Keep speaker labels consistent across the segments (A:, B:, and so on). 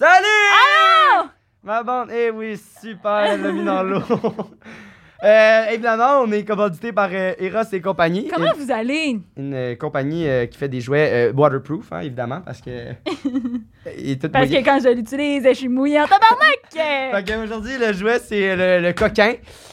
A: Ah!
B: la bande. Eh oui, super, elle l'a mis dans l'eau. Euh, évidemment, on est commandité par euh, Eros et compagnie.
A: Comment vous allez?
B: Une, une, euh, compagnie euh, qui fait des jouets euh, waterproof, hein, évidemment, parce que. il est tout
A: Parce
B: mouillé.
A: que quand je l'utilise, je suis mouillée en tabarnak!
B: Fait que, Aujourd'hui, le jouet, c'est le, le coquin.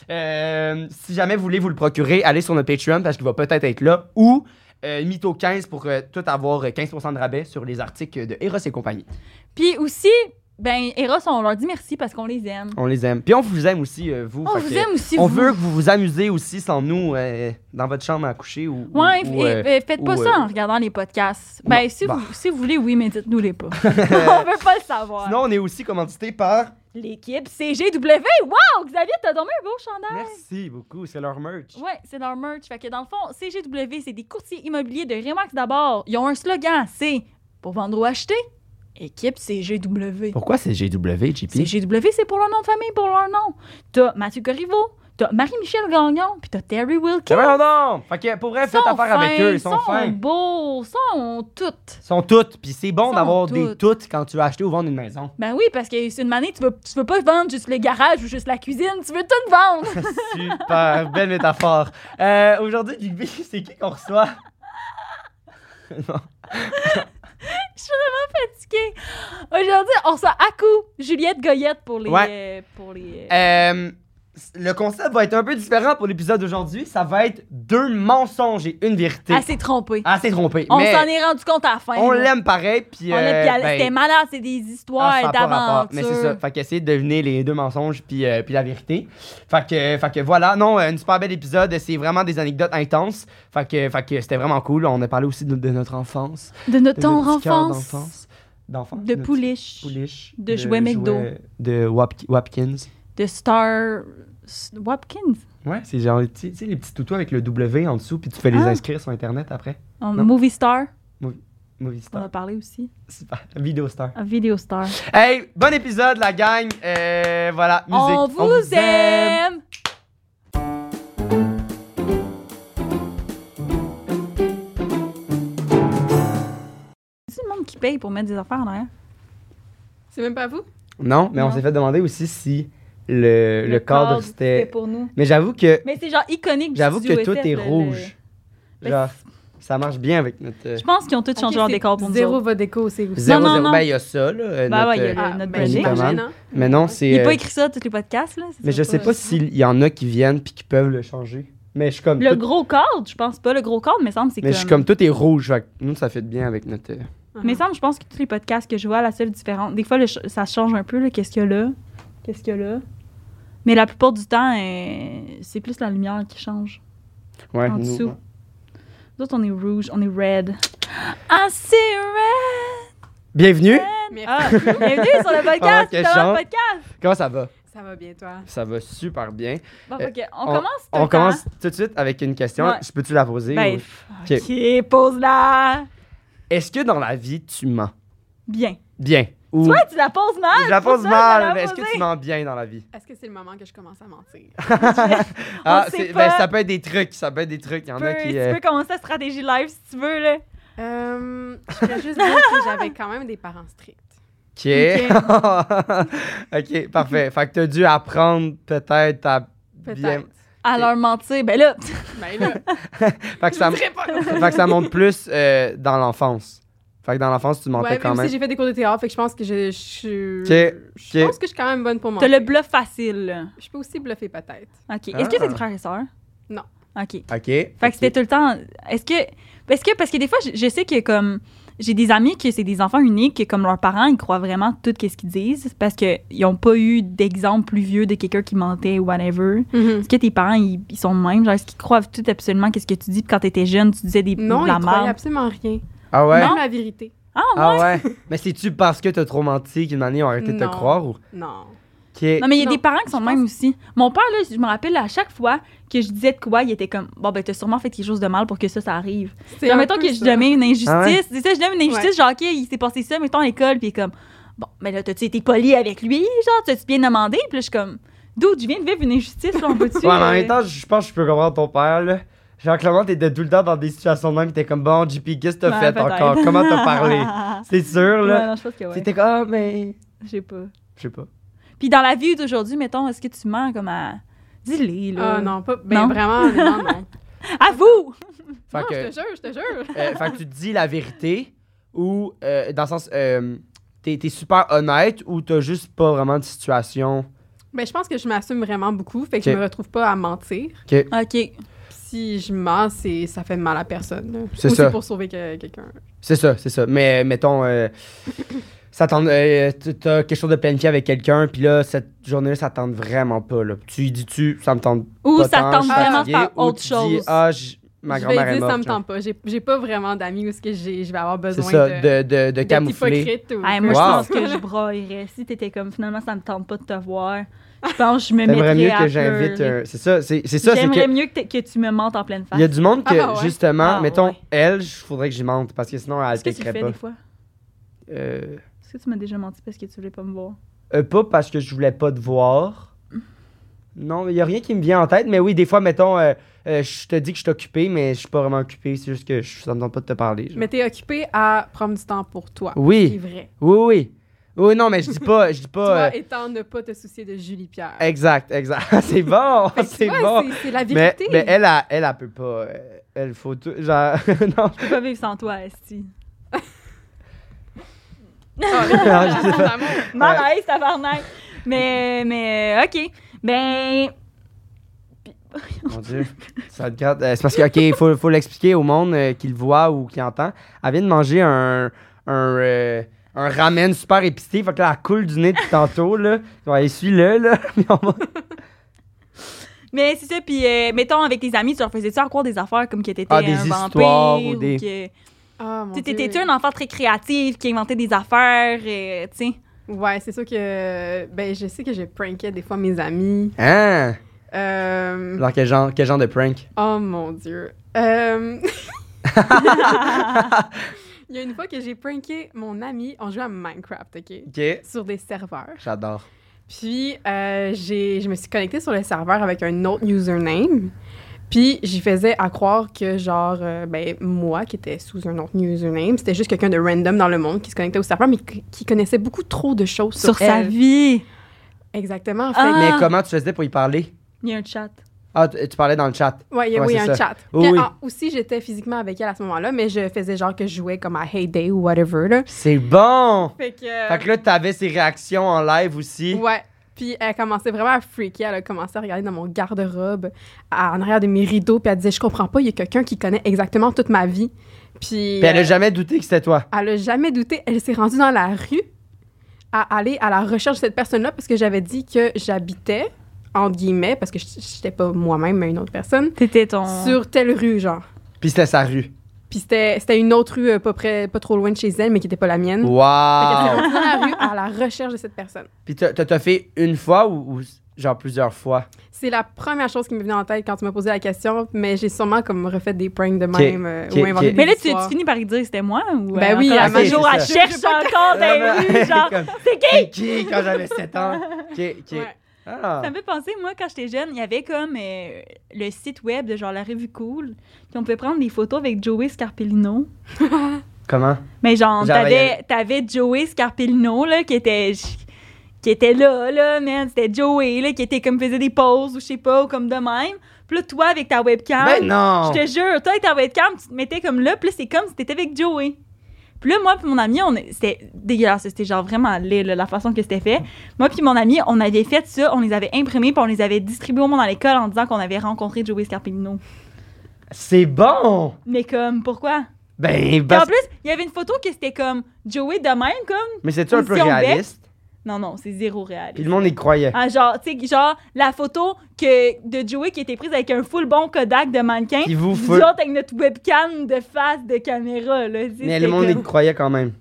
B: Euh, si jamais vous voulez vous le procurer, allez sur notre Patreon parce qu'il va peut-être être là. Ou euh, Mytho 15 pour euh, tout avoir euh, 15% de rabais sur les articles de Eros et compagnie.
A: Puis aussi, ben, Eros, on leur dit merci parce qu'on les aime.
B: On les aime. Puis on vous aime aussi, euh, vous.
A: On
B: Fait
A: vous
B: que
A: aime aussi,
B: On
A: vous.
B: veut que vous vous amusez aussi sans nous euh, dans votre chambre à coucher ou. ou-
A: Ouais,
B: ou,
A: et-
B: euh,
A: et faites pas
B: ou,
A: ça
B: euh,
A: en regardant les podcasts. Ben,
B: Non,
A: si,
B: bah.
A: vous, si vous voulez, oui, mais dites-nous les pas. on veut pas le savoir.
B: Sinon, on est aussi commandité par.
A: L'équipe CGW, wow! Xavier, t'as donné un beau chandail!
B: Merci beaucoup, c'est leur merch.
A: Ouais, c'est leur merch. Fait que dans le fond, CGW, c'est des courtiers immobiliers de Remax d'abord. Ils ont un slogan, c'est pour vendre ou acheter, équipe CGW.
B: Pourquoi c'est GW, JP?
A: CGW, c'est pour leur nom de famille, pour leur nom. T'as Mathieu Corriveau, t'as Marie-Michel Gagnon, puis t'as Terry Wilkins.
B: Voyons donc! Fait que pour vrai,
A: Ils sont
B: faites affaire avec
A: fins,
B: eux, ils sont fins.
A: beaux, ils sont toutes.
B: Ils sont toutes, puis c'est bon
A: Sont
B: d'avoir des
A: toutes.
B: toutes quand tu vas acheter ou vendre une maison.
A: Ben oui, parce que c'est une année, tu veux, tu veux pas vendre juste le garage ou juste la cuisine, tu veux tout vendre.
B: Super, belle métaphore. Euh, Aujourd'hui, Big B, c'est qui qu'on reçoit? non.
A: Ok. Aujourd'hui, on reçoit Aku, Juliette Goyette pour les.
B: Ouais.
A: euh, pour les euh,
B: Euh, le concept va être un peu différent pour l'épisode d'aujourd'hui. Ça va être deux mensonges et une vérité.
A: elle s'est trompée.
B: Assez trompé.
A: Ah, On
B: Ah, mais
A: s'en est rendu compte à la fin.
B: on
A: là.
B: l'aime pareil, puis...
A: On l'aime,
B: euh,
A: puis elle-
B: ben,
A: C'était malade, c'est des
B: Ah,
A: histoires
B: ça a pas rapport.
A: d'aventure.
B: Mais c'est ça. Fait qu'essayer de deviner les deux mensonges puis, euh, puis la vérité. Fait que, fait que voilà. Non, euh, un super bel épisode. C'est vraiment des anecdotes intenses. Fait que, fait que c'était vraiment cool. On a parlé aussi de, de notre enfance.
A: De notre
B: de
A: tendre
B: notre petit cœur
A: enfance.
B: d'enfance, D'enfance.
A: De
B: notre
A: pouliche.
B: pouliche,
A: De jouets McDo.
B: jouets De Wap- Wapkins.
A: De Star. Wapkins.
B: Ouais, c'est genre les petits, tu sais, les petits toutous avec le W en dessous, puis tu fais les
A: Ah.
B: inscrire sur Internet après.
A: En
B: Non.
A: Movie Star.
B: Movie
A: On a
B: Star.
A: parlé aussi.
B: Super. Vidéo Star.
A: Un Video Star.
B: Hey, bon épisode, la gang. Euh, voilà, musique.
A: On vous, aime! C'est le monde qui paye pour mettre des affaires hein? en arrière.
C: C'est même pas vous?
B: Non, mais on
A: Non.
B: s'est fait demander aussi si le, le, cadre, c'était.
C: pour nous.
B: Mais j'avoue que
A: Mais c'est genre iconique. du
B: j'avoue
A: studio
B: que tout
A: SF,
B: est
A: le- le-
B: rouge.
A: Ben,
B: Genre, ça marche bien avec notre. euh,
A: Je pense qu'ils ont tous changé
C: Ok,
A: leur
C: c'est
A: décor pour nous
C: Zéro
A: autres.
C: va déco, c'est aussi.
B: Zéro,
A: non,
B: zéro.
A: non.
B: Ben, il y a ça, là. euh,
A: Ben ouais,
B: notre,
A: il y a-
B: euh,
A: notre
C: ben,
B: budget.
C: j'imagine, hein?
B: Mais non,
A: J'ai
B: c'est. euh,
A: pas écrit ça, tous les podcasts, là. c'est
B: Mais
A: ça,
B: je sais pas s'il y en a qui viennent puis qui peuvent le changer. Mais je suis comme.
A: Le
B: tout...
A: gros cadre, je pense pas. Le gros cadre, me semble, c'est
B: Mais je suis comme tout est rouge. fait que nous, ça fait bien avec notre. euh,
C: hein.
A: Mais semble, je pense que tous les podcasts que je vois, la seule différence. Des fois, le ch- ça change un peu, là. Qu'est-ce qu'il y a là? Qu'est-ce qu'il y a là? Mais la plupart du temps, euh, c'est plus la lumière qui change.
B: Ouais,
A: En
B: nous,
A: dessous.
B: ouais.
A: D'autres, on est rouge, on est red. Ah, c'est red!
B: Bienvenue.
C: Merci.
A: Ah, bienvenue sur le
B: Ah,
A: podcast!
B: quel
A: c'est vraiment
B: chante.
A: le podcast!
B: Comment ça va?
C: Ça va bien, toi?
B: Ça va super bien.
A: Bon,
B: Euh,
A: ok, on,
B: on-
A: commence. tout
B: On
A: le temps.
B: commence tout de suite avec une question.
A: Ouais.
B: Je peux-tu la poser?
A: Ben,
B: ou-
A: pff, ok, pose-la!
B: Est-ce que dans la vie, tu mens?
A: Bien.
B: Bien. Ou...
A: Tu vois, tu la poses mal!
B: Je la
A: c'est pour
B: pose
A: ça
B: mal,
A: je
B: mais
A: l'ai
B: est-ce que tu
A: posée.
B: mens bien dans la vie?
C: Est-ce que c'est le moment que je commence à mentir?
B: Ah,
A: sait
B: c'est-
A: pas.
B: ben, ça peut être des trucs, ça peut être des trucs. Il y en a
A: peux-
B: qui.
A: tu
B: euh,
A: peux commencer la stratégie live si tu veux, là.
C: Euh, je voulais juste dire que j'avais quand même des parents stricts.
B: Ok. ok, parfait. Fait que t'as dû apprendre peut-être à bien.
C: Peut-être.
A: À
B: Ok.
A: leur mentir. Ben là,
C: Ben là,
B: Fait que ça,
C: je dirais pas.
B: fait que ça monte plus euh, dans l'enfance. Fait que dans l'enfance, tu mentais
C: Ouais,
B: quand
C: même
B: même.
C: si j'ai fait des cours de théâtre, fait que je pense que je, je suis.
B: Ok,
C: Je
B: ok.
C: pense que je suis quand même bonne pour
A: t'as
C: mentir.
A: le bluff facile, là.
C: Je peux aussi bluffer peut-être.
A: OK.
B: Ah.
A: Est-ce que t'as des frères et sœurs?
C: Non.
A: OK. Fait
B: Ok. Fait
A: que c'était tout le temps... Est-ce que... Est-ce que... Parce que des fois, je, je sais que, comme... J'ai des amis que c'est des enfants uniques, que comme leurs parents, ils croient vraiment tout ce qu'ils disent parce qu'ils n'ont pas eu d'exemple plus vieux de quelqu'un qui mentait ou whatever. Est-ce que tes parents, ils, ils sont de même? Genre, est-ce qu'ils croient tout absolument qu'est-ce que tu dis? Puis quand t'étais jeune, tu disais des
C: Non,
A: de
C: il
A: la
C: croyait
A: merde.
C: absolument rien.
B: Ah ouais?
C: Même la vérité.
A: Ah,
B: Ah
A: ouais.
B: ouais? mais c'est-tu parce que t'as trop menti qu'une année, ils ont arrêté de te
C: Non.
B: croire ou.
C: Non.
B: Ok.
A: Non, mais il y a
C: Non,
A: des parents qui sont
C: je
A: de même aussi. Mon père, là, je me rappelle à chaque fois que je disais de quoi, il était comme Bon, ben, t'as sûrement fait quelque chose de mal pour que ça, ça arrive.
C: C'est
A: Genre,
C: un
A: mettons
C: peu
A: que je
C: ça.
A: nommais une injustice.
B: Ah ouais?
A: C'est ça, je nomme une injustice, genre, OK, il s'est passé ça, mettons à l'école, puis il est comme Bon, mais là, t'as-tu été poli avec lui Genre, t'as-tu bien demandé Puis là, je suis comme D'où, je viens de vivre une injustice, là, on peut-tu.
B: Ouais, mais en
A: euh,
B: même temps, je pense que je peux comprendre ton père, là. Genre, clairement, t'étais tout le temps dans des situations de même, t'es comme, bon, JP, qu'est-ce que t'as
A: ouais,
B: fait
A: peut-être.
B: encore? Comment t'as parlé? C'est sûr,
A: Ouais,
B: là.
A: non, je pense que ouais.
B: C'était comme, ah, mais.
A: Je sais pas.
B: Je sais pas.
A: Puis dans la vie d'aujourd'hui, mettons, est-ce que tu mens comme à. Dis-les, là.
C: Ah non, pas. Ben
A: Non.
C: vraiment, non, non.
A: À vous!
B: Fait
C: non,
B: que,
C: je te jure, je te jure.
B: euh, fait que tu dis la vérité ou, euh, dans le sens, euh, t'es t'es super honnête ou t'as juste pas vraiment de situation.
C: Ben, je pense que je m'assume vraiment beaucoup, fait que
B: Ok.
C: je me retrouve pas à mentir.
A: OK.
C: Puis si je mens, c'est ça fait mal à personne. là.
B: C'est
C: Ou
B: ça.
C: C'est pour sauver que- quelqu'un.
B: C'est ça, c'est ça. Mais euh, mettons, euh, ça tente, euh, t- t'as quelque chose de planifié avec quelqu'un, puis là, cette journée-là, ça tente vraiment pas. Là. Tu lui dis-tu, ça me tente
A: Ou
B: pas
A: ça
B: tant,
A: tente
B: je suis
A: vraiment de
B: fatigué,
A: faire
B: ou
A: autre
B: tu dis,
A: chose.
B: ah, j- ma
C: je vais
B: grand-mère est
C: dire,
B: morte.
C: ça me
B: genre.
C: tente pas. J'ai j'ai pas vraiment d'amis où est-ce que j'ai- je vais avoir
B: C'est
C: besoin
B: ça,
C: de,
B: de, de, de,
C: d'être
B: camoufler.
C: hypocrite ou
A: Hey, moi,
B: Wow.
A: je pense que je broyerais. Si t'étais comme finalement, ça me tente pas de te voir, je pense que je me mettrais
B: T'aimerais mieux
A: à
B: que j'invite
A: pleurer.
B: un. C'est ça, c'est c'est ça, c'est
A: J'aimerais
B: que.
A: mieux que, t'aies- que tu me mentes en pleine face.
B: Il y a du monde que,
C: Ah ouais.
B: justement,
A: Ah
B: mettons,
A: ouais.
B: elle, je faudrait que j'y mente, parce que sinon, elle
A: Est-ce que tu le
B: t'écrirait
A: fais
B: pas.
A: des fois?
B: Euh,
A: Est-ce que tu m'as déjà menti parce que tu voulais pas me voir?
B: euh, pas parce que je voulais pas te voir. Non, il y a rien qui me vient en tête, mais oui, des fois, mettons, euh, euh, je te dis que je suis occupé, mais je suis pas vraiment occupé, c'est juste que je, ça me tente pas de te parler. genre.
C: Mais t'es occupé à prendre du temps pour toi.
B: Oui.
C: C'est vrai.
B: Oui, oui. Oui, non, mais je dis pas, je dis pas.
C: Toi
B: euh,
C: étant ne pas te soucier de Julie Pierre.
B: exact, exact. c'est bon,
C: Fait que tu
B: c'est
C: vois,
B: bon.
C: c'est- C'est la
B: Mais,
C: vérité.
B: mais elle, elle, elle, elle peut pas. euh, Elle faut tout. Genre, non,
A: Je peux pas vivre sans toi, Esti.
C: Ah,
B: je sais pas.
C: amour.
A: Malaise, tabarnak! Mais, mais, euh, OK. Ben,
B: Mon Dieu, ça te gratte. Euh, c'est parce que, OK, il faut, faut l'expliquer au monde euh, qui le voit ou qui entend. Elle vient de manger un, un, euh, un ramen super épicé. Fait que là, elle coule du nez depuis tantôt, là. Ouais, essuie-le, là. puis on va-
A: mais c'est ça. Puis, euh, mettons, avec tes amis, tu leur faisais-tu encore des affaires comme que t'étais
B: Ah, des
A: un
B: histoires
A: vampire?
B: ou des-
A: que-
C: Ah, mon
A: Tu sais,
C: Dieu.
A: T'étais-tu un enfant très créatif qui inventait des affaires, euh, tu sais?
C: Ouais, c'est sûr que. Ben, je sais que je prankais des fois mes amis.
B: Hein?
C: Euh,
B: Alors, quel genre, quel genre de prank?
C: Oh mon Dieu. Euh, Il y a une fois que j'ai pranké mon ami en jouant à Minecraft, OK?
B: OK.
C: Sur des serveurs.
B: J'adore.
C: Puis, euh, j'ai- je me suis connectée sur le serveur avec un autre username. Puis, j'y faisais à croire que, genre, euh, ben, moi, qui était sous un autre username, c'était juste quelqu'un de random dans le monde qui se connectait au serveur, mais qui qui connaissait beaucoup trop de choses sur,
A: Sur sa
C: elle.
A: vie.
C: Exactement. Fait
A: Ah.
B: Mais comment tu faisais pour y parler?
A: Il y a un chat.
B: Ah, tu tu parlais dans le chat.
C: Ouais, il y a
B: Ouais,
C: oui,
B: c'est
C: un
B: ça.
C: chat.
B: Oui,
C: Puis,
B: oui.
C: ah, aussi, j'étais physiquement avec elle à ce moment-là, mais je faisais genre que je jouais comme à Heyday ou whatever. Là.
B: C'est bon!
C: Fait que. euh,
B: Fait que là, t'avais ses réactions en live aussi.
C: ouais. Puis elle commençait vraiment à freaker. Elle a commencé à regarder dans mon garde-robe, à- en arrière de mes rideaux, puis elle disait Je comprends pas, il y a quelqu'un qui connaît exactement toute ma vie.
B: Puis
C: Puis.
B: elle a
C: euh,
B: jamais douté que c'était toi.
C: elle a jamais douté. Elle s'est rendue dans la rue à aller à la recherche de cette personne-là parce que j'avais dit que j'habitais, entre guillemets, parce que j- j'étais pas moi-même, mais une autre personne,
A: T'étais ton.
C: sur telle rue, genre.
B: Puis c'était sa rue.
C: Puis c'était c'était une autre rue euh, pas, près, pas trop loin de chez elle, mais qui était pas la
A: Mm.
C: mienne. Fait qu'elle s'est
B: Wow!
C: rendue dans la rue à la recherche de cette personne.
B: Puis t'as t'as- t'as fait une fois ou, ou genre plusieurs fois?
C: C'est la première chose qui me venait en tête quand tu m'as posé la question, mais j'ai sûrement comme refait des pranks de
B: Ok,
C: même euh,
B: ok,
C: ou inventé
B: ok.
C: des
A: Mais là, tu,
C: histoires.
A: tu finis par lui dire que c'était moi ou. euh,
C: Ben oui,
A: encore,
C: à
A: à
B: ma-
A: jour, elle
B: c'est
C: ça.
A: cherche encore des rues, Ah, ben genre.
B: Comme,
A: C'est qui?
B: C'est qui quand j'avais 7 ans? Qui, qui?
C: Ouais.
B: Ah.
A: Ça me fait penser, moi, quand j'étais jeune, il y avait comme euh, le site web de genre la revue Cool, puis on pouvait prendre des photos avec Joey Scarpellino.
B: Comment?
A: Mais genre,
B: Genre,
A: t'avais, t'avais Joey Scarpellino, là, qui était. qui était là, là, man. C'était Joey, là, qui était comme faisait des pauses ou je sais pas, ou comme de même. Puis là, toi, avec ta webcam.
B: ben non!
A: Ah. Je te jure, toi, avec ta webcam, tu te mettais comme là, puis là, c'est comme si t'étais avec Joey. Puis là, moi puis mon ami, on est- c'était dégueulasse, c'était genre vraiment laid, là, la façon que c'était fait. Moi puis mon ami, on avait fait ça, on les avait imprimés, puis on les avait distribués au monde à l'école en disant qu'on avait rencontré Joey Scarpellino.
B: C'est bon!
A: Mais comme, pourquoi?
B: Ben,
A: Puis en
B: parce-
A: plus, il y avait une photo que c'était comme Joey de même, comme...
B: mais c'est-tu un peu
A: position bête.
B: réaliste?
A: Non, non, c'est zéro
B: Puis
A: réaliste.
B: le monde y croyait.
A: Ah, genre, tu sais, genre, la photo que, de Joey qui était prise avec un full bon Kodak de mannequin.
B: Puis vous,
A: nous
B: full-
A: autres, avec notre webcam de face de caméra, là. tu sais,
B: Mais
A: c'était
B: le monde
A: comme-
B: y croyait quand même.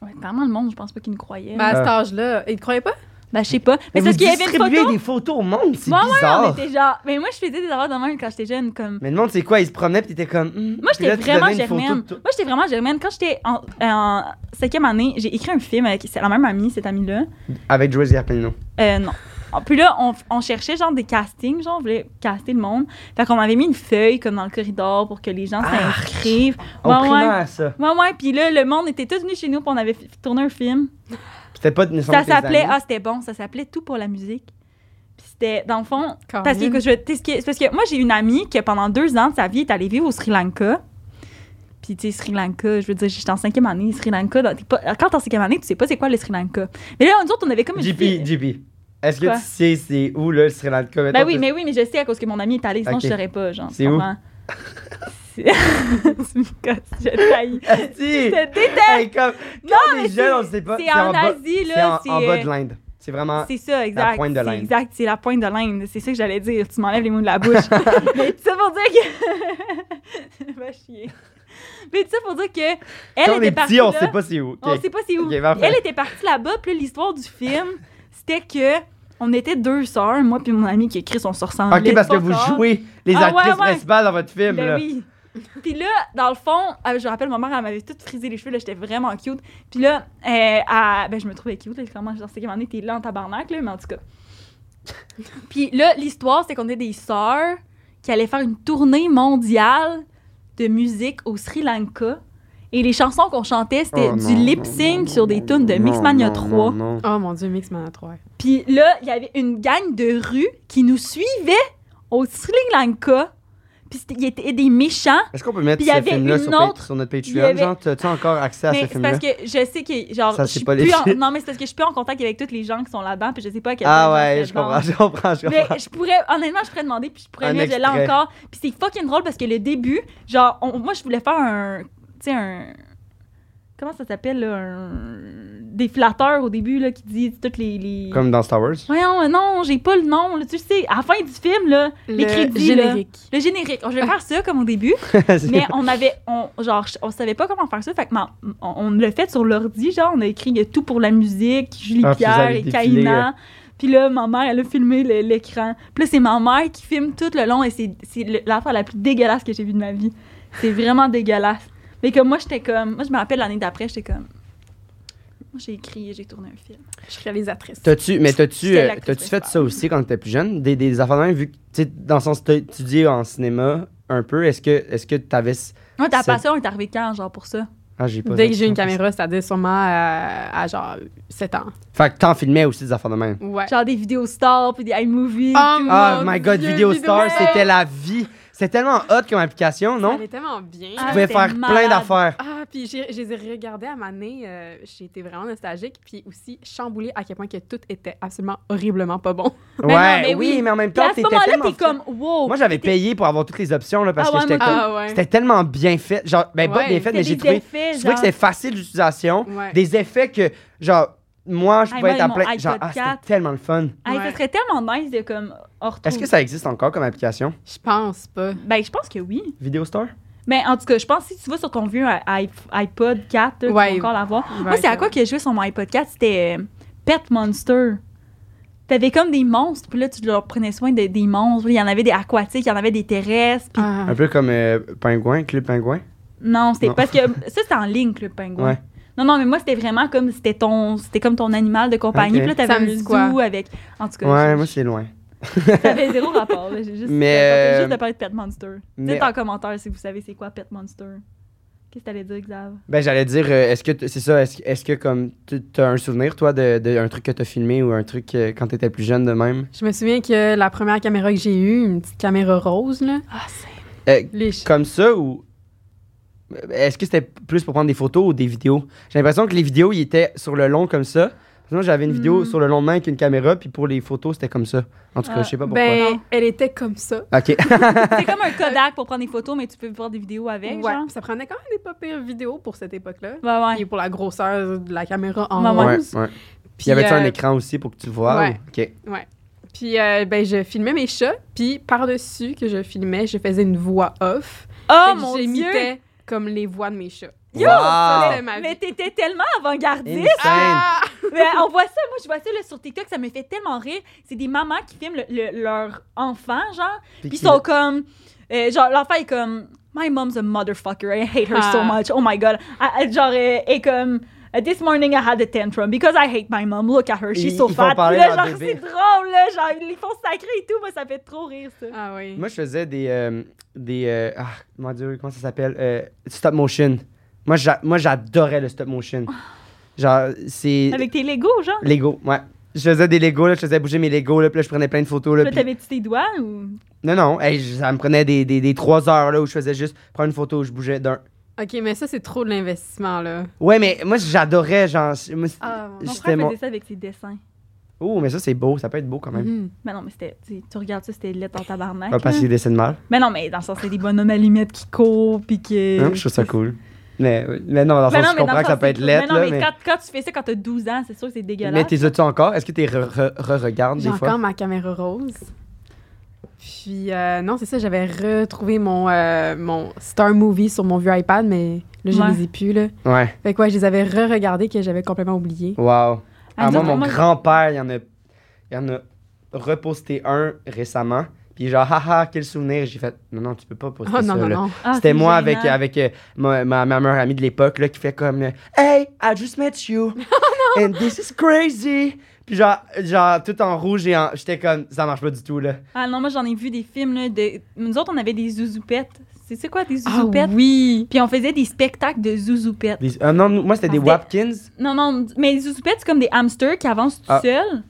A: Ouais, vraiment, le monde, je pense pas qu'il nous croyait.
C: Ben,
A: Ben,
C: à cet
B: Euh.
C: âge-là, il te croyait pas?
A: je sais pas. Mais c'est
B: vous
A: parce qu'il y avait une
B: distribuez
A: photo.
B: des photos au monde, c'est
A: Ouais, ouais,
B: bizarre.
A: On était genre. Mais moi, je faisais des erreurs de même quand j'étais jeune. Comme...
B: Mais le monde, c'est quoi? Il se promenait, puis t'étais comme. hmm.
A: Moi,
B: Puis
A: j'étais
B: là, tu
A: vraiment
B: donnais une photo
A: germaine.
B: de toi.
A: Moi, j'étais vraiment germaine. Quand j'étais en, en cinquième année, j'ai écrit un film avec c'est la même amie, cette amie-là.
B: Avec Joey Garpino.
A: Euh, non. Ah, Puis là, on, on cherchait genre des castings, genre on voulait caster le monde. Fait qu'on avait mis une feuille comme dans le corridor pour que les gens s'inscrivent.
B: On
A: Ouais, ouais.
B: ça.
A: Ouais, ouais. Puis là, le monde était tous venus chez nous, puis on avait fi- tourné un film.
B: C'était pas
A: Ça
B: nécessairement tes
A: s'appelait,
B: amis.
A: ah, c'était bon, ça s'appelait Tout pour la musique. Puis c'était, dans le fond,
B: Ah
C: Quand
A: parce que,
C: même.
A: écoute, je vais t'expliquer- c'est parce que moi, j'ai une amie qui, pendant deux ans de sa vie, est allée vivre au Sri Lanka. Puis, tu sais, Sri Lanka, je veux dire, j'étais en cinquième année. Sri Lanka, dans- t'es pas, quand t'es en cinquième année, tu sais pas c'est quoi le Sri Lanka. Mais là, nous autres, on avait comme une. fille-
B: JP, JP. Est-ce que
A: Quoi?
B: tu sais c'est où le Sri Lanka?
A: Ben
B: mettons,
A: oui,
B: que-
A: mais oui, mais je sais à cause que mon ami est allé, sinon
B: Ok.
A: je saurais pas, genre. tu
B: C'est où?
A: comprends? C'est- tu me casses, je te haïs. Je
B: Asti!
A: te déteste.
B: Ah, Hey, comme, non,
A: mais
B: mais
A: c'est-
B: jeunes, on le sait pas.
A: C'est en,
B: bas-
A: Asie,
B: C'est
A: là. euh,
B: en, en bas de l'Inde. C'est vraiment.
A: C'est ça, exact.
B: Ah, pointe de
A: C'est
B: l'Inde.
A: Exact, c'est la pointe de l'Inde. C'est ça que j'allais dire. Tu m'enlèves les mots de la bouche. Mais tout ça pour dire que. Va chier. Mais tout ça pour dire que. Elle
B: Quand on
A: était
B: est
A: partie.
B: petit, on
A: là.
B: sait pas c'est où.
A: On
B: Ok.
A: sait pas c'est où.
B: Ok, parfait.
A: elle était partie là-bas, puis là, l'histoire du film, c'était que. On était deux sœurs, moi puis mon ami qui écrit son sort
B: Ok, parce que vous jouez les
A: Ah,
B: actrices
A: ouais, ouais.
B: principales dans votre film.
A: ben
B: là.
A: oui. Puis là, dans le fond, euh, je me rappelle, ma mère, elle m'avait toute frisé les cheveux, là, j'étais vraiment cute. Puis là, euh, elle- ben, je me trouvais cute, là, comment je sais qu'à un moment donné, t'es là en tabarnak, là, mais en tout cas. Puis là, l'histoire, c'est qu'on était des sœurs qui allaient faire une tournée mondiale de musique au Sri Lanka. Et les chansons qu'on chantait, c'était
B: Oh,
A: du
B: non,
A: lip
B: non,
A: sync sur des
B: non,
A: tunes de
B: non,
A: Mixmania
B: non,
A: 3.
B: non, non.
C: Oh mon Dieu, Mixman 3.
A: Puis là, il y avait une gang de rue qui nous suivait au Sri Lanka. Puis c'était- il y était des méchants.
B: Est-ce qu'on peut mettre
A: Puis il y
B: ce
A: avait
B: film-là
A: une
B: sur, pa-
A: autre-
B: sur notre
A: il y
B: Patreon?
A: avait-
B: Genre, tu as encore accès à ce
A: Mais c'est
B: film-là?
A: parce que je sais que genre
B: Ça,
A: je
B: c'est
A: suis
B: pas
A: plus en...
B: légit.
A: non mais c'est parce que je suis plus en contact avec tous les gens qui sont là-dedans puis je sais pas à quel
B: Ah
A: point
B: ouais,
A: j'en
B: je
A: fais dedans.
B: comprends, je comprends, je comprends.
A: Mais je pourrais honnêtement je pourrais demander puis je pourrais
B: Un
A: mieux de là
B: extrait.
A: encore. Puis c'est fucking drôle parce que le début genre on- moi je voulais faire un tu sais un comment ça s'appelle là un défilateur au début là qui dit toutes les, les...
B: Comme dans Star Wars.
A: Voyons, euh, non, j'ai pas le nom, là, tu sais, à la fin du film, là, les crédits, là,
C: générique.
A: le générique. Oh, Je vais faire ça comme au début, mais on avait on genre on savait pas comment faire ça fait que ma- on, on l'a fait sur l'ordi genre on a écrit euh, tout pour la musique Julie
B: Ah, puis vous
A: Pierre
B: avez
A: et
B: défilé,
A: Kaina puis là ma mère elle a filmé le- l'écran puis là c'est ma mère qui filme tout le long et c'est c'est le- l'affaire la plus dégueulasse que j'ai vue de ma vie c'est vraiment dégueulasse mais comme moi j'étais comme moi je me rappelle l'année d'après j'étais comme moi j'ai écrit et j'ai tourné un film
C: Je suis réalisatrice.
B: T'as-tu, mais t'as-tu,
A: C'était
B: euh,
A: l'actrice
B: t'as-tu fait ça
A: principale.
B: aussi quand t'étais plus jeune? Des, des affaires de même, vu que, tu sais, dans le sens, t'as étudié en cinéma un peu, est-ce que, est-ce que t'avais. ce-
A: moi ta
B: C'est-
A: passion est arrivée quand genre pour ça
B: Ah, j'ai pas.
C: Dès que j'ai une caméra, c'est-à-dire sûrement euh, à, à genre 7 ans.
B: Fait que t'en filmais aussi des affaires de même.
C: Ouais.
A: genre des vidéos stars puis des iMovies
C: Ah,
A: tout.
B: Ah,
C: Mon
B: my god,
C: Dieu,
B: Video
C: Vidéo
B: Star,
C: Star.
B: c'était la vie. C'est tellement hot comme application, non?
C: Elle est tellement bien.
B: Tu
A: Ah.
B: pouvais
A: c'était
B: faire plein
A: malade.
B: d'affaires.
C: Ah, puis j'ai- je les ai regardés à ma nez. euh, j'ai été vraiment nostalgique. Puis aussi chamboulée à quel point que tout était absolument horriblement pas bon.
B: ouais,
A: Mais non, mais
B: oui,
A: oui.
B: mais en même
A: Puis
B: temps,
A: à ce
B: t'étais
A: moment-là
B: tellement
A: t'es comme wow
B: Moi, j'avais
A: T'étais-
B: payé pour avoir toutes les options, là, parce
A: Ah
B: que
A: ouais,
B: j'étais
A: moi
B: comme.
C: Ah ouais.
B: C'était tellement bien fait. Genre, ben, pas
C: Ouais.
B: bien fait, mais
A: C'était
B: j'ai
A: des
B: trouvé.
A: effets,
B: Je trouvais que
A: genre.
B: c'était facile d'utilisation.
C: Ouais.
B: Des effets que, genre, moi, je
A: Hey,
B: pouvais
A: moi,
B: être à
A: mon
B: plein. Genre,
A: iPod
B: ah, c'était
A: 4.
B: tellement le fun.
A: Hey,
C: Ouais.
A: Ça serait tellement nice de comme en retrouver-
B: Est-ce que ça existe encore comme application?
C: Je pense pas.
A: Ben, je pense que oui.
B: Video Star?
A: Mais en tout cas, je pense que si tu vas sur ton vieux euh, i- i- iPod 4, là,
C: Ouais.
A: tu vas encore l'avoir. Moi, c'est à quoi que j'ai joué sur mon iPod 4? C'était euh, Pet Monster. T'avais comme des monstres, puis là, tu leur prenais soin de- des monstres. Il y en avait des aquatiques, il y en avait des terrestres. puis-
C: Ah.
B: Un peu comme euh, Pingouin, Club Pingouin.
A: Non, c'était
B: Non.
A: parce que ça, c'était en ligne, le pingouin.
B: Ouais.
A: Non, non, mais moi, c'était vraiment comme c'était ton, c'était comme ton animal de compagnie.
B: Ok.
A: Puis là,
C: Ça
A: t'avais
C: me
A: le
C: dit quoi?
A: zoo avec. En tout cas,
B: Ouais,
A: je-
B: moi, c'est loin.
A: Ça avait zéro rapport. là. J'ai juste,
B: Mais,
A: j'ai juste
B: euh,
A: de parler de Pet Monster.
B: mais-
A: Dites en commentaire si vous savez c'est quoi Pet Monster. Qu'est-ce que t'allais dire, Xav?
B: Ben, j'allais dire, euh, est-ce que, t- c'est ça, est-ce, est-ce que comme, tu- t'as un souvenir, toi, d'un de, un truc que t'as filmé ou un truc euh, quand t'étais plus jeune de même?
C: Je me souviens que la première caméra que j'ai eue, une petite caméra rose, là.
A: Ah, c'est...
B: Euh,
C: Les ch-
B: comme ça ou. euh, Est-ce que c'était plus pour prendre des photos ou des vidéos? J'ai l'impression que les vidéos, ils étaient sur le long comme ça. Moi, j'avais une vidéo
A: Mhm.
B: sur le long de main avec une caméra, puis pour les photos, c'était comme ça. En tout cas,
A: Ah,
B: je sais pas pourquoi.
C: Ben, elle était comme ça.
B: OK.
A: c'est comme un Kodak pour prendre des photos, mais tu peux voir des vidéos avec,
C: Ouais.
A: genre.
C: Ça prenait quand même des pas pires vidéos pour cette époque-là.
A: Ouais,
C: Puis
A: ouais.
C: pour la grosseur de la caméra
A: Ouais,
C: en
A: ouais.
B: ouais,
C: rose.
B: ouais.
C: Puis,
B: Il y avait
C: euh,
B: un écran aussi pour que tu vois?
C: ouais.
B: ou- OK.
C: Puis euh, ben, je filmais mes chats, puis par-dessus que je filmais, je faisais une voix off.
A: Oh
C: Fait que
A: mon dieu!
C: J'imitais comme les voix de mes chats.
A: Yo,
B: Wow!
C: c'était ma
A: Mais
C: vie.
A: t'étais tellement avant-gardiste!
B: Insane.
C: Ah!
A: Mais on voit ça, moi je vois ça là, sur TikTok, ça me fait tellement rire. C'est des mamans qui filment le- le- leur enfant, genre,
B: Puis
A: puis ils
B: qui-
A: sont comme. euh, genre, l'enfant est comme. My mom's a motherfucker, I hate her so
C: Ah.
A: much, oh my god. Elle- elle, genre, euh, est comme. Uh, This morning I had a tantrum because I hate my mom. Look at her, she's
B: Ils-
A: so
B: ils font
A: fat. Puis
B: parler
A: là,
B: leur
A: genre,
B: bébé.
A: c'est drôle, là. Genre, ils les font sacrer et tout. Moi, ça fait trop rire, ça.
C: Ah oui.
B: Moi, je faisais des. euh, des euh, ah, mon Dieu, comment ça s'appelle Euh, Stop motion. Moi, j'a- moi, j'adorais le stop motion. Genre, c'est.
A: Avec tes Legos, genre.
B: Lego, ouais. Je faisais des Lego, là, je faisais bouger mes Lego, là, puis là, je prenais plein de photos. Là,
A: Là,
B: puis-
A: t'avais-tu tes doigts ou.
B: Non, non, hey, je- ça me prenait des, des, des trois heures là, où je faisais juste prendre une photo, je bougeais d'un.
C: OK, mais ça, c'est trop de l'investissement, là.
B: Ouais, mais moi, j'adorais, genre. c'est- moi,
C: Ah.
B: c'est-
A: Mon
B: C'était
A: frère
B: mon-
A: faisait ça avec ses dessins.
B: Oh, mais ça, c'est beau, ça peut être beau quand même.
C: Mhm.
A: Mais non, mais c'était. Tu tu regardes ça, c'était laid en tabarnak.
B: Pas parce
A: là.
B: qu'il décède mal.
A: Mais non, mais dans le sens, c'est des bonhommes à lunettes qui courent, puis que.
B: Hein, je trouve ça cool. Mais, mais non, dans le
A: Ben
B: sens,
A: non,
B: je
A: mais dans
B: comprends
A: le
B: que ça
A: sens,
B: peut
A: c'est
B: être
A: cool.
B: laid,
A: Mais hein. non,
B: là,
A: mais
B: mais.
A: quand, quand tu fais ça quand t'as 12 ans, c'est sûr que c'est dégueulasse.
B: Mais t'es tu encore? Est-ce que t'es re- re- re-regardes
C: J'ai
B: des
C: encore
B: fois?
C: ma caméra rose. Puis, euh, non, c'est ça, j'avais retrouvé mon, euh, mon Star Movie sur mon vieux iPad, mais là, je
A: Ouais.
C: les ai plus, là.
B: Ouais.
C: Fait que, ouais, je les avais re-regardés que j'avais complètement oublié.
B: Wow.
A: Ah,
B: Ah, moi,
A: non,
B: mon
A: moi,
B: grand-père, il y en a, il en a reposté un récemment. Puis genre, haha, quel souvenir. J'ai fait, non, non, tu peux pas poster
C: Oh
B: ça.
C: non, non,
B: là.
C: non.
A: Ah,
B: C'était
A: c'est
B: moi avec,
A: gênant.
B: avec euh, ma, ma, ma meilleure amie de l'époque là, qui fait comme euh, Hey, I just met you.
A: Oh,
B: And this is crazy. Puis genre, genre tout en rouge et en. J'étais comme, ça marche pas du tout là.
A: Ah non, moi j'en ai vu des films là, de nous autres on avait des zouzoupettes. C'est c'est quoi des
C: Ah
A: zouzoupettes
C: oui!
A: Puis on faisait des spectacles de zouzoupettes.
B: Des- ah non, nous- moi c'était des
A: Ah,
B: Wapkins.
A: Non non, mais les zouzoupettes c'est comme des hamsters qui avancent tout
B: Ah.
A: seuls.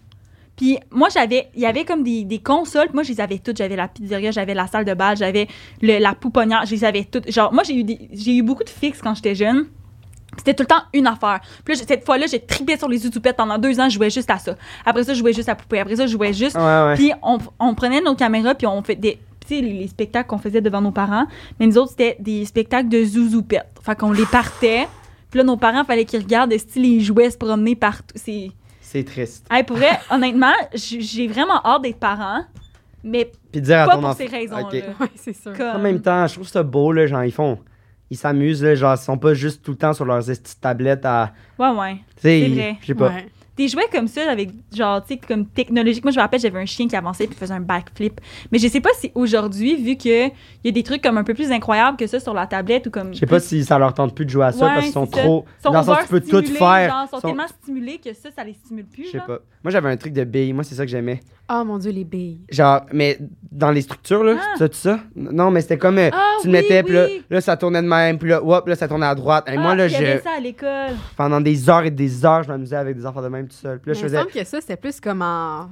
A: Puis moi j'avais il y avait comme des, des consoles, puis moi je les avais toutes, j'avais la pizzeria, j'avais la salle de bal, j'avais le- la pouponnière, je les avais toutes. Genre moi j'ai eu des- j'ai eu beaucoup de fixes quand j'étais jeune. C'était tout le temps une affaire. Puis là, j'ai- cette fois-là, j'ai tripé sur les zouzoupettes pendant deux ans, je jouais juste à ça. Après ça, je jouais juste à poupée. Après ça, je jouais juste
B: Ouais, ouais.
A: Puis on, on prenait nos caméras, puis on fait des. tu sais, les, les spectacles qu'on faisait devant nos parents. Mais nous autres, c'était des spectacles de zouzoupettes. Fait qu'on les partait. Puis là, nos parents, fallait qu'ils regardent si les jouets se promenaient partout. C'est.
B: C'est triste.
A: Hey, pour vrai, honnêtement, j- j'ai vraiment hâte d'être parent, mais
B: Puis dire à
A: pas
B: ton
A: pour
B: enfant.
A: ces raisons-là.
B: Ok.
C: Ouais, c'est sûr.
A: Comme-
B: En même temps, je trouve ça beau là, genre ils font. Ils s'amusent là, genre ils sont pas juste tout le temps sur leurs petites tablettes à.
A: Ouais, ouais.
B: Tu sais,
A: C'est
B: ils-
A: vrai.
B: je sais pas.
C: Ouais.
A: Des jouets comme ça, avec genre, tu sais, comme technologique. Moi, je me rappelle, j'avais un chien qui avançait puis faisait un backflip. Mais je sais pas si aujourd'hui, vu qu'il y a des trucs comme un peu plus incroyables que ça sur la tablette ou comme.
B: Je sais pas si ça leur tente plus de jouer à ça
A: Ouais,
B: parce qu'ils sont
A: c'est ça.
B: trop.
A: sont
B: dans le sens, tu peux tout
A: overstimulés,
B: faire.
A: genre, sont
B: Sont-
A: tellement stimulés que ça, ça les stimule plus.
B: Je sais
A: là.
B: pas. Moi j'avais un truc de billes, moi c'est ça que j'aimais.
C: Oh mon Dieu, les billes.
B: Genre, mais dans les structures, là,
A: Ah.
B: tu as tout ça? Non, mais c'était comme, euh,
A: Ah,
B: tu le
A: oui,
B: mettais, puis là,
A: oui.
B: là, ça tournait de même, puis là, hop, là, ça tournait à droite. Et
A: Ah,
B: moi, là,
A: il y avait
B: je,
A: ça à l'école.
B: pendant des heures et des heures, je m'amusais avec des enfants de même tout seul. Puis là,
C: Mais
B: je
C: il me
B: faisais,
C: semble que ça, c'était plus comme en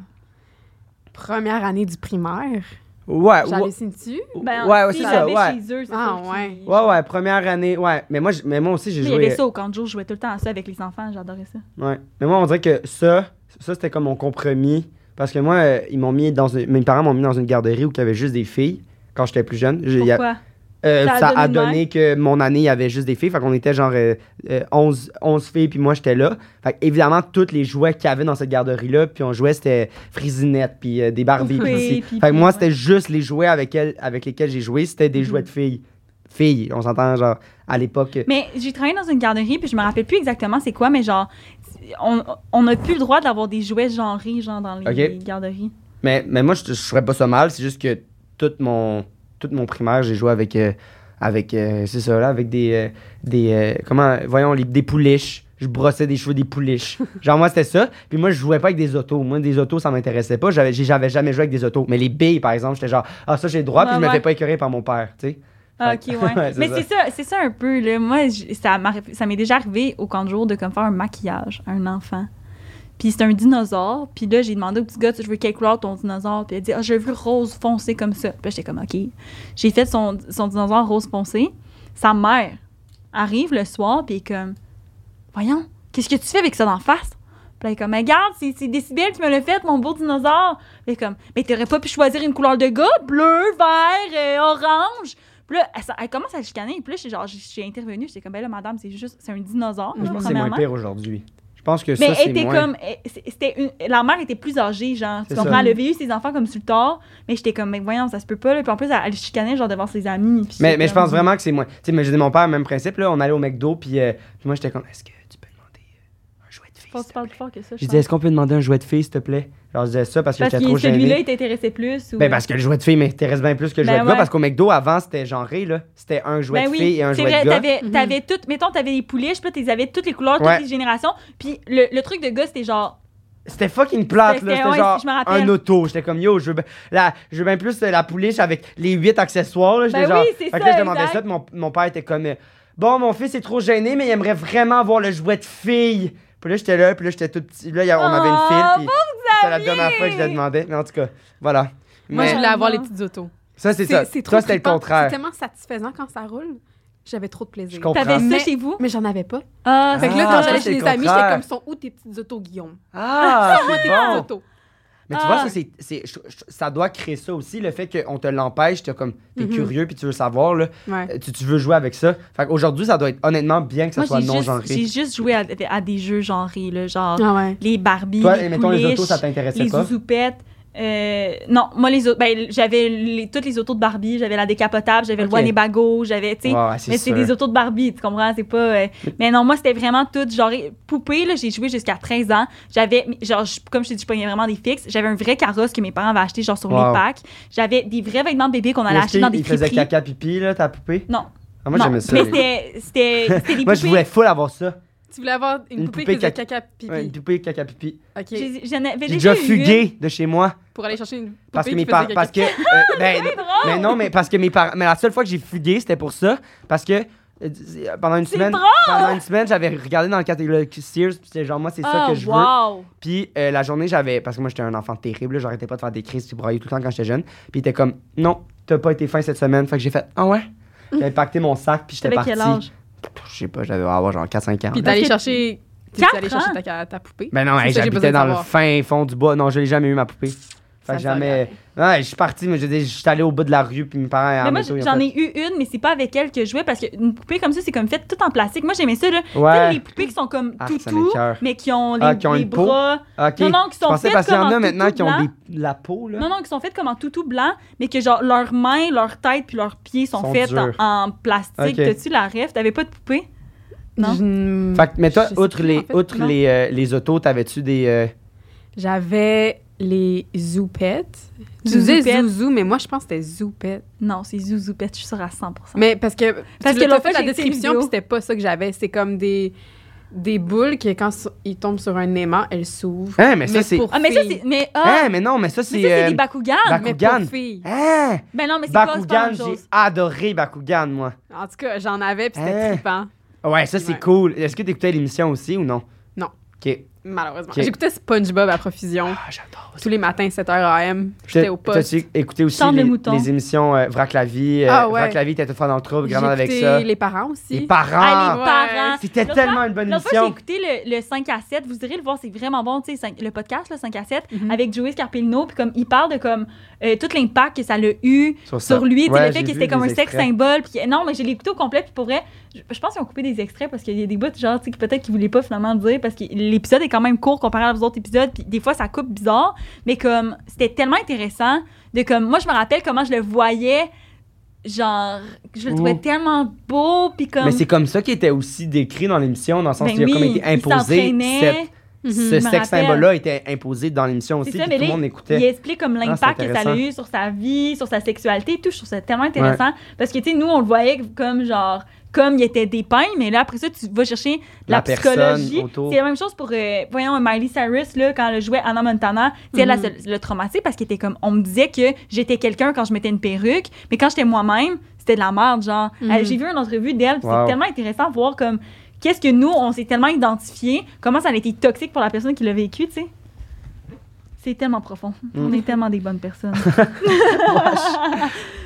C: première année du primaire.
B: ouais, Ah, ouais,
C: J'hallucine-tu?
A: Ben,
B: ouais, ouais,
A: si,
B: c'est
A: il
B: ça,
A: l'avait
B: ouais.
A: chez eux, c'est
C: Ah,
A: sûr
C: ouais.
A: qu'ils-
B: Ouais, ouais, première année, ouais. Mais moi, je- mais moi aussi, j'ai
A: Mais il y avait
B: joué.
A: ça au camp de jour, je jouais tout le temps à ça avec les enfants, j'adorais ça.
B: Ouais. Mais moi, on dirait que ça, ça, c'était comme mon compromis. Parce que moi, euh, ils m'ont mis dans une- mes parents m'ont mis dans une garderie où il y avait juste des filles quand j'étais plus jeune. J'ai- il y a-
A: Pourquoi?
B: Euh,
A: Ça a
B: ça a
A: donné de
B: donné que mon année, il y avait juste des filles. Fait qu'on était genre euh, euh, 11, 11 filles, puis moi, j'étais là. Fait évidemment, tous les jouets qu'il y avait dans cette garderie-là, puis on jouait, c'était Frisinette, puis euh, des Barbies, puis
A: Oui,
B: ici.
A: puis-
B: Fait que moi,
A: puis, ouais. Mhm.
B: c'était juste les jouets avec, elles- avec lesquels j'ai joué, c'était des jouets de filles. Filles, on s'entend, genre, à l'époque.
A: Mais j'ai travaillé dans une garderie, puis je me rappelle plus exactement c'est quoi, mais genre, on on n'a plus le droit d'avoir des jouets genrés, genre, dans les
B: Ok.
A: garderies.
B: Mais, mais moi, je je ferais pas ça mal, c'est juste que tout mon, tout mon primaire, j'ai joué avec. euh, avec euh, c'est ça, là, avec des. euh, des euh, comment. Voyons, les, des pouliches. Je brossais des cheveux des pouliches. Genre, moi, c'était ça. Puis moi, je jouais pas avec des autos. Moi, des autos, ça m'intéressait pas. J'avais, j'ai- j'avais jamais joué avec des autos. Mais les billes, par exemple, j'étais genre, ah, ça, j'ai le droit, puis
A: Ouais,
B: je me
A: ouais.
B: fais pas écœurer par mon père, tu sais.
A: Ah,
B: Fait
A: ok,
B: que-
A: ouais.
B: ouais, c'est
A: Mais
B: ça.
A: c'est ça, c'est ça un peu, là. Moi, j- ça m'arri- ça m'est déjà arrivé au camp de jour de comme faire un maquillage à un enfant. Puis c'est un dinosaure. Puis là, j'ai demandé au petit gars, je veux quelle couleur ton dinosaure? Puis il a dit, ah, je veux rose foncé comme ça. Puis là, j'étais comme, ok. J'ai fait son, son dinosaure rose foncé. Sa mère arrive le soir, puis elle est comme, voyons, qu'est-ce que tu fais avec ça d'en face? Puis là, elle est comme, Mais regarde, c'est c'est décidé, tu me l'as fait, mon beau dinosaure. Puis elle est comme, mais t'aurais pas pu choisir une couleur de gars? Bleu, vert, euh, orange. Puis là, elle, s'en- elle commence à chicaner. Puis là, j'ai genre, j'ai- j'ai intervenu. J'étais comme, ben là, madame, c'est juste, c'est un dinosaure.
B: Je
A: là,
B: pense que c'est moins
A: premièrement.
B: pire aujourd'hui. Je pense que
A: Mais
B: ça, c'est
A: elle était
B: moins...
A: comme. elle- C'était une- la mère était plus âgée, genre. Tu
B: C'est
A: comprends?
B: ça.
A: Elle avait eu ses enfants comme sur le tard. Mais j'étais comme, mais voyons, ça se peut pas. Là. Puis en plus, elle, elle chicanait, genre, devant ses amis. puis
B: Mais,
A: j'étais
B: mais je
A: comme-
B: pense vraiment que c'est moi. Tu sais, mais j'ai dit mon père, même principe, là, on allait au McDo, puis euh, puis moi, j'étais comme, est-ce que tu peux demander euh, un jouet de
A: Faut que tu parles plus fort que ça. je
B: J'ai dit,
A: pense.
B: est-ce qu'on peut demander un jouet de fille, s'il te plaît? Alors, je disais ça parce que
A: Parce
B: j'étais
A: que
B: trop
A: celui-là,
B: gêné.
A: il t'intéressait plus. Ou...
B: Ben, parce que le jouet de fille m'intéresse bien plus que le
A: Ben
B: jouet de gars.
A: ouais.
B: Parce qu'au McDo, avant, c'était genré, là. C'était un jouet
A: Ben
B: de fille et un
A: c'est
B: jouet
A: vrai,
B: de gars.
A: t'avais,
C: Mhm.
A: t'avais toutes, mettons, t'avais les pouliches, puis là, t'avais avais toutes les couleurs, toutes
B: Ouais.
A: les générations. Puis le, le truc de gars, c'était genre,
B: C'était fucking plate,
A: C'était-
B: là. C'était
A: ouais,
B: genre
A: je me rappelle.
B: un auto. J'étais comme, yo, je veux, ben- la- je veux bien plus euh, la pouliche avec les huit accessoires, là. J'étais
A: Ben
B: genre.
A: oui, c'est
B: Fait que
A: ça,
B: là, je demandais
A: exact.
B: ça, puis mon, mon père était comme, euh, bon, mon fils est trop gêné, mais il aimerait vraiment avoir le jouet de fille. Puis là, j'étais là, puis là, j'étais tout petit. Là, il y a- on avait une
A: Oh,
B: fille, puis
A: bon,
B: c'était la
A: aviez!
B: dernière fois que je la demandais. Mais en tout cas, voilà.
C: Moi,
B: Mais
C: je voulais avoir
A: Non.
C: les petites autos.
B: ça, c'est ça. Toi, c'était le
C: trippant. C'est
B: contraire.
C: tellement satisfaisant quand ça roule. J'avais trop de plaisir.
B: Je comprends.
A: t'avais ça
C: Mais-
A: chez vous.
C: Mais j'en avais pas.
A: Ah,
C: Fait que là,
B: Ah,
C: quand
B: ça,
C: j'allais
B: c'est
C: chez
B: le
C: des amis, j'étais
B: contraire.
C: comme, sont où tes petites autos, Guillaume?
B: Ah, c'est
C: Tes
B: bon.
C: autos.
B: Mais tu vois,
A: Ah.
B: ça, c'est, c'est- je- je- ça doit créer ça aussi, le fait qu'on te l'empêche, t'es comme, t'es
A: Mm-hmm.
C: Mhm.
B: curieux, puis tu veux savoir, là,
C: Ouais.
B: euh, tu, tu veux jouer avec ça. Fait qu'aujourd'hui, ça doit être honnêtement bien que ça
A: Moi,
B: soit
A: j'ai juste,
B: non-genré.
A: j'ai juste joué à, à des jeux genrés, là, genre
C: Ah ouais.
A: les Barbie,
B: Toi,
A: les
B: mettons, les
A: pouliches,
B: autos, ça t'intéressait
A: les
B: pas?
A: zouzoupettes. euh, non, moi, les autres, ben, j'avais les- toutes les autos de Barbie, j'avais la décapotable, j'avais
B: Ok.
A: le Winnebago, j'avais, tu sais,
B: Ouais, ouais, c'est
A: mais c'est
B: sûr.
A: des autos de Barbie, tu comprends? C'est pas. euh, Mais non, moi, c'était vraiment tout. Genre, poupée, là, j'ai joué jusqu'à 13 ans. J'avais, genre, je- comme je t'ai dit, je pognais vraiment des fixes. J'avais un vrai carrosse que mes parents avaient acheté, genre, sur
B: Wow.
A: les packs. J'avais des vrais vêtements de bébé qu'on allait
B: Est-ce
A: acheter dans des
B: qu'il faisait
A: friperies.
B: caca pipi, là, ta poupée?
A: Non.
B: Ah, moi,
A: non,
B: j'aimais ça.
A: Mais
B: les-
A: c'était, c'était, c'était des
B: Moi, je
A: poupées.
B: voulais full avoir ça.
C: Tu voulais avoir une,
B: Une
C: poupée,
B: poupée
C: qui faisait
B: caca-
C: caca pipi.
B: Ouais, une poupée caca pipi.
C: OK.
A: J'ai- J'en avais
B: J'ai déjà
A: eu une.
B: fugué de chez moi
C: Pour aller chercher une poupée
B: parce que
C: qui
B: mes
C: faisait
B: parents.
C: caca.
B: Parce que. euh, ben,
A: C'est drôle.
B: mais non, mais parce que mes parents. Mais la seule fois que j'ai fugué, c'était pour ça. Parce que. euh, Pendant une
A: C'est
B: semaine,
A: drôle.
B: pendant une semaine, j'avais regardé dans le catalogue Sears, puis c'était genre moi c'est ça
A: Ah,
B: que je veux.
A: wow.
B: Puis euh, la journée, j'avais. Parce que moi, j'étais un enfant terrible, là, j'arrêtais pas de faire des crises, puis brailler tout le temps quand j'étais jeune. Puis il était comme, non, t'as pas été fin cette semaine. Fait que j'ai fait, ah ouais? J'avais pacté mon sac, puis j'étais
A: T'avais
B: parti.
A: quel âge?
B: Je sais pas, j'avais avoir genre 4-5 ans.
C: Puis
B: là.
C: t'es allé
A: que-
C: chercher... T'es
A: Quatre
C: allé
A: ans.
C: chercher ta, ta poupée.
B: Ben non,
C: C'est
B: hey,
C: ça que j'ai
B: j'habitais
C: besoin de
B: dans le
C: savoir.
B: fin fond du bois. Non, je l'ai jamais eu, ma poupée. Fait que
C: Ça me
B: jamais. Ouais, je suis parti, mais je dis, je suis allé au bout de la rue, puis mes parents. en
A: Mais moi,
B: moto, ils ont
A: j'en
B: fait-
A: ai eu une, mais c'est pas avec elle que je jouais parce qu'une poupée comme ça, c'est comme faite tout en plastique. Moi, j'aimais ça, là. Tu sais,
B: Ouais.
A: les poupées qui sont comme
B: Ah, ça
A: toutou,
B: m'écoeure.
A: mais qui ont les,
B: Ah, qui ont
A: les
B: une peau.
A: bras.
B: Ok.
A: Non, non, qui
B: je
A: sont
B: pensais
A: faites
B: parce qu'il y en
A: comme
B: a
A: en
B: maintenant
A: toutou
B: qui ont
A: blanc.
B: des... la peau, là.
A: Non, non, qui sont faites comme en toutou blanc, mais que genre leurs mains, leurs têtes puis leurs pieds sont,
B: Sont
A: faites en,
B: durs.
A: en plastique.
B: Ok.
A: T'as-tu la ref? T'avais pas de poupée? Non.
C: Je-
B: Fait que, mais toi,
C: je sais
B: outre
C: plus,
B: les,
C: en fait.
B: outre
C: Non.
B: les, euh, les autos, t'avais-tu des. euh,
C: J'avais les zoupettes. Tu
A: Zoupettes.
C: disais zouzou, mais moi, je pense que c'était zoupette.
A: Non, c'est zouzoupette, je suis sûre à 100
C: Mais parce que.
A: Parce
C: tu
A: que
C: l'as
A: l'autre
C: fait
A: fois,
C: la
A: j'ai écrit
C: description,
A: vidéo.
C: puis c'était pas ça que j'avais. C'est comme des, des boules qui, quand so- ils tombent sur un aimant, elles s'ouvrent.
B: Hein, mais ça, c'est.
C: pour
A: Ah, mais ça,
C: filles.
A: c'est. Mais ah!
B: Hein, mais non, mais ça,
A: mais ça,
B: c'est.
A: c'est
B: euh,
A: des Bakugan!
B: Bak-
C: Mais
B: Bakugan.
C: pour filles.
B: Hein!
A: Ben non, mais c'est pas, c'est pas
B: Bakugan,
A: la même
B: j'ai
A: chose.
B: adoré Bakugan, moi.
C: En tout cas, j'en avais, puis c'était
B: Hein?
C: trippant,
B: Ouais, ça, c'est
C: Ouais.
B: cool. Est-ce que t'écoutais l'émission aussi ou non?
C: Non.
B: Ok.
C: malheureusement.
B: Ok.
C: J'écoutais SpongeBob à profusion
B: Ah, j'adore ça.
C: tous les matins, 7h AM. J'étais au poste.
B: T'as-tu écouté aussi
A: Tendre le
B: les,
A: mouton.
B: les émissions euh, Vrac la vie? euh,
C: Ah ouais.
B: Vrac la vie, t'étais tout fois dans le trouble, grand avec
C: J'écoutais
B: ça.
C: les parents aussi.
B: Les
A: Ah,
B: parents!
A: les
C: Ouais.
A: parents.
B: C'était
A: L'autre
B: tellement
A: fois-
B: une bonne
A: L'autre fois, j'ai
B: émission.
A: écouté le, le 5 à 7. Vous irez le voir, c'est vraiment bon, tu sais, 5 le podcast, le 5 à 7,
C: Mhm.
A: avec Joey Scarpellino. Puis comme, il parle de comme euh, tout l'impact que ça l'a eu
B: Sur, ça.
A: sur lui, tu sais,
B: Ouais,
A: le fait
B: j'ai
A: que
B: vu
A: c'était comme un
B: des
A: sexe
B: extraits.
A: symbole. Puis non, mais j'ai l'écouté au complet, puis pour vrai, je, je pense qu'ils ont coupé des extraits parce qu'il y a des bouts, genre, tu sais, que peut-être qu'ils voulaient pas finalement dire parce que l'épisode est quand même court comparé aux autres épisodes, puis des fois ça coupe bizarre, mais comme c'était tellement intéressant de comme moi je me rappelle comment je le voyais, genre je le trouvais
B: Ouh.
A: tellement beau, puis comme
B: Mais c'est comme ça qu'il était aussi décrit dans l'émission, dans le sens
A: ben
B: qu'il a comme été
A: oui, il
B: imposé.
A: s'entraînait.
B: cette-
C: Mhm.
B: Ce
A: me
B: sexe
A: rappelle.
B: symbole-là était imposé dans l'émission
A: C'est
B: aussi,
A: ça,
B: puis
A: mais
B: tout le
A: là,
B: monde écoutait. Ah,
A: Il explique comme l'impact que ça
B: intéressant.
A: a eu sur sa vie, sur sa sexualité et tout. Je trouve ça tellement intéressant. Parce que, tu sais, nous, on le voyait comme genre, comme il était dépeint, mais là, après ça, tu vas chercher la,
B: La personne
A: psychologie.
B: autour.
A: C'est la même chose pour, euh, voyons, Miley Cyrus, là, quand elle jouait Anna Montana. Tu sais, elle,
C: Mhm.
A: elle se- le traumatisé parce qu'elle était comme, on me disait que j'étais quelqu'un quand je mettais une perruque, mais quand j'étais moi-même, c'était de la merde, genre.
C: Mhm.
A: Elle- J'ai vu une entrevue d'elle, puis
B: Wow.
A: c'est tellement intéressant de voir comme. Qu'est-ce que nous, on s'est tellement identifié, comment ça a été toxique pour la personne qui l'a vécu, tu sais? C'est tellement profond. On
B: Mm.
A: est tellement des bonnes personnes.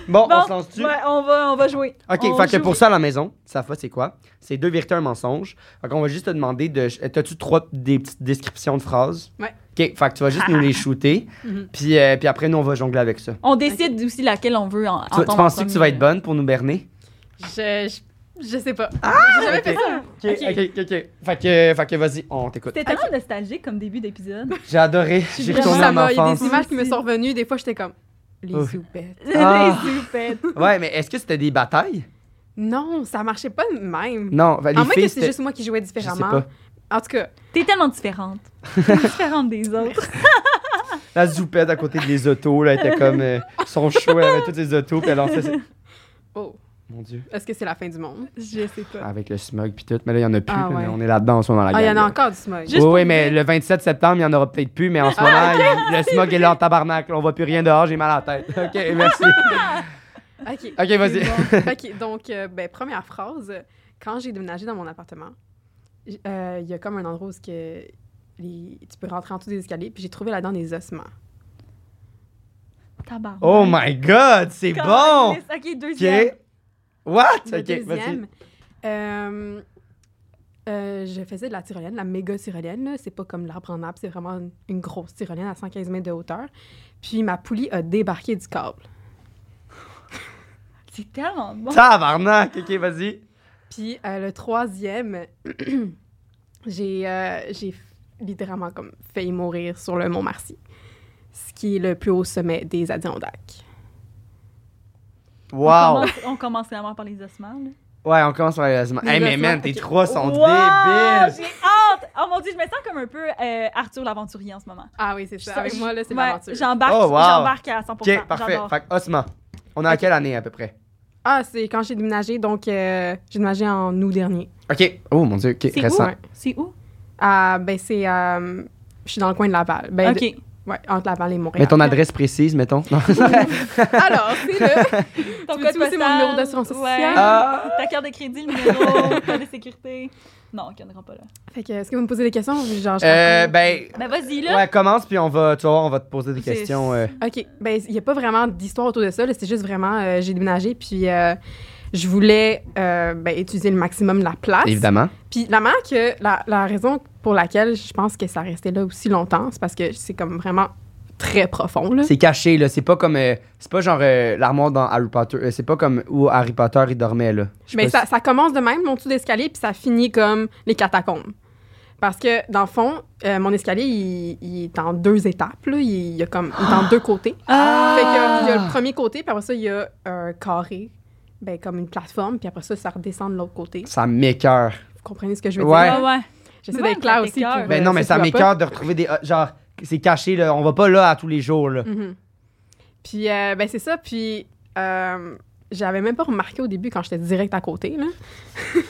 B: Bon,
A: Bon,
B: on se lance-tu?
A: Ouais, on va, on va jouer.
B: OK,
A: On
B: fait que
A: joue.
B: pour ça, à la maison, ça fois, c'est quoi? C'est deux vérités, un mensonge. Fait qu'on va juste te demander de. T'as-tu trois des petites descriptions de phrases?
C: Ouais.
B: OK, fait que tu vas juste nous les shooter.
C: Mhm.
B: Puis, euh, puis après, nous, on va jongler avec ça.
A: On décide aussi laquelle on veut en,
B: Tu, tu
A: entendre en
B: penses que tu
A: premier.
B: vas être bonne pour nous berner?
C: Je, je, je sais pas.
B: Ah,
A: Ah,
C: J'ai jamais
B: ok.
C: fait ça.
B: OK, OK, OK. Fait que, fait que vas-y, on t'écoute.
A: C'était tellement nostalgique comme début d'épisode.
B: J'ai adoré.
A: suis
B: J'ai
A: vraiment-
B: retourné à
C: Ça
B: mon
C: m'a- Il y a
B: enfance.
C: des images qui me sont revenues. Des fois, j'étais comme, les
B: Ouf.
C: zoupettes.
B: Ah.
A: Les soupettes.
B: Ouais, mais est-ce que c'était des batailles?
C: Non, ça marchait pas de même.
B: Non, les
C: À moins
B: filles,
C: que c'est
B: c'était-
C: juste moi qui jouais
B: Je sais
C: différemment.
B: pas.
C: En tout cas,
A: T'es tellement différente. T'es différente des autres.
B: La zoupette à côté des autos, là, elle était comme euh, son choix avec toutes les autos, puis elle lançait. ses-
C: oh,
B: Mon Dieu.
C: est-ce que c'est la fin du monde?
A: Je sais pas.
B: Avec le smog puis tout, mais là, il y en a plus. là,
C: Ah ouais.
B: mais on est là-dedans en ce moment. la
C: Ah, il y en
B: gang,
C: a
B: là.
C: encore du smog.
A: Juste
B: oui, oui,
A: pour
B: mais
A: dire-
B: le 27 septembre, il n'y en aura peut-être plus, mais en
C: Ah,
B: ce moment, il- le smog est là en tabarnak. là, on voit plus rien dehors, j'ai mal à la tête. OK, merci.
C: OK.
B: OK, vas-y.
C: C'est bon. OK, donc, euh, ben, première phrase. euh, Quand j'ai déménagé dans mon appartement, j- euh, il y a comme un endroit où ce que les- tu peux rentrer en dessous des escaliers, puis j'ai trouvé là-dedans des ossements.
A: Tabarnak.
B: Oh my God, c'est bon!
A: Calisse. OK, deuxième.
B: OK. What?
C: Le
B: OK, vas-y.
C: deuxième, euh, euh, je faisais de la tyrolienne, la méga tyrolienne. là. C'est pas comme l'arbre en arbre, c'est vraiment une, une grosse tyrolienne à 115 mètres de hauteur. Puis ma poulie a débarqué du câble.
A: C'est tellement bon.
B: Tabarnak! OK, vas-y.
C: Puis euh, le troisième, j'ai euh, j'ai littéralement comme failli mourir sur le Mont Marcy, ce qui est le plus haut sommet des Adirondacks.
B: Wow!
A: On commence, on commence vraiment par les ossements. Là.
B: Ouais, on commence par les ossements.
C: Les
B: Hey, mais
C: ossements,
B: man, tes
C: ok.
B: trois sont
A: Wow,
B: débiles!
A: J'ai hâte! Oh mon dieu, je me sens comme un peu euh, Arthur l'aventurier en ce moment.
C: Ah oui, c'est ça.
A: Je-
C: Avec moi, là, c'est
A: ouais,
C: l'aventure.
A: J'embarque
B: Oh, wow.
A: j'embarque à 100%.
B: OK, parfait.
A: j'adore.
B: Fait que ossements. On est à quelle année à peu près?
C: Ah, c'est quand j'ai déménagé, donc euh, j'ai déménagé en août dernier.
B: OK. Oh mon Dieu, OK,
A: C'est
B: récent.
C: Ouais.
A: où? C'est où?
C: Ah, ben c'est... euh, je suis dans le coin de Laval. Ben,
A: OK.
C: de- ouais, entre Laval et
B: Mais
C: Montréal.
B: ton adresse précise, mettons. Non.
C: Alors, c'est le...
A: Ton
C: veux-tu aussi mon numéro d'assurance sociale?
B: Ah.
A: Ta carte de crédit, le numéro, code de sécurité. Non, qu'on ne rentre pas là.
C: Fait que, est-ce que vous me posez des questions? ou Genre, je
B: Euh,
C: raconte?
B: ben,
A: Ben vas-y là.
B: ouais, commence, puis on va, tu vas voir, on va te poser des
A: C'est-
B: questions. euh.
C: OK. Ben, il n'y a pas vraiment d'histoire autour de ça. là. C'est juste vraiment, euh, j'ai déménagé, puis euh, je voulais euh, ben, utiliser le maximum la place.
B: Évidemment.
C: Puis la marque, euh, la, la raison pour laquelle je pense que ça restait là aussi longtemps, c'est parce que c'est comme vraiment très profond. Là.
B: C'est caché, là. C'est pas comme. euh, c'est pas genre euh, l'armoire dans Harry Potter. euh, c'est pas comme où Harry Potter, il dormait, là. Je sais
C: Mais
B: pas
C: ça, ça commence de même, mon dessous d'escalier, puis ça finit comme les catacombes. Parce que, dans le fond, euh, mon escalier, il, il est en deux étapes. Là. Il, il y a comme, il est en deux côtés.
A: Ah!
C: Fait que, euh, il y a le premier côté, puis après ça, il y a un carré, ben, comme une plateforme, puis après ça, ça redescend de l'autre côté.
B: Ça m'écoeure.
C: Vous comprenez ce que je veux
B: Ouais.
C: dire?
A: Ah ouais.
C: J'essaie
A: Ouais,
C: d'être claire
A: ça
C: aussi.
A: t'écoeure.
C: pour,
B: Ben
C: euh,
B: non,
C: ceux
B: mais
C: qui
B: ça
C: voient pas.
B: m'écoeure de retrouver des. euh, genre, c'est caché, là. On va pas là à tous les jours, là.
C: Mhm. Puis, euh, ben, c'est ça. Puis, euh, j'avais même pas remarqué au début quand j'étais direct à côté, là.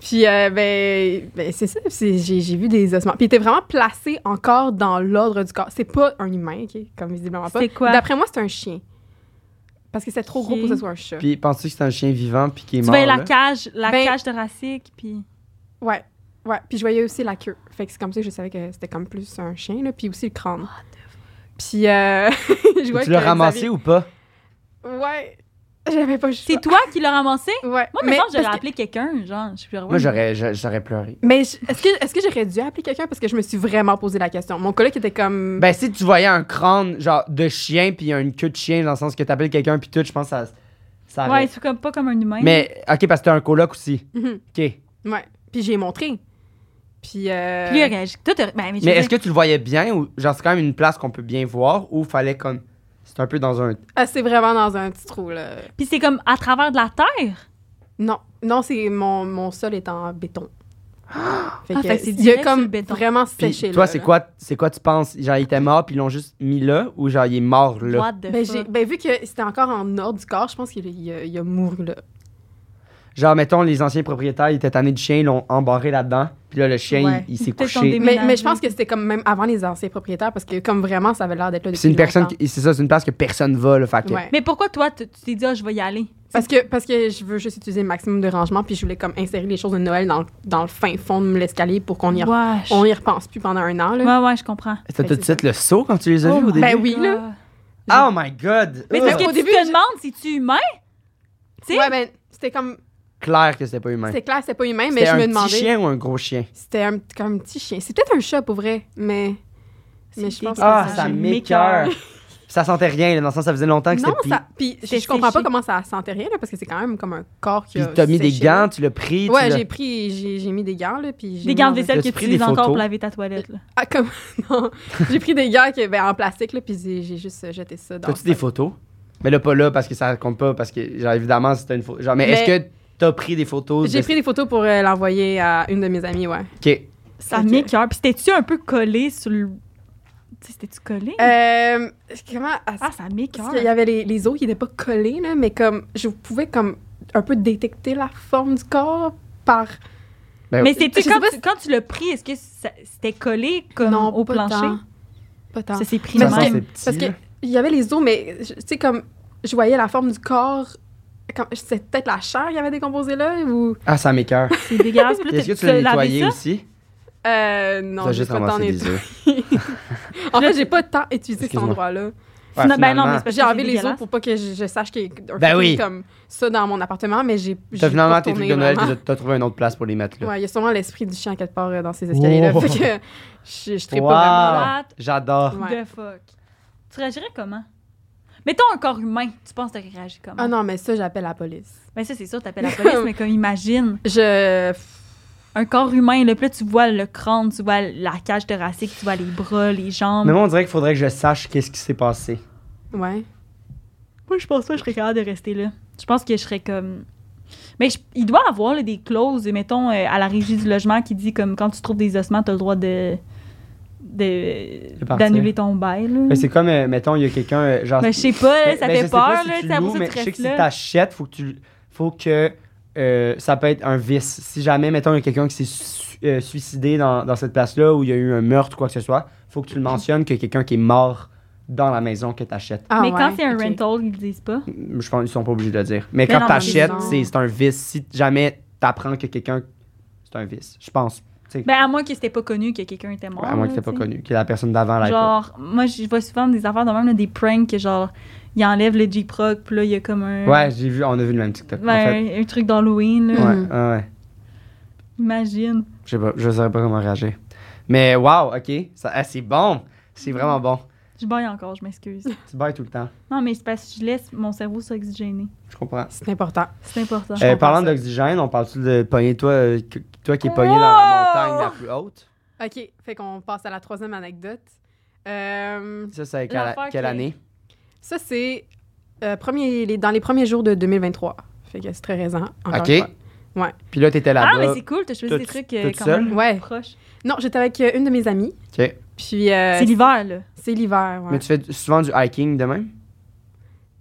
C: Puis, euh, ben, ben, c'est ça. c'est- J'ai, j'ai vu des ossements. Puis, il était vraiment placé encore dans l'ordre du corps. C'est pas un humain, OK? Comme visiblement pas.
A: C'est quoi?
C: D'après moi, c'est un chien. Parce que c'est trop gros
A: Ok.
C: pour que ce soit un chat.
B: Puis penses-tu que c'est un chien vivant, puis qui est
A: Tu
B: mort?
A: voyais la
B: là?
A: cage, la
C: Ben-
A: cage thoracique, puis.
C: Ouais. Ouais. Puis, je voyais aussi la queue. Fait que c'est comme ça que je savais que c'était comme plus un chien, là. Puis aussi le crâne.
A: Ah,
C: Puis, euh, je vois
B: tu l'as
C: que
B: ramassé ou pas?
C: Ouais. J'avais pas le choix.
A: C'est toi qui l'as ramassé?
C: Ouais.
A: Moi, maintenant, j'aurais
C: parce que-
A: appelé quelqu'un, genre. Je suis plus
B: Moi, j'aurais, j'a- j'aurais pleuré.
C: Mais je- est-ce que, est-ce que j'aurais dû appeler quelqu'un? Parce que je me suis vraiment posé la question. Mon collègue était comme.
B: Ben, si tu voyais un crâne, genre, de chien, puis une queue de chien, dans le sens que t'appelles quelqu'un, puis tout, je pense que ça. ça
A: Ouais, c'est comme, pas comme un humain.
B: Mais, OK, parce que t'as un coloc aussi.
C: Mhm.
B: OK.
C: Ouais. Puis j'ai montré. Puis. euh,
A: Puis lui, il réagit. Toi, t'aurais- ben, mais je
B: Mais
A: veux
B: est-ce
A: dire-
B: que tu le voyais bien ou genre c'est quand même une place qu'on peut bien voir ou fallait comme c'est un peu dans un
C: ah, c'est vraiment dans un petit trou, là.
A: Puis c'est comme à travers de la terre.
C: Non. Non, c'est mon, mon sol est en béton. fait
A: Ah, fait que c'est
C: il a
A: direct sur le
C: comme
A: béton.
C: vraiment
B: puis
C: séché.
B: toi
C: là,
B: c'est
C: là.
B: quoi c'est quoi tu penses genre il était mort puis ils l'ont juste mis là ou genre il est mort là
A: What the
C: Ben,
A: fuck?
C: j'ai, ben, vu que c'était encore en ordre du corps, je pense qu'il il a, il a mouru là.
B: genre mettons les anciens propriétaires ils étaient tannés du chien ils l'ont embarré là-dedans puis là le chien
A: Ouais.
B: il, il s'est
A: Peut-être qu'on
B: couché
A: déménage.
C: Mais,
A: Déménagé.
C: mais je pense que c'était comme même avant les anciens propriétaires parce que, comme vraiment, ça avait l'air d'être là
B: Puis
C: depuis
B: c'est une personne
C: longtemps.
B: qui- c'est ça c'est une place que personne va le fait que-
C: Ouais.
A: Mais pourquoi toi, tu tu t'es dit, Ah, je vais y aller?
C: Parce que, parce que je veux juste utiliser le maximum de rangement, puis je voulais comme insérer les choses de Noël dans, le- dans le fin fond de l'escalier pour qu'on y, re-
A: Wesh.
C: on y repense plus pendant un an. Là.
A: Ouais, ouais, je comprends.
B: T'as tout de
C: Fait que c'est
B: suite le saut quand tu les as vus
A: Oh
B: au
A: my
B: début
C: Ben oui, là.
A: God.
B: oh my god
A: Mais
B: Ugh.
A: c'est parce que
C: Au
A: tu
C: début,
A: te
C: je-
A: demandes si tu es humain. Tu sais?
C: Ouais, ben, c'était comme.
B: clair que c'était pas humain
C: C'était clair, c'était pas humain, mais
B: c'était
C: je
B: un
C: me
B: petit
C: demandais.
B: chien ou un gros chien
C: C'était un, petit- comme un petit chien. C'est peut-être un chat pour vrai, mais. Mais je
A: C'est
C: pense que
B: ah
A: Ça,
B: ça
A: je
B: m'écoeure
A: m'écoeure.
B: ça sentait rien là, dans le sens ça faisait longtemps que
C: Non,
B: c'était pli-
C: ça. Puis je,
A: C'était
C: je comprends pas
A: séché.
C: comment ça sentait rien, là, parce que c'est quand même comme un corps qui
B: Puis
C: a.
B: t'as mis des
C: séché,
B: gants,
C: là.
B: tu l'as pris. tu
C: Ouais,
B: l'as-
C: j'ai pris, j'ai j'ai mis des gants, là, puis j'ai
A: Des
C: mis
A: gants
C: dans
A: de vaisselle
B: T'as-tu
A: que
B: pris
A: tu
B: des
A: utilises encore pour
B: photos?
A: laver ta toilette. là.
C: Ah, comme. non. J'ai pris des gants que, ben, en plastique, là, puis j'ai j'ai juste euh, jeté ça dans.
B: T'as-tu des photos? Mais là, pas là, parce que ça compte pas, parce que, genre, évidemment, c'était une photo. Genre, mais,
C: Mais-
B: est-ce que t'as pris des photos?
C: J'ai
B: de-
C: pris des photos pour euh, l'envoyer à une de mes amies, ouais.
B: Ok.
A: Ça
C: Ok.
A: m'écœure. Puis c'était-tu un peu collé sur le. Tu sais, c'était-tu collé?
C: Euh, comment. à-
A: ah, ça
C: parce
A: m'écœure.
C: qu'il y avait les, les os qui n'étaient pas collés, là, mais comme. Je pouvais comme un peu détecter la forme du corps par.
B: Ben,
A: Mais
C: Je
A: c'était
C: sais
A: quand,
C: pas
A: tu-
C: si-
A: quand tu l'as pris, est-ce que ça- c'était collé comme au
C: pas
A: plancher?
C: tant. Pas tant.
A: Ça s'est pris
B: Ça
A: de
C: parce
B: sent,
A: même.
B: c'est
C: Parce
B: petit.
C: que
B: là.
C: il y avait les os, mais je- tu sais, comme je voyais la forme du corps. quand- C'était peut-être la chair qui avait décomposé là ou.
B: Ah, ça m'écoeure.
A: C'est dégueulasse. Puis là,
B: Est-ce que tu l'as
A: lavé
B: nettoyé
A: ça?
B: aussi?
C: Euh, non,
B: T'as
C: j'ai
B: juste
C: pas tant
B: ramassé
C: nettoyé.
B: des œufs.
C: En fait, j'ai pas tant étudié cet
B: Excuse-moi.
C: endroit-là.
B: Ouais,
A: Non, ben non, mais
B: finalement,
A: c'est parce que
C: J'ai enlevé
A: c'est
C: les os
A: dégueulasse.
C: pour pas que je, je sache qu'il y a un
B: Ben
C: truc
B: oui.
C: comme ça dans mon appartement, mais j'ai. j'ai
B: T'as finalement
C: pas
B: tes trucs
C: retourné
B: de Noël,
C: vraiment.
B: t'as- t'as trouvé une autre place pour les mettre là.
C: Ouais, il y a sûrement l'esprit du chien quelque part euh, dans ces escaliers-là.
B: Wow.
C: Fait que je, je trippe
B: Wow.
C: pas vraiment.
B: Ah.
A: What
B: J'adore.
C: Ouais.
A: the fuck? Tu réagirais comment? Mettons un corps humain, tu penses que tu réagis comment?
C: Ah non, mais ça, j'appelle la police.
A: Ben ça, c'est sûr, t'appelles la police, mais comme imagine,
C: Je.
A: un corps humain, là, puis là, tu vois le crâne, tu vois la cage thoracique, tu vois les bras, les jambes.
B: Mais moi, on dirait qu'il faudrait que je sache qu'est-ce qui s'est passé.
C: Ouais.
A: Moi, je pense pas que je serais capable de rester là. Je pense que je serais comme. Mais je- il doit avoir là, des clauses, mettons, euh, à la régie du logement qui dit comme quand tu trouves des ossements, t'as le droit de. de-
B: De partir.
A: d'annuler ton bail. Là.
B: Mais c'est comme, euh, mettons, il y a quelqu'un, euh, genre.
A: Ben, je sais pas,
B: Mais-
A: ça
B: mais je
A: fait
B: sais pas
A: peur,
B: si
A: là,
B: tu
A: ça
B: loues,
A: pour ça que
B: mais
A: tu
B: je sais que
A: restes
B: si
A: là.
B: t'achètes, faut que tu. Faut que. euh, ça peut être un vice. Si jamais, mettons, il y a quelqu'un qui s'est su- euh, suicidé dans, dans cette place-là où il y a eu un meurtre ou quoi que ce soit, faut que tu le mentionnes que quelqu'un qui est mort dans la maison que t'achètes.
C: Ah
A: mais quand
C: ouais,
A: c'est un
C: ok.
A: rental, ils le disent pas.
B: Je pense qu'ils sont pas obligés de le dire. Mais,
A: Mais
B: quand
A: non,
B: t'achètes,
C: mais non.
B: c'est c'est un vice. Si jamais t'apprends que quelqu'un. C'est un vice. Je pense.
A: Ben, à moins que c'était pas connu que quelqu'un était mort.
B: à moins
A: là,
B: que t'aies pas
A: tu sais.
B: connu, que la personne d'avant l'ait pas.
A: Genre, moi, je vois souvent des affaires de même, là, des pranks, que genre, ils enlèvent le J-Proc, puis là, il y a comme un.
B: Ouais, j'ai vu, on a vu le même TikTok.
A: ben,
B: en fait.
A: un, un truc d'Halloween, là.
B: Ouais,
C: Mhm.
B: ouais, ouais.
A: Imagine.
B: Je sais pas, je saurais pas comment réagir. Mais wow, ok, ça, ah, c'est bon, c'est vraiment bon.
A: Je baille encore, je m'excuse.
B: Tu bailles tout le temps,
A: non, mais c'est parce que je laisse mon cerveau s'oxygéner.
B: je comprends.
C: C'est important.
A: C'est important.
B: Euh,
C: comprends
B: parlant
C: ça.
B: d'oxygène, on parle-tu de pogner toi, euh, que- toi qui es pogné dans la
A: Wow!
B: montagne la plus haute?
C: OK, fait qu'on passe à la troisième anecdote. Euh,
B: Ça, c'est quelle,
A: L'affaire
B: quelle
A: qui-
B: année?
C: ça, c'est euh, premier, les- dans les premiers jours de 2023. Fait que c'est très récent. encore
B: Ok.
C: une fois.
B: Puis là, t'étais
A: ah, mais
B: là-bas.
A: c'est cool, t'as choisi
B: Toute-
A: des trucs euh,
B: toute
A: quand
B: seule?
A: même
C: Ouais.
A: proches.
C: Non, j'étais avec euh, une de mes amies.
B: Ok.
C: Puis euh,
A: c'est l'hiver, là.
C: c'est l'hiver. ouais.
B: Mais tu fais du- souvent du hiking de même?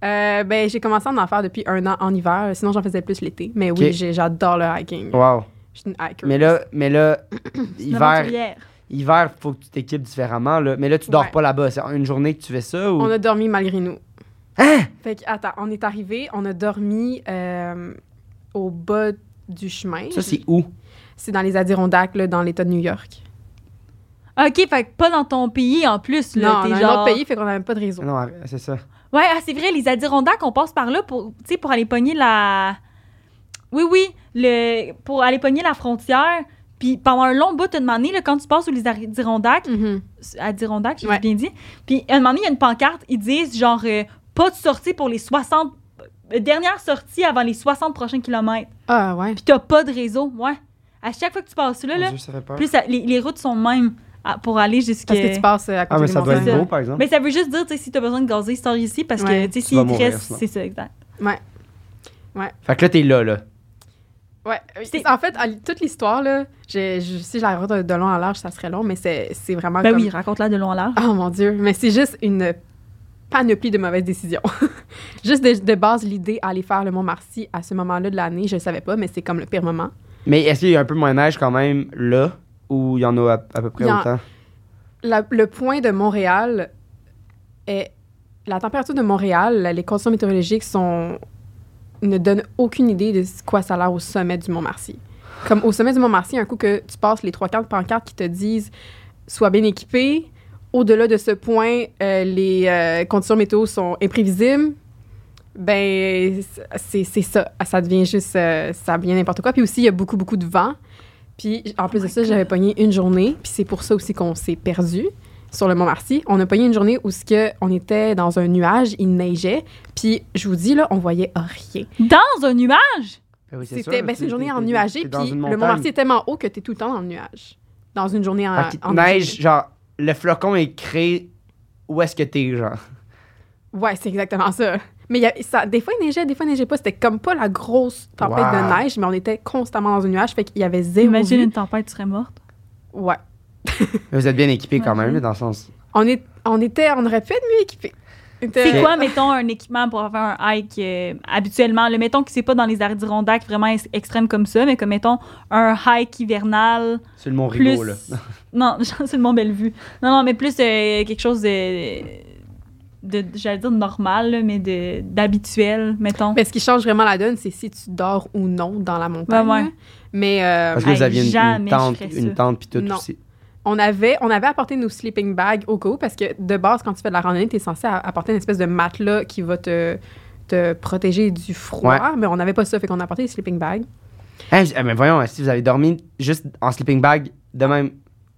C: Euh, ben, j'ai commencé à en faire depuis un an en hiver. Sinon, j'en faisais plus l'été. Mais
B: Ok.
C: oui, j'ai- j'adore le hiking.
B: Wow.
C: Je suis une hiker.
B: Mais là, mais là
A: Une
B: hiver,
A: aventurière.
B: hiver, faut que tu t'équipes différemment. Là. Mais là, tu dors
C: Ouais.
B: pas là-bas. C'est une journée que tu fais ça ou?
C: On a dormi malgré nous.
B: Hein?
C: Fait que, attends, on est arrivé, on a dormi euh, au bas du chemin.
B: Ça, c'est où?
C: C'est dans les Adirondacks, là, dans l'État de New York.
A: Ok, fait que pas dans ton pays en plus, là.
C: non,
A: t'es
C: dans
A: genre...
C: un autre pays, fait qu'on n'avait pas de réseau.
B: Non, arrête, c'est ça.
A: Ouais, ah, c'est vrai, les Adirondacks, on passe par là pour, tu sais, pour aller pogner la. Oui, oui, le... pour aller pogner la frontière. Puis pendant un long bout, une année, là, quand tu passes sous les Adirondacks, euh,
C: Mhm.
A: Adirondacks, j'ai
C: Ouais.
A: bien dit. Puis à un moment donné, il y a une pancarte, ils disent genre euh, pas de sortie pour les 60 euh, dernière sortie avant les 60 prochains kilomètres.
C: Ah, ouais.
A: Puis t'as pas de réseau, ouais. À chaque fois que tu passes là,
B: Mon
A: là
B: Dieu, ça fait peur.
A: plus ça- les, les routes sont mêmes à- pour aller jusqu'à
C: Parce que tu passes hein. euh, à côté
B: Ah, mais
C: des
B: ça doit
C: montagnes.
B: être
A: ça.
B: beau, par exemple.
A: Mais ça veut juste dire, tu sais, si t'as besoin de gazer, sors ici parce
C: Ouais.
A: que, tu sais,
B: Tu vas
A: s'il te
B: mourir,
A: reste,
B: sinon.
A: c'est ça, exact.
B: Fait que là, t'es là, là.
C: Ouais. euh,
A: C'est-
C: En fait, à l- toute l'histoire, là, j'ai- je- si je la raconte de, de long en large, ça serait long, mais c'est c'est vraiment
A: Ben
C: comme-
A: oui, raconte-la de long en large.
C: Oh mon Dieu, mais c'est juste une panoplie de mauvaises décisions. juste de, de base, l'idée d'aller faire le Mont-Marcy à ce moment-là de l'année, je ne savais pas, mais c'est comme le pire moment.
B: Mais est-ce qu'il y a un peu moins de neige quand même là ou il y en a à, à peu près
C: Il y en-
B: autant?
C: La- le point de Montréal est... La température de Montréal, les conditions météorologiques sont ne donnent aucune idée de ce- quoi ça a l'air au sommet du Mont-Marcy. Comme au sommet du Mont-Marcy, un coup que tu passes les trois quarts de pancartes qui te disent « Sois bien équipé », au-delà de ce point, euh, les euh, conditions météo sont imprévisibles. Ben, c'est c'est ça. Ça devient juste, euh, ça devient n'importe quoi. Puis aussi, il y a beaucoup, beaucoup de vent. Puis, en plus de
A: Oh my
C: ça,
A: God.
C: j'avais pogné une journée. Puis c'est pour ça aussi qu'on s'est perdu sur le Mont-Marcy. On a pogné une journée où ce que on était dans un nuage, il neigeait. Puis, je vous dis, là, on voyait rien.
A: Dans un nuage?
B: Ben oui,
C: C'était
B: sûr, là,
C: ben, c'est
B: tu-
C: une journée
B: t'es-
C: en
B: t'es-
C: nuagé.
B: t'es
C: Puis,
B: dans une
C: le
B: montagne.
C: Mont-Marcy est tellement haut que tu es tout le temps dans le nuage. Dans une journée en,
B: Fait Ah, qu'il
C: en
B: neige, genre, le flocon est créé où est-ce que t'es, genre.
C: Ouais, c'est exactement ça. Mais il y a- ça, des fois, il neigeait, des fois, il neigeait pas. C'était comme pas la grosse tempête
B: Wow.
A: Eh,
C: de neige, mais on était constamment dans un nuage. Fait qu'il y avait zéro.
A: Imagine
C: vue.
A: une tempête, tu serais morte.
C: Ouais.
B: Vous êtes bien équipé quand même,
A: Ouais.
B: dans le sens.
C: On, est, on était, on aurait pu être mieux équipés. On était-
A: C'est quoi, mettons, un équipement pour faire un hike euh, habituellement? Le mettons que c'est pas dans les Adirondacks vraiment ex- extrêmes comme ça, mais comme, mettons, un hike hivernal
B: Sur le Mont
A: plus...
B: Rigaud,
C: euh,
B: là.
A: non, genre, c'est le Mont-Bellevue. Non, non, mais plus euh, quelque chose de... de J'allais dire normal, là, mais de- d'habituel, mettons.
C: Mais ce qui change vraiment la donne, c'est si tu dors ou non dans la montagne.
A: Ouais, ouais.
C: là. Mais euh,
B: Parce que vous
A: Hey,
B: aviez une- une,
A: jamais je
B: tente,
A: ferais ça.
B: une tente, puis tout
C: Non.
B: aussi.
C: on, avait, on avait apporté nos sleeping bags au cas où, parce que de base, quand tu fais de la randonnée, tu es censé a- apporter une espèce de matelas qui va te, te protéger du froid.
B: Ouais.
C: Mais on n'avait pas ça, fait qu'on a apporté des sleeping bags.
B: Hein, j- ah, mais voyons, si vous avez dormi juste en sleeping bag, de même.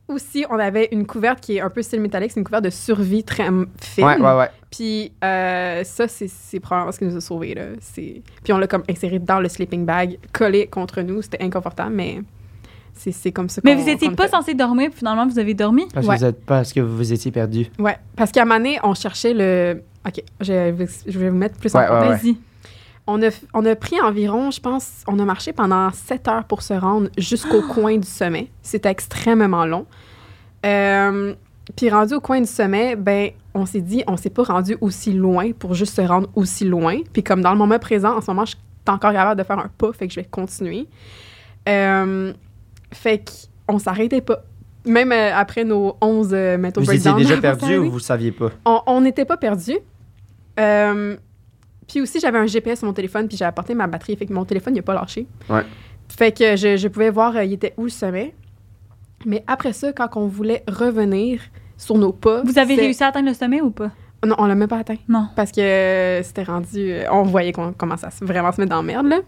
C: Aussi, on avait une couverte qui est un peu style métallique, c'est une couverte de survie très hum, fine.
B: Ouais, ouais, ouais.
C: Puis euh, ça, c'est- c'est probablement ce qui nous a sauvés. Là. C'est- Puis on l'a comme inséré dans le sleeping bag, collé contre nous. C'était inconfortable, mais c'est- c'est comme ça
A: Mais
C: qu'on-
A: vous étiez
C: qu'on
A: pas
C: le fait.
A: censé dormir, puis finalement, vous avez dormi?
B: Parce,
C: Ouais.
B: Que vous êtes, parce que vous vous étiez perdu.
C: Ouais, parce qu'à un moment donné, on cherchait le... OK, je, vais- je vais vous mettre plus
B: Ah Ouais,
C: en contexte.
B: ouais,
A: Vas-y.
C: On a, f- on a pris environ, je pense, on a marché pendant 7 heures pour se rendre jusqu'au coin du sommet. C'était extrêmement long. Euh, puis rendu au coin du sommet, ben on s'est dit, on s'est pas rendu aussi loin pour juste se rendre aussi loin. Puis comme dans le moment présent, en ce moment, je suis encore capable de faire un pas, fait que je vais continuer. Euh, fait qu'on s'arrêtait pas. Même euh, après nos 11 euh, metal
B: Vous étiez
C: breakdowns,
B: déjà
C: on
B: perdu
C: s'arrêtait.
B: ou vous saviez pas?
C: On on n'était pas perdus. Euh, puis aussi, j'avais un GPS sur mon téléphone, puis j'ai apporté ma batterie. Fait que mon téléphone, il n'a pas lâché.
B: Ouais.
C: Fait que je, je pouvais voir, euh, il était où le sommet. Mais après ça, quand on voulait revenir sur nos pas.
A: Vous avez
C: c'est-
A: réussi à atteindre le sommet ou pas?
C: Non, on l'a même pas atteint.
A: Non.
C: Parce que euh, c'était rendu. euh, On voyait qu'on commençait à se- vraiment se mettre dans la merde, là.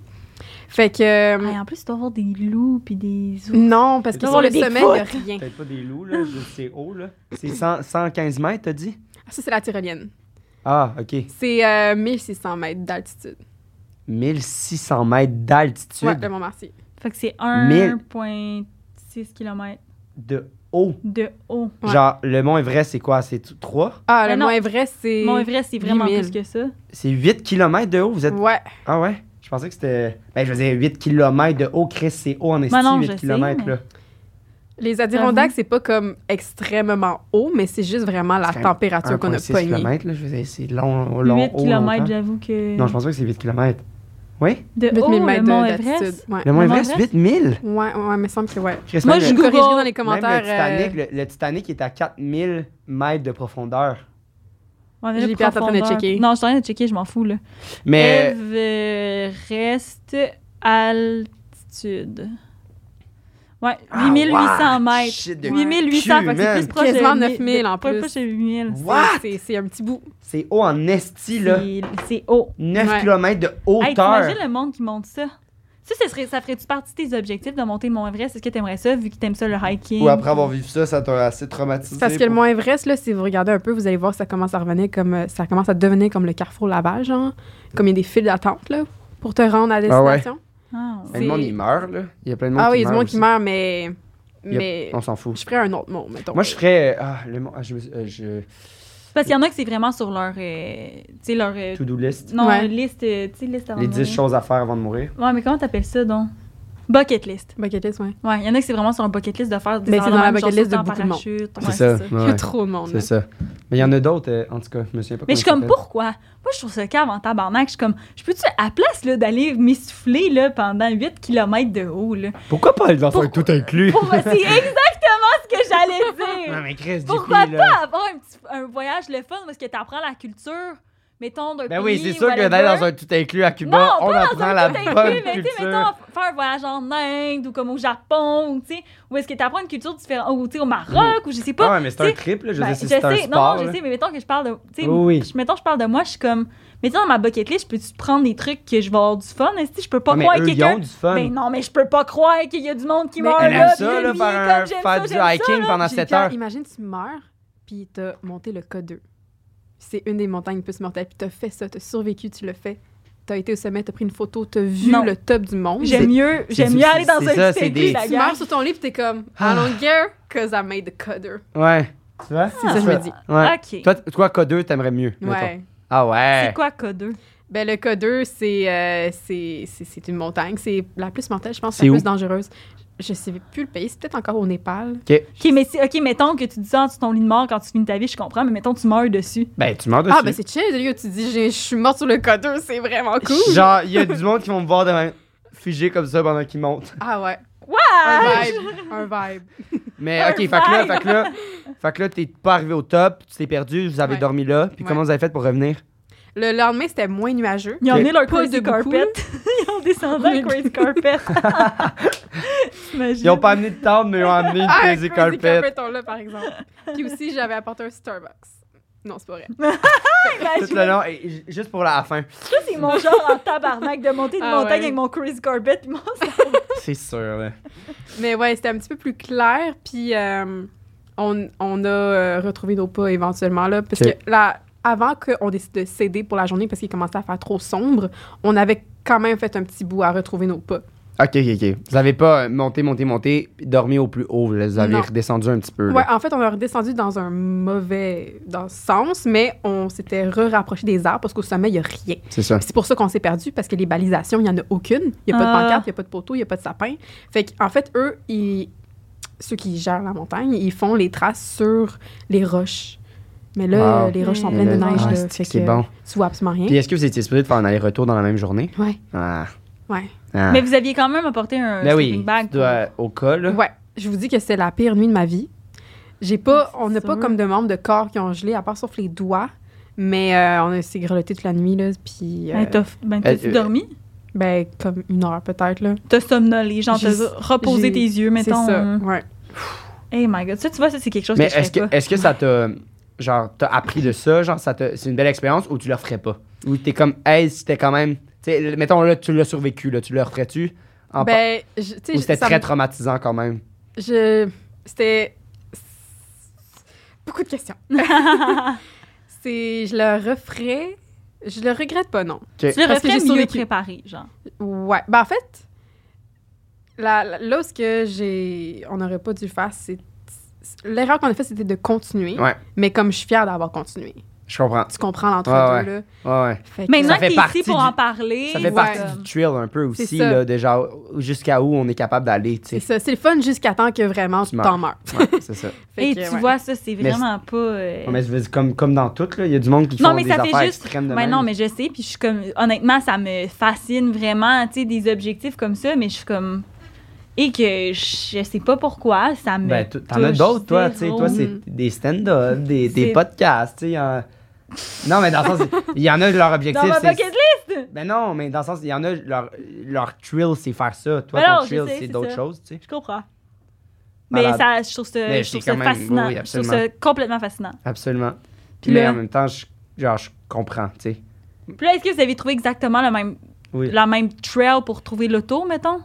C: Fait que. euh,
A: Ah, et en plus, tu dois avoir des loups puis des ours.
C: non, parce que
B: Dans
C: sur
A: le
C: le sommet, il n'y a rien.
B: Peut-être pas des loups, là. C'est haut, là. C'est 100 115 mètres, t'as dit?
C: Ah, Ça, c'est la tyrolienne.
B: Ah, OK.
C: C'est euh, 1600 mètres d'altitude.
B: 1600 mètres
C: Ouais,
B: d'altitude
C: de Montmartre.
A: Fait que c'est
B: Mille.
A: 1,6 km
B: de haut.
A: de haut.
C: Ouais.
B: Genre, le mont Everest, c'est quoi? C'est 3?
C: Ah,
A: Mais
C: le
A: Euh, non.
C: Mont Everest, c'est.
A: Mon Everest, c'est vraiment
C: 8000.
A: plus que ça.
B: C'est 8 km de haut? Vous êtes...
C: Ouais.
B: Ah ouais? Je pensais que c'était... Ben, je faisais 8 km de haut. Chris, c'est haut en
A: Ben non,
B: estime,
A: je
B: 8
A: sais,
B: km,
A: mais-
B: là.
C: Les Adirondacks, c'est pas comme extrêmement haut, mais c'est juste vraiment la
B: C'est un-
A: Ah,
C: température qu'on a
B: 1,6
C: pognée.
B: km, là. Je faisais... C'est long, long,
A: 8
B: haut,
A: km,
B: longtemps.
A: j'avoue que.
B: Non, je pense pas que c'est 8 km. Oui?
A: De
C: 8000
A: haut,
C: mètres
A: Oh, le
C: de-
A: Mont
C: d'altitude.
A: Everest.
C: Ouais.
B: Le mont
A: Ah, Le Mont
B: Everest,
A: Everest?
B: 8000?
C: ouais, ouais, il me semble que ouais.
B: Chris,
A: Moi,
B: même
A: je
B: le-
A: Google.
C: Corrigerez dans les
B: Même
C: commentaires.
B: le Titanic,
C: euh,
B: le, le Titanic est à 4000 mètres de profondeur.
A: On est
C: J'ai
A: là
C: peur, t'es en train de
A: profondeur.
C: checker.
A: Non, je suis en train de checker, je m'en fous, là.
B: Mais
A: Everest, altitude. Ouais,
B: Ah,
A: 8800
B: wow, shit de
A: mètres. 8800,
B: cul,
A: fait que c'est
B: man.
A: plus proche de
C: Quasiment
A: mi-
C: 9000 en
A: de- pas
C: plus.
A: proche de 8000.
C: c'est-
B: What?
C: C'est c'est un petit bout.
B: c'est haut en esti, là.
A: C'est- C'est haut.
B: 9
C: Ouais.
B: km de
A: Hey,
B: hauteur.
A: t'imagines le monde qui monte ça? Ça, ça, serait, ça ferait-tu partie de tes objectifs de monter le Mont Everest? Est-ce que t'aimerais ça, vu que t'aimes ça, le hiking?
B: vécu ça, ça t'a assez traumatisé.
C: Parce que le Mont Everest, là, si vous regardez un peu, vous allez voir que ça commence à revenir comme euh, ça commence à devenir comme le carrefour Laval, genre. Comme il y a des files d'attente là pour te rendre à
B: Ah ouais.
C: destination.
A: Ah, ouais.
B: le monde,
C: c'est-
B: il meurt, là. Il y a plein de monde
C: Ah, oui,
B: qui
C: il y a du monde qui
B: aussi.
C: meurt, mais
B: Il y a-
C: mais
B: On s'en fout.
C: je ferais un autre mot, mettons.
B: Moi, je ferais. euh, Ah, le mont- ah, je, me- euh, je-
A: Parce qu'il y en a que c'est vraiment sur leur. euh, tu sais, leur. euh,
B: To-do list.
A: non,
C: Ouais.
A: liste. euh, Tu sais, liste avant
B: Les
A: de
B: 10
A: mourir.
B: choses à faire avant de mourir.
A: Ouais, mais comment t'appelles ça, donc? Bucket list.
C: Bucket list, ouais.
A: Ouais, il y en a que c'est vraiment sur un bucket list de faire des
C: Mais
A: affaires
C: Ben, c'est
A: de
C: dans la
A: même, genre
C: bucket list de
A: sauter en
C: beaucoup de monde.
A: parachute. Ouais,
B: C'est ça.
C: Il y
B: ouais,
C: a trop de monde.
B: C'est
C: là.
B: ça. Mais il y en a d'autres, euh, en tout cas. Je me souviens pas.
A: Mais je suis
B: comment
A: comme,
B: ils
A: pourquoi? Moi, je trouve ça cave en tabarnak. Je suis comme, je peux-tu, à place là, d'aller m'essouffler là, pendant 8 km de haut? Là?
B: s'appellent. Pourquoi pas les enfants
A: Pourquoi-
B: tout inclus?
A: Pour moi, c'est exactement ce que j'allais
B: Non,
A: dire.
B: mais Chris,
A: Pourquoi
B: dis-lui, là.
A: pas avoir un, petit, un voyage le fun parce que t'apprends la culture, mettons, d'un
B: Ben
A: pays,
B: oui, c'est sûr que
A: whatever.
B: d'aller dans un tout inclus à Cuba,
A: Non,
B: on
A: pas dans
B: apprend
A: un
B: la
A: tout inclus,
B: bonne
A: mais tu sais,
B: culture.
A: mettons, faire un voyage en Inde ou comme au Japon, ou tu sais, où est-ce que t'apprends une culture différente, ou tu sais, au Maroc, ou je sais pas.
B: Ah ouais, mais c'est
A: tu
B: un
A: sais,
B: trip, là. Je
A: Ben,
B: sais si c'est un
A: non, non,
B: sport.
A: je
B: là.
A: sais, mais mettons que je parle de. tu sais,
B: Oui, oui.
A: je- Mettons que je parle de moi, je suis comme. Mais tu sais, dans ma bucket list, je peux-tu prendre des trucs que je vais avoir du fun? Est-ce que je peux pas
B: Ah, mais
A: croire
B: eux,
A: que
B: ils ont
A: quelqu'un.
B: du fun.
A: Ben non, mais je peux pas croire qu'il y a du monde qui
C: Mais-
A: meurt
B: Elle aime
A: là. puis
B: ça,
A: là,
B: Oh, là,
A: lui,
B: faire,
A: comme
B: un-
A: j'aime
B: faire
A: ça,
B: du
A: j'aime ça.
B: hiking pendant 7
C: Gilbert,
B: heures.
C: Imagine, tu meurs, puis t'as monté le code 2. C'est une des montagnes les plus mortelles, puis t'as fait ça, t'as survécu, tu l'as fait. T'as été au sommet, t'as pris une photo, t'as vu
A: Non.
C: le top du monde.
A: J'aime mieux, j'aime
B: c'est-
A: mieux aller
B: c'est-
A: dans
B: c'est ça,
A: un
B: c'est
A: petit
B: des-
A: pays, la
C: Tu
A: gueule.
C: meurs sur ton lit, puis t'es comme,
B: Ah.
C: I don't care, cause I made the code 2.
B: Ouais. Tu vois?
C: C'est ça, je me dis.
B: Ouais.
A: Ok.
B: Toi, t- toi K2, t'aimerais mieux. mettons.
C: Ouais.
B: Ah ouais.
A: C'est quoi K2?
C: Ben, le code 2, c'est euh, c'est- c'est- c'est une montagne. C'est la plus mortelle, je pense,
B: C'est
C: la
B: où?
C: plus dangereuse. Je sais plus le pays, c'est peut-être encore au Népal.
A: OK, mais si- OK, mettons que tu dis ça sur ton lit de mort quand tu finis ta vie, je comprends, mais mettons que tu meurs dessus.
B: Ben, tu m'en
C: Ah, ben c'est chill, là, tu dis, j'ai- je suis morte sur le codeur, c'est vraiment cool.
B: Genre, il y a du monde qui vont me voir de même figé comme ça pendant qu'ils montent.
C: Ah ouais,
A: Ah!
C: un vibe, un vibe.
B: Mais
A: Un
B: ok, fait que là,
A: vibe.
B: fait que là, fait que là, t'es pas arrivé au top, tu t'es perdu, vous avez
C: Ouais.
B: dormi là, puis
C: Ouais.
B: comment vous avez fait pour revenir?
C: Le lendemain, c'était moins nuageux.
A: Ils ont
B: Ok.
A: emmené leur
C: Pas
A: crazy
C: de beaucoup,
A: carpet. Ils ont descendu un crazy carpet. T'imagines?
B: Ils ont pas amené de table, mais ils ont amené une
C: Ah,
B: crazy carpet.
C: on l'a, par exemple. Puis aussi, j'avais apporté un Starbucks. Non, c'est pas vrai.
B: Tout le long, et j- juste pour la fin.
A: Ça, c'est mon genre en tabarnak de monter une
C: Ah
A: montagne
C: ouais.
A: avec mon crazy carpet. Puis mon...
B: C'est sûr, là.
C: Mais ouais, c'était un petit peu plus clair. Puis euh, on, on a euh, retrouvé nos pas éventuellement. Là, parce
B: Ok.
C: que là, avant qu'on décide de céder pour la journée parce qu'il commençait à faire trop sombre, on avait quand même fait un petit bout à retrouver nos pas.
B: Ok, ok, ok. Vous avez pas euh, monté, monté, monté, puis dormi au plus haut, là. Vous avez
C: Non.
B: redescendu un petit peu, là.
C: Ouais, en fait, on est redescendu dans un mauvais dans ce sens, mais on s'était re-rapproché des arbres parce qu'au sommet, il n'y a rien.
B: C'est ça.
C: Puis C'est pour ça qu'on s'est perdu parce que les balisations, il n'y en a aucune. Il n'y a pas de
A: Ah.
C: pancarte, il n'y a pas de poteau, il n'y a pas de sapin. Fait qu'en fait, eux, ils- ceux qui gèrent la montagne, ils font les traces sur les roches. Mais là,
B: Wow.
C: les roches sont
A: Mais
C: pleines de
A: là,
C: neige.
A: ah,
C: là,
B: c'est
C: fait
B: c'est
C: que
B: bon.
C: Tu vois absolument rien.
B: Puis est-ce que vous étiez supposé de faire un aller-retour dans la même journée?
C: Ouais,
B: Ah.
C: ouais.
B: ah.
A: Mais vous aviez quand même apporté un
B: Ben
A: sleeping
B: oui,
A: bag.
B: tu dois- au cas, là.
C: Ouais, je vous dis que c'est la pire nuit de ma vie. J'ai pas,
A: C'est
C: on n'a pas
A: sûr.
C: comme de membres de corps qui ont gelé, à part sauf les doigts. Mais euh, on a s'est grelotté toute la nuit, là, puis... euh,
A: Ben, t'as ben, t'as-tu
B: Euh, euh,
A: dormi?
C: ben, comme une heure peut-être, là.
A: T'as somnolé, genre
C: j'ai-
A: t'as reposé
C: j'ai-
A: tes yeux,
C: C'est
A: mettons. hein. euh.
C: ça, ouais.
A: Hey my god, ça tu vois, ça c'est quelque chose
B: Mais
A: que je
B: est-ce
A: ferais
B: que, est-ce que ça t'a. Genre, t'as appris de ça? Genre, ça t'a- c'est une belle expérience ou tu le referais pas? Ou t'es comme, hey, c'était quand même. Tu sais, le- mettons, là, tu l'as survécu, là, tu le referais-tu? En pa-
C: Ben, je- tu sais,
B: ou
C: je-
B: c'était
C: ça
B: très
C: me-
B: traumatisant quand même?
C: Je. C'était. Beaucoup de questions.
A: pas.
C: C'est. Je le referais. Je le regrette pas, non.
A: tu le
C: Parce que
A: referais
C: j'ai
A: mieux
C: survécu.
A: préparé, genre.
C: Ouais. Ben, en fait, la- la- là, ce que j'ai. On n'aurait pas dû le faire, c'est. L'erreur qu'on a faite, c'était de continuer.
B: Ouais.
C: Mais comme je suis fière d'avoir continué.
B: Je comprends.
C: Tu comprends
B: Ouais,
C: l'entre-deux, là.
B: Ouais, ouais.
C: Fait que-
A: Maintenant
B: Ça fait
A: que t'es
B: partie
A: ici pour
B: du-
A: en parler.
B: Ça fait
A: c'est
B: partie
A: comme-
B: du thrill un peu
C: C'est
B: aussi,
C: ça.
B: là, de genre, jusqu'à où on est capable d'aller, tu
C: C'est
B: sais.
C: ça. C'est le fun jusqu'à temps que vraiment
B: Tu
C: tu
B: meurs.
C: t'en meurs.
B: Ouais, c'est ça.
C: Fait
A: Et
C: que,
A: tu
C: ouais.
A: vois, ça c'est
B: Mais
A: vraiment pas. euh,
B: Ouais, mais je veux dire, comme, comme dans tout, là, il y a du monde qui
A: Non,
B: font
A: mais
B: des
A: ça
B: affaires
A: fait juste.
B: extrêmes de
A: Mais
B: même.
A: non, mais je sais. Puis je suis comme. Honnêtement, ça me fascine vraiment, tu sais, des objectifs comme ça. Mais je suis comme. Et que je sais pas pourquoi, ça me.
B: Ben, t- t'en as
A: touche
B: d'autres, toi, tu sais. Toi, c'est
C: Mhm.
B: des stand-up, des, des
A: C'est-
B: podcasts, tu sais. euh, Non, mais dans le sens, il y en a, leur objectif,
A: Dans ma
B: c'est...
A: bucket list!
B: Ben non, mais dans le sens, il y en a, leur, leur thrill, c'est faire ça. Toi,
A: Ben
B: ton
A: non, je
B: thrill,
A: sais,
B: c'est
A: c'est
B: d'autres
A: ça.
B: choses, tu sais.
A: Je comprends. Mais
B: Malade.
A: ça, je trouve ça,
B: Mais
A: je
B: c'est
A: trouve ça
B: quand même-
A: fascinant.
B: oui,
A: je trouve
B: absolument.
A: ça complètement fascinant.
B: Absolument.
A: Puis
B: mais
A: là-
B: en même temps, je, genre, je comprends, tu sais.
A: Puis là, est-ce que vous avez trouvé exactement le même,
B: Oui.
A: la même trail pour trouver l'auto, mettons?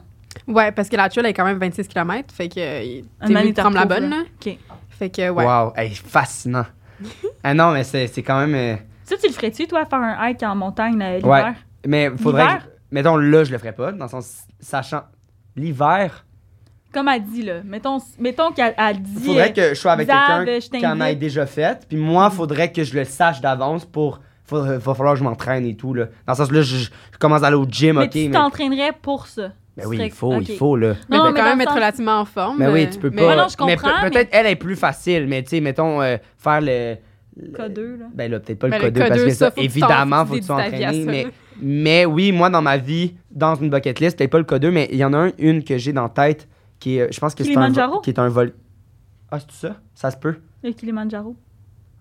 C: Ouais, parce que la tuile est quand même 26 km. Fait que. euh,
A: Un
C: T'es
A: moment,
C: mieux
A: il
C: de
A: te
C: prendre la
A: retrouve,
C: bonne,
A: là.
C: là.
A: OK.
C: Fait que, ouais.
B: Wow, hey, fascinant. ah non, mais c'est c'est quand même... euh,
A: Ça, tu le ferais-tu, toi, faire un hike en montagne là, l'hiver?
B: Ouais. Mais faudrait...
A: L'hiver?
B: que- mettons, là, je le ferais pas, dans le sens, sachant... L'hiver,
A: Comme elle dit, là. Mettons, mettons qu'elle elle dit...
B: faudrait
A: euh,
B: que je sois avec
A: Zab,
B: quelqu'un
A: je
B: qui en ait
A: t'invite.
B: déjà fait. Puis moi, faudrait que je le sache d'avance pour... faudrait- va falloir que je m'entraîne et tout, là. Dans le sens, là, je, je commence à aller au gym,
A: mais
B: OK,
A: tu
B: mais...
A: t'entraînerais pour ça.
B: Ben
A: Tu
B: oui,
A: serais-
B: il faut,
A: OK.
B: il faut, là.
C: Mais
A: Non,
C: de
A: mais
C: quand
A: dans
C: même
A: le
C: être
A: sens-
C: relativement en forme.
B: Mais oui,
C: euh,
B: tu peux
C: mais-
B: pas.
A: Ouais, non, je
B: mais
A: comprends,
B: peut-
A: mais-
B: peut-être elle est plus facile, mais tu sais, mettons, euh, faire le. le-
A: K2, là.
B: Ben là, peut-être pas le
C: Ben, le
B: code 2 parce que
C: K2,
B: ça,
C: ça, faut que tu
B: évidemment,
C: t'en-
B: faut que tu sois
C: tu dédies ta vie à
B: entraîné.
C: ça.
B: Mais, mais oui, moi, dans ma vie, dans une bucket list, peut-être pas le code 2, mais il y en a un- une que j'ai dans la tête qui est. euh, Je pense que c'est un,
A: Kilimanjaro?
B: vol- qui est un vol. Ah, c'est tout ça? Ça se peut.
A: Le Kilimanjaro.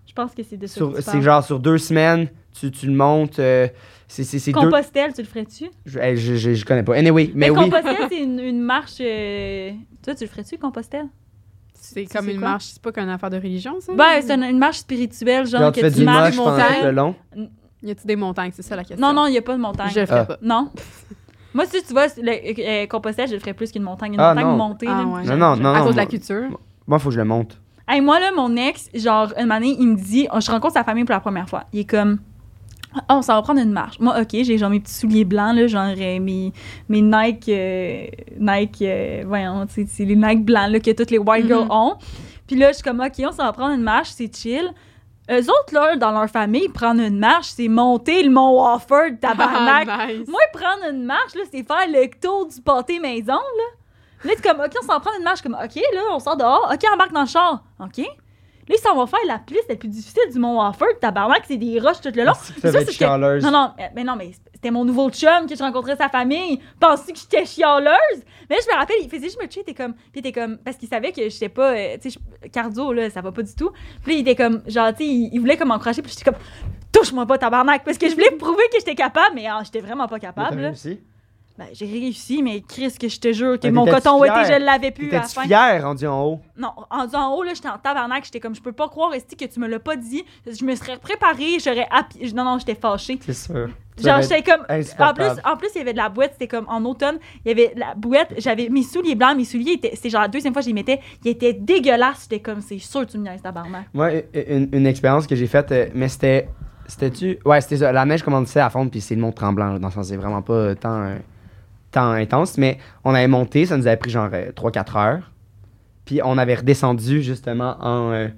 A: Je pense que c'est de ça
B: Sur-
A: que tu
B: C'est
A: parles.
B: genre sur deux semaines, tu, tu le montes. euh, c'est c'est- c'est deux.
A: Compostelle, tu le ferais-tu? Ben,
B: Je, eh, je, je- je connais pas. Anyway, mais, oui.
A: Compostelle, c'est une, une marche... euh, Toi, tu le ferais-tu, Compostelle?
C: C'est
A: Tu
C: comme
A: sais
C: une
A: quoi?
C: marche, c'est pas qu'une affaire de religion, ça?
A: Ben, c'est une, une marche spirituelle, genre,
B: Genre, tu
A: que
B: fais
A: tu,
B: du
A: marches
B: moche pendant tout le long.
C: Y a-tu des montagnes, c'est ça la question?
A: Non, non, il n'y a pas de montagne.
C: Je le ferai
B: Ah.
C: pas.
A: Non. Moi, si tu vois, le euh, Compostelle, je le ferais plus qu'une montagne. Une
B: Ah,
A: montagne
B: non.
A: montée.
C: Ah,
A: là,
C: ouais.
A: je-
B: Non, non,
A: je-
B: non,
C: à
B: non.
C: cause de la
B: moi-
C: culture.
B: Moi, faut que je le monte.
A: Hey, moi, là, mon ex, genre, une année, il me dit, oh, je rencontre sa famille pour la première fois. Il est comme, Ah, on s'en va prendre une marche. Moi, OK, j'ai genre mes petits souliers blancs, là, genre euh, mes, mes Nike, euh, Nike, euh, voyons, tu sais, c'est les Nike blancs, là, que toutes les white girls
C: Mhm.
A: ont. Puis là, je suis comme, OK, on s'en va prendre une marche, c'est chill. Eux autres, là, dans leur famille, prendre une marche, c'est monter le Mont Wofford, tabarnak.
C: Ah, nice.
A: Moi, prendre une marche, là, c'est faire le tour du pâté maison, là. Là, c'est comme, OK, on s'en prend une marche. Comme, OK, là, on sort dehors. OK, on embarque dans le char. OK. Là, ils s'en vont faire la piste la plus difficile du Mont Wofford. Tabarnak, c'est des roches tout le long.
B: Ça
A: Mais
B: va être
A: c'est que-
B: chialeuse.
A: Non, non, mais- mais non, mais c'était mon nouveau chum que je rencontrais sa famille. Pensais que j'étais chialeuse? Mais je me rappelle, il faisait, je me check, t'es comme, puis il était comme, parce qu'il savait que j'étais pas, euh, tu sais, je- cardio, là, ça va pas du tout. Puis là, il était comme, genre, tu sais, il, il voulait comme m'encrocher, puis j'étais comme, touche-moi pas, tabarnak, parce que je voulais prouver que j'étais capable, mais ah, j'étais vraiment pas
B: Mais t'as
A: capable, là.
B: réussi.
A: Ben, j'ai réussi, mais Chris, que je te jure que
B: Mais
A: mon
B: t'étais-tu
A: coton ouaté,
B: fière?
A: je l'avais plus à la
B: T'étais-tu
A: fin.
B: fière rendu en oh, haut?
A: Non, rendu en haut, là, j'étais en tabarnak, j'étais comme, je peux pas croire, Esti, que tu me l'as pas dit. Je me serais préparée, j'aurais. appi- Non, non, j'étais fâchée.
B: C'est sûr. Ça
A: Genre,
B: va être
A: j'étais comme. En plus,
B: insupportable.
A: en plus, il y avait de la bouette, c'était comme en automne, il y avait de la bouette, j'avais mes souliers blancs, mes souliers, étaient- c'était genre la deuxième fois que je les mettais, ils étaient dégueulasses, j'étais comme, c'est sûr que tu me niaises, tabarnak.
B: Moi, une, une expérience que j'ai faite, euh, mais c'était. C'était-tu. Ouais, c'était ça. La neige commençait à fondre, puis c'est le mont tremblant, là, dans le sens, c'est vraiment pas euh, tant, euh, tant intense. Mais on avait monté, ça nous avait pris genre 3-4 heures. Puis on avait redescendu, justement, en. euh,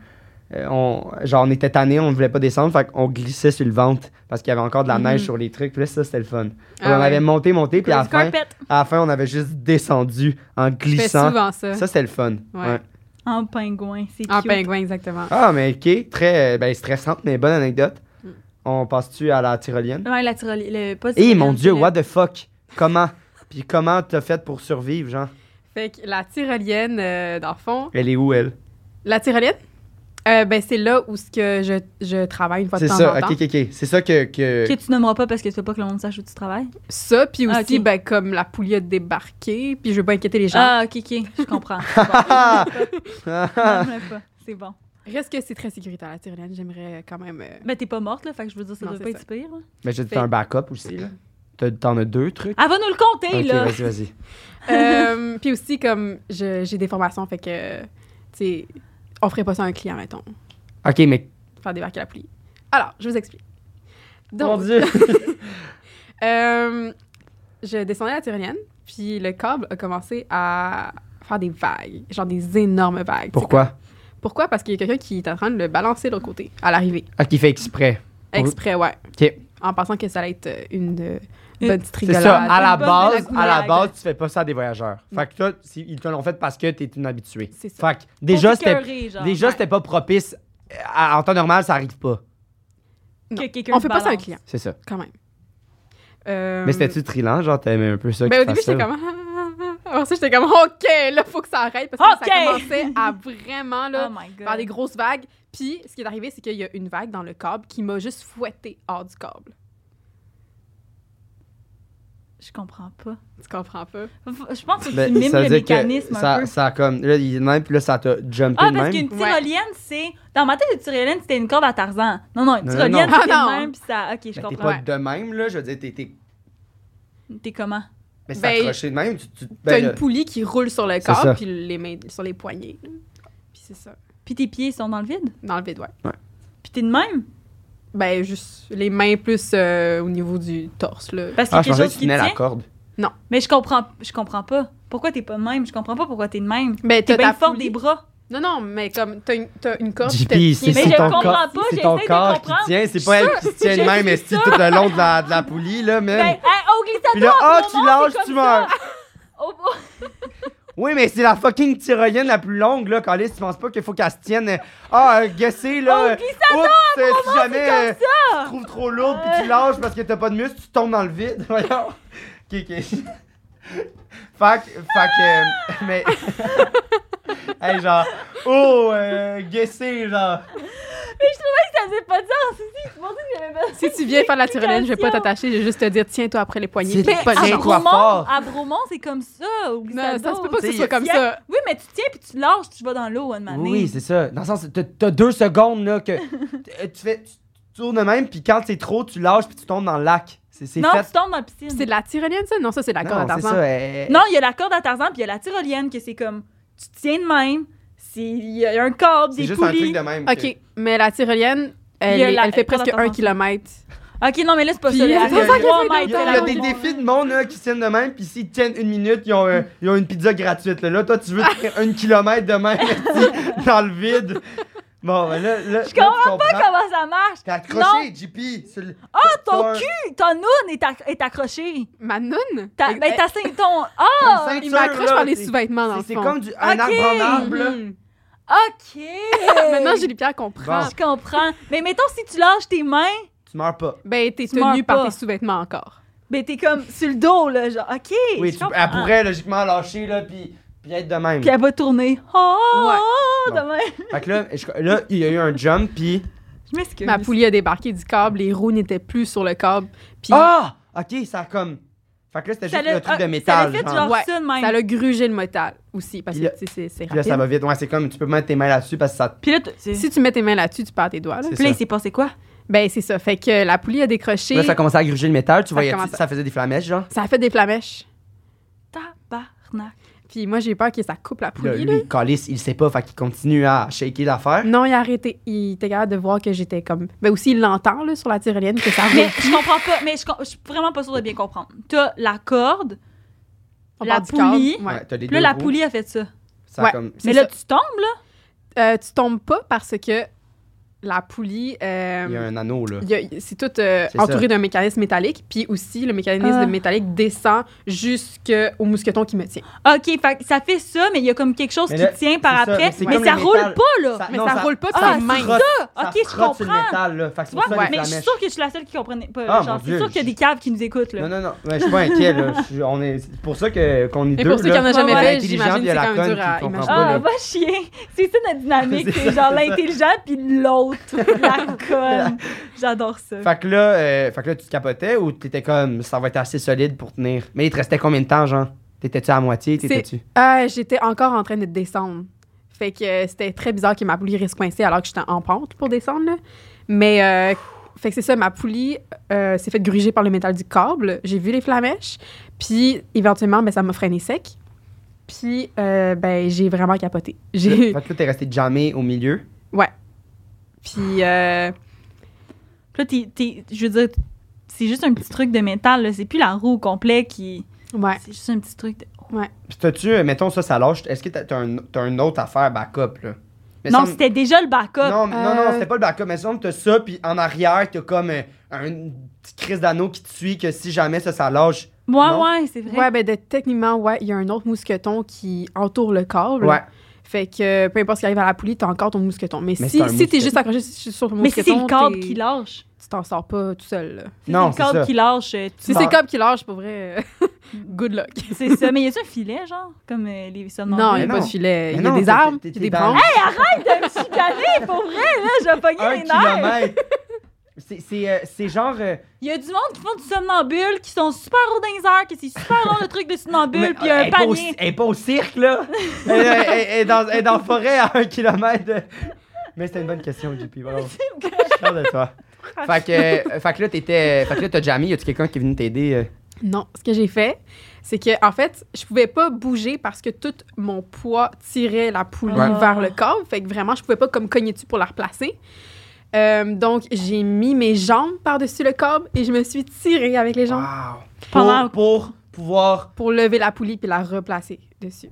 B: euh, on, genre, on était tanné, on ne voulait pas descendre, fait qu'on glissait sur le ventre parce qu'il y avait encore de la
A: Mhm.
B: neige sur les trucs. Puis là, ça, c'était le fun.
C: Ah
B: on
C: ouais.
B: avait monté, monté, puis à la,
A: Le
B: fin,
A: carpet
B: à la fin, on avait juste descendu en
C: Je fais
B: glissant.
C: souvent ça.
B: Ça, c'était le fun.
C: Ouais.
B: Ouais.
A: en pingouin, c'est
C: en
A: cute.
C: pingouin, exactement.
B: Ah, mais ok, très euh, ben, stressante, mais bonne anecdote.
C: Mm.
B: On passe-tu à la tyrolienne?
A: Ouais, la tyrolienne, le pas de
B: Eh
A: tyrolienne,
B: mon dieu,
A: Ah, c'est le-
B: what the fuck? Comment? Puis comment t'as fait pour survivre, genre?
C: Fait que la tyrolienne, euh, dans le fond.
B: Elle est où, elle?
C: La tyrolienne, euh, ben, c'est là où ce que je, je travaille une fois de
B: C'est
C: temps
B: ça,
C: en temps.
B: ok, ok, ok. C'est ça que. que...
A: Que tu nommeras pas parce que tu veux pas que le monde sache où tu travailles.
C: Ça, puis aussi,
A: Ah, ok.
C: ben, comme la poulie a débarqué, puis je veux pas inquiéter les gens.
A: Ah, ok, ok, je comprends. C'est bon.
B: Ah!
A: Non, je l'aime pas. C'est bon.
C: Reste que c'est très sécuritaire, la tyrolienne. J'aimerais euh, quand même... euh,
A: Mais t'es pas morte, là, fait que je veux dire, ça
C: Non,
A: doit
C: c'est
A: pas
C: ça.
A: être si pire. là.
B: mais j'ai dit
C: Fait-
B: un backup aussi, là. T'as- T'en as deux trucs?
A: Elle va nous le compter,
B: ok,
A: là.
B: vas-y, vas-y.
C: euh, puis aussi, comme, je- j'ai des formations, fait que, tu sais, on ferait pas ça à un client, mettons,
B: Ok, mais.
C: faire débarquer la poulie. Alors, je vous explique.
B: Mon
C: Donc,
B: dieu!
C: euh, je descendais la tyrolienne, puis le câble a commencé à faire des vagues, genre des énormes vagues.
B: Pourquoi?
C: Pourquoi? Parce qu'il y a quelqu'un qui est en train de le balancer de l'autre côté, à l'arrivée.
B: Ah, qui fait exprès. Oui.
C: Exprès, ouais.
B: Ok.
C: En pensant que ça allait être euh, une euh,
A: Et-
C: bonne petite
B: C'est
C: rigolade.
B: ça, à la
A: une bonne de la
B: base, à la
A: goulag.
B: base, tu fais pas ça à des voyageurs. Fait que toi, si- ils te l'ont fait parce que t'es une habituée.
C: C'est ça.
B: Fait que déjà,
A: Pour
B: c'était
A: t'écœurer, genre.
B: Déjà,
C: ouais.
B: c'était pas propice. Euh, En temps normal, ça arrive pas.
C: Non.
A: Que quelqu'un
C: On fait
A: te
C: pas ça à un
A: balance.
C: client,
B: C'est ça.
C: quand même. Euh,
B: Mais
A: Hum.
B: c'était-tu trilant? Genre, t'aimais un peu ça?
C: Ben,
B: qu'ils
C: au début,
B: fassent ça?
C: j'étais comme. Ah, ah. Après ça, j'étais comme, OK, là, faut que ça arrête. Parce que
A: OK.
C: ça commençait à vraiment, là,
A: Oh my god.
C: faire des grosses vagues. Puis, ce qui est arrivé, c'est qu'il y a une vague dans le câble qui m'a juste fouetté hors du câble.
A: Je comprends pas.
C: Tu comprends pas?
A: F- Je pense que
B: Ben,
A: tu mimes
B: ça veut
A: le
B: dire que
A: mécanisme
B: ça,
A: un peu.
B: ça a comme. Là, il est de même, puis là, ça t'a jumpé
A: Ah,
B: de même.
A: parce
B: Ben,
A: qu'une
C: Ouais.
A: tyrolienne, c'est. Dans ma tête, une tyrolienne, c'était une corde à Tarzan. Non, non, une
B: Non,
A: tyrolienne,
C: non, non.
A: c'était
C: Ah, non.
A: même, puis ça. Ok, je
B: Ben, t'es
A: comprends.
B: pas de même, là. Je veux dire, t'es. t'es-
A: T'es comment?
B: Ben, c'est
C: Ben,
B: accroché de même. Tu, tu- ben,
C: T'as
B: là,
C: une poulie qui roule sur le
B: ça.
C: câble, puis les mains sur les poignets. là. Puis c'est ça,
A: Puis tes pieds sont dans le vide?
C: dans le vide, ouais.
A: Puis t'es de même?
C: Ben, juste les mains plus euh, au niveau du torse, là.
A: Parce qu'il
B: Ah,
A: y a
B: je
A: quelque
B: pensais
A: chose
B: que tu
A: qui
B: tenais
A: te
B: la
A: tient.
B: corde.
A: Mais je comprends, je comprends pas. Pourquoi t'es pas de même? Je comprends pas pourquoi t'es de même. T'es
C: Ben, t'as
A: bien
C: ta
A: fort
C: poulie-
A: des bras.
C: Non, non, mais comme, t'as une, t'as une corde qui te
B: JP, c'est
C: tient.
A: Mais
B: c'est
A: je
B: ton
A: comprends
B: corps.
A: pas,
B: C'est
A: j'essaie
B: ton
A: de
B: corps qui
A: comprendre.
B: tient. C'est pas elle qui se tient de
A: je
B: même,
A: suis
B: mais c'est tout le long de la, de la poulie, là, même.
A: Ben, hey, au glissade,
B: Puis là, ah,
A: au
B: tu
A: moment,
B: lâches,
A: c'est
B: tu
A: comme ça.
B: meurs.
A: Au-
B: Oui, mais c'est la fucking tyrolienne la plus longue, là, Calis. Tu penses pas qu'il faut qu'elle se tienne. euh, Ah, euh, guessée,
A: Au
B: là. euh, Oups, euh, si
A: Oh, c'est
B: jamais
A: comme
B: euh, tu te trouves trop lourd puis tu lâches parce que t'as pas de muscle, tu tombes dans le vide. Voyons. Ok, ok. Fac, fac, euh, mais. hey, genre, oh, euh, guessé, genre.
A: Ça faisait pas de sens. Si, je pensais que j'avais pas
C: Si tu viens faire de la tyrolienne, je vais pas t'attacher, je vais juste te dire tiens-toi après les poignets. Ben,
B: C'est-
C: Puis pas de
B: Ah,
A: à
B: Tiens-toi
C: chance.
A: Bromont,
B: fort.
A: à Bromont, c'est comme ça. au
C: Non, ça
A: glissado.
C: se peut pas que
B: T'sais,
C: ce soit comme
A: tiens.
C: ça.
A: Oui, mais tu tiens puis tu lâches, tu vas dans l'eau one man.
B: Oui, c'est ça. Dans le sens, t'as- t'as deux secondes, là, que euh, tu fais. Tu tournes de même, puis quand c'est trop, tu lâches puis tu tombes dans le lac. C'est c'est
A: Non,
B: fait.
A: tu tombes dans la
C: C'est
A: piscine.
C: de la tyrolienne, ça? Non, ça, c'est de la corde à
B: Non, c'est
C: Tarzan.
B: ça. euh,
A: Non, il y a la corde à Tarzan puis il y a la tyrolienne que c'est comme tu tiens de même, c'est il y a un câble,
B: C'est
A: des
B: juste un truc
A: poulies.
B: de même. que-
C: OK, mais la tyrolienne, elle,
A: Il y a
C: est-
A: la-
C: elle fait
A: corde à
C: presque
A: Tarzan.
C: un kilomètre.
A: OK, non mais là c'est pas
C: Puis
A: ça.
C: il y
A: là,
C: a-
A: c'est
C: c'est ça
A: trois
C: qu'il y a
A: mètres,
B: Il
C: des
B: y a,
A: c'est
B: il y a
A: la
B: des
A: longue-
B: défis de monde là, qui se tiennent de même, puis s'ils tiennent une minute, ils ont, euh, ils ont une pizza gratuite. Là, Là, toi, tu veux tenir un kilomètre de même esti, dans le vide. Bon, ben là, là,
A: Je
B: là, tu
A: comprends pas
B: comprends.
A: comment ça marche.
B: T'es accroché, JP. sur le-
A: Ah, ton
B: t'as un-
A: cul, ton noun est, acc- est accroché.
C: Ma noune?
A: Ta,
C: Eh,
A: ben,
C: eh,
A: ta cin-
B: t'as
A: ton.
B: une
A: Ah!
B: ceinture,
C: Il m'accroche
B: là,
C: par les
B: c'est-
C: sous-vêtements, dans
B: c'est-
C: le
B: C'est
C: fond.
B: comme du, un
A: Ok.
B: arbre en arbre, là.
C: Mhm.
A: OK!
C: Maintenant, Julie-Pierre comprend.
B: Bon.
A: Je comprends. Mais mettons, si tu lâches tes mains,
B: Tu meurs pas.
C: Ben, t'es
A: Tu meurs
C: tenue par
A: pas.
C: tes sous-vêtements encore.
A: ben, t'es comme sur le dos, là. Genre, OK!
B: Oui,
A: je
B: tu,
A: comprends.
B: elle pourrait logiquement lâcher, là, puis, puis être de même.
A: Puis elle va tourner. Oh!
B: Ouais.
A: de même.
B: Fait que là, je- là, il y a eu un jump, puis.
A: Je m'excuse.
C: Ma poulie a débarqué du câble, les roues n'étaient plus sur le câble, puis
B: Ah! Ok, ça a comme. Fait que là, c'était
A: Ça
B: juste le
A: l'a-
B: truc de
A: ah,
B: métal.
A: Ça l'a fait
B: genre.
A: genre
C: Ouais,
A: ça de
C: ça
A: même.
C: l'a grugé le métal aussi, parce
B: Puis
C: que
B: là-
C: tu sais, c'est- c'est
B: Puis là,
C: rapide.
B: ça va vite. Ouais, c'est comme tu peux mettre tes mains là-dessus parce que ça.
A: Puis là, t- si
C: Si tu mets tes mains là-dessus, tu perds tes doigts. là.
B: C'est
A: tu plais,
B: ça.
A: c'est passé quoi?
C: Ben, c'est ça. Fait que la poulie a décroché,
B: Là, ça commençait à gruger le métal. Tu
C: Ça
B: voyais,
C: commence à-
B: ça faisait des flamèches, genre.
C: ça a fait des flamèches.
A: Tabarnak.
C: Puis moi, j'ai peur que ça coupe la
B: Puis là,
C: poulie. là. Mm,
B: lui, Calis, il sait pas, fait qu'il continue à shaker l'affaire.
C: Non, il a arrêté. Il était capable de voir que j'étais comme. Ben aussi, il l'entend là, sur la tyrolienne que ça
A: Mais
C: roule.
A: je comprends pas. Mais je, com- je suis vraiment pas sûre de bien comprendre. T'as la corde,
C: On
A: la
C: part du câble.
A: poulie.
C: Ouais.
B: t'as les
A: puis là,
B: deux
A: la
B: roues,
A: poulie a fait ça.
B: Ça
C: Ouais.
B: comme.
C: C'est
A: Mais là, tu tombes, là.
C: Euh, tu tombes pas parce que la poulie. euh,
B: Il y a un anneau, là.
C: il y a- c'est tout euh,
B: C'est ça.
C: entouré d'un mécanisme métallique, puis aussi le mécanisme
A: Ah.
C: métallique descend jusqu'au mousqueton qui me tient.
A: OK, fait que ça fait ça, mais il y a comme quelque chose
B: Mais
A: qui
B: là,
A: tient par
B: c'est ça,
A: après.
B: mais c'est
A: mais
B: comme
A: ça
B: le
A: roule
B: métal.
A: pas, là.
C: Mais
B: non,
C: ça, roule pas, puis
A: Ah,
C: ça
A: c'est
C: main.
B: frotte-
A: Ah, OK,
B: ça
A: je
B: frotte sur le
A: comprends.
B: métal, là. Fait que c'est
A: Tu
B: pour ça
A: vois,
B: les
A: mais je suis
B: flamèches.
A: sûre que je suis la seule qui comprenait pas.
B: Ah, mon
A: genre,
B: Dieu,
A: c'est sûr qu'il y a
B: je-
A: des caves qui nous écoutent, là.
B: Non, non, non, mais je suis pas inquiet, là. Je suis- on est... C'est pour ça que- qu'on est
C: Et
B: deux.
C: pour ceux qui en
B: là.
C: ont jamais
A: Ouais,
C: fait,
B: l'intelligente, il
C: j'imagine que
B: y a la
C: c'est quand même
B: conne
C: dur à
B: qui comprend
C: imaginer.
B: pas,
A: Ah,
B: là.
A: va chier! C'est ça notre dynamique,
B: C'est
A: c'est
B: ça.
A: genre l'intelligent puis l'autre, la conne. J'adore ça.
B: Fait que là, euh, fait que là, tu te capotais ou t'étais comme ça va être assez solide pour tenir. Mais il te restait combien de temps, genre T'étais-tu à moitié T'étais-tu
C: Euh, j'étais encore en train de descendre. Fait que euh, c'était très bizarre que ma poulie reste coincée alors que j'étais en pente pour descendre. là. Mais euh, fait que c'est ça, ma poulie euh, s'est faite gruger par le métal du câble. J'ai vu les flamèches. Puis éventuellement, ben, ça m'a freiné sec. Puis euh, ben, j'ai vraiment capoté.
B: Fait
C: J'ai...
B: que là, t'es resté jamais au milieu.
C: Puis euh,
A: Puis Là, t'es- t'es- je veux dire, c'est juste un petit truc de métal, là. C'est plus la roue au complet qui.
C: ouais.
A: C'est juste un petit truc de.
B: Puis t'as-tu, euh, mettons ça, ça lâche. Est-ce que t'as t'as un, t'as une autre affaire backup, là Mais
A: non,
B: semble-
A: c'était déjà le backup.
B: Non, non, non,
C: Euh.
B: c'était pas le backup. Mais semble que t'as ça, puis en arrière, t'as comme euh, une petite crise d'anneau qui te suit que si jamais ça, ça lâche.
A: Moi,
B: non.
A: ouais, c'est vrai.
C: Ouais, ben de- techniquement, ouais, il y a un autre mousqueton qui entoure le câble.
B: Ouais.
C: Fait que peu importe ce qui arrive à la poulie, t'as encore ton mousqueton. Mais,
B: Mais
C: si,
B: c'est un
C: si t'es
B: mousqueton.
C: juste accroché sur le mousqueton,
A: mais si c'est le câble
C: t'es-
A: qui lâche.
C: tu t'en sors pas tout seul. là.
A: Si
B: Non,
A: c'est
B: c'est
A: le câble
B: ça.
A: qui lâche. euh, tu
B: Bon.
C: Si c'est
A: sors.
C: le câble qui lâche, pour vrai, euh, good luck.
A: C'est ça. Mais y a-tu un filet, genre Comme euh, les somnambules?
C: Non, il n'y
B: mais
C: a pas
B: non.
C: de filet. Il y
B: Mais
C: a
B: non,
C: des
B: t'es-
C: arbres,
B: t'es-
C: il y a
B: t'es
C: des
B: dans-
C: branches.
A: Arrête de me chicaner, pour vrai, là. Je vais pogner
B: Un
A: les nerfs.
B: kilomètre. C'est- C'est euh, c'est genre. euh,
A: Il y a du monde qui font du somnambule, qui sont super hauts dans les airs, que c'est super long le truc de
B: Mais,
A: somnambule, puis
B: euh,
A: un
B: elle est pas au-
A: panier.
B: Elle est pas au cirque, là. elle, elle- elle- elle est dans, elle est dans la forêt à un kilomètre. de- Mais c'était une bonne question, JP. Bravo. Je suis fier de toi. Fait que, euh, fait que là, t'étais. Fait que là, t'as Jamie. Y a-tu quelqu'un qui est venu t'aider? euh?
C: Non, ce que j'ai fait, c'est que en fait, je pouvais pas bouger parce que tout mon poids tirait la poulie
A: Ouais.
C: vers le corps. Fait que vraiment, je pouvais pas comme cogner dessus pour la replacer. Euh, donc, j'ai mis mes jambes par-dessus le câble et je me suis tirée avec les jambes
B: Wow.
A: Pendant-
B: Pour, pour pouvoir.
C: pour lever la poulie puis la replacer dessus.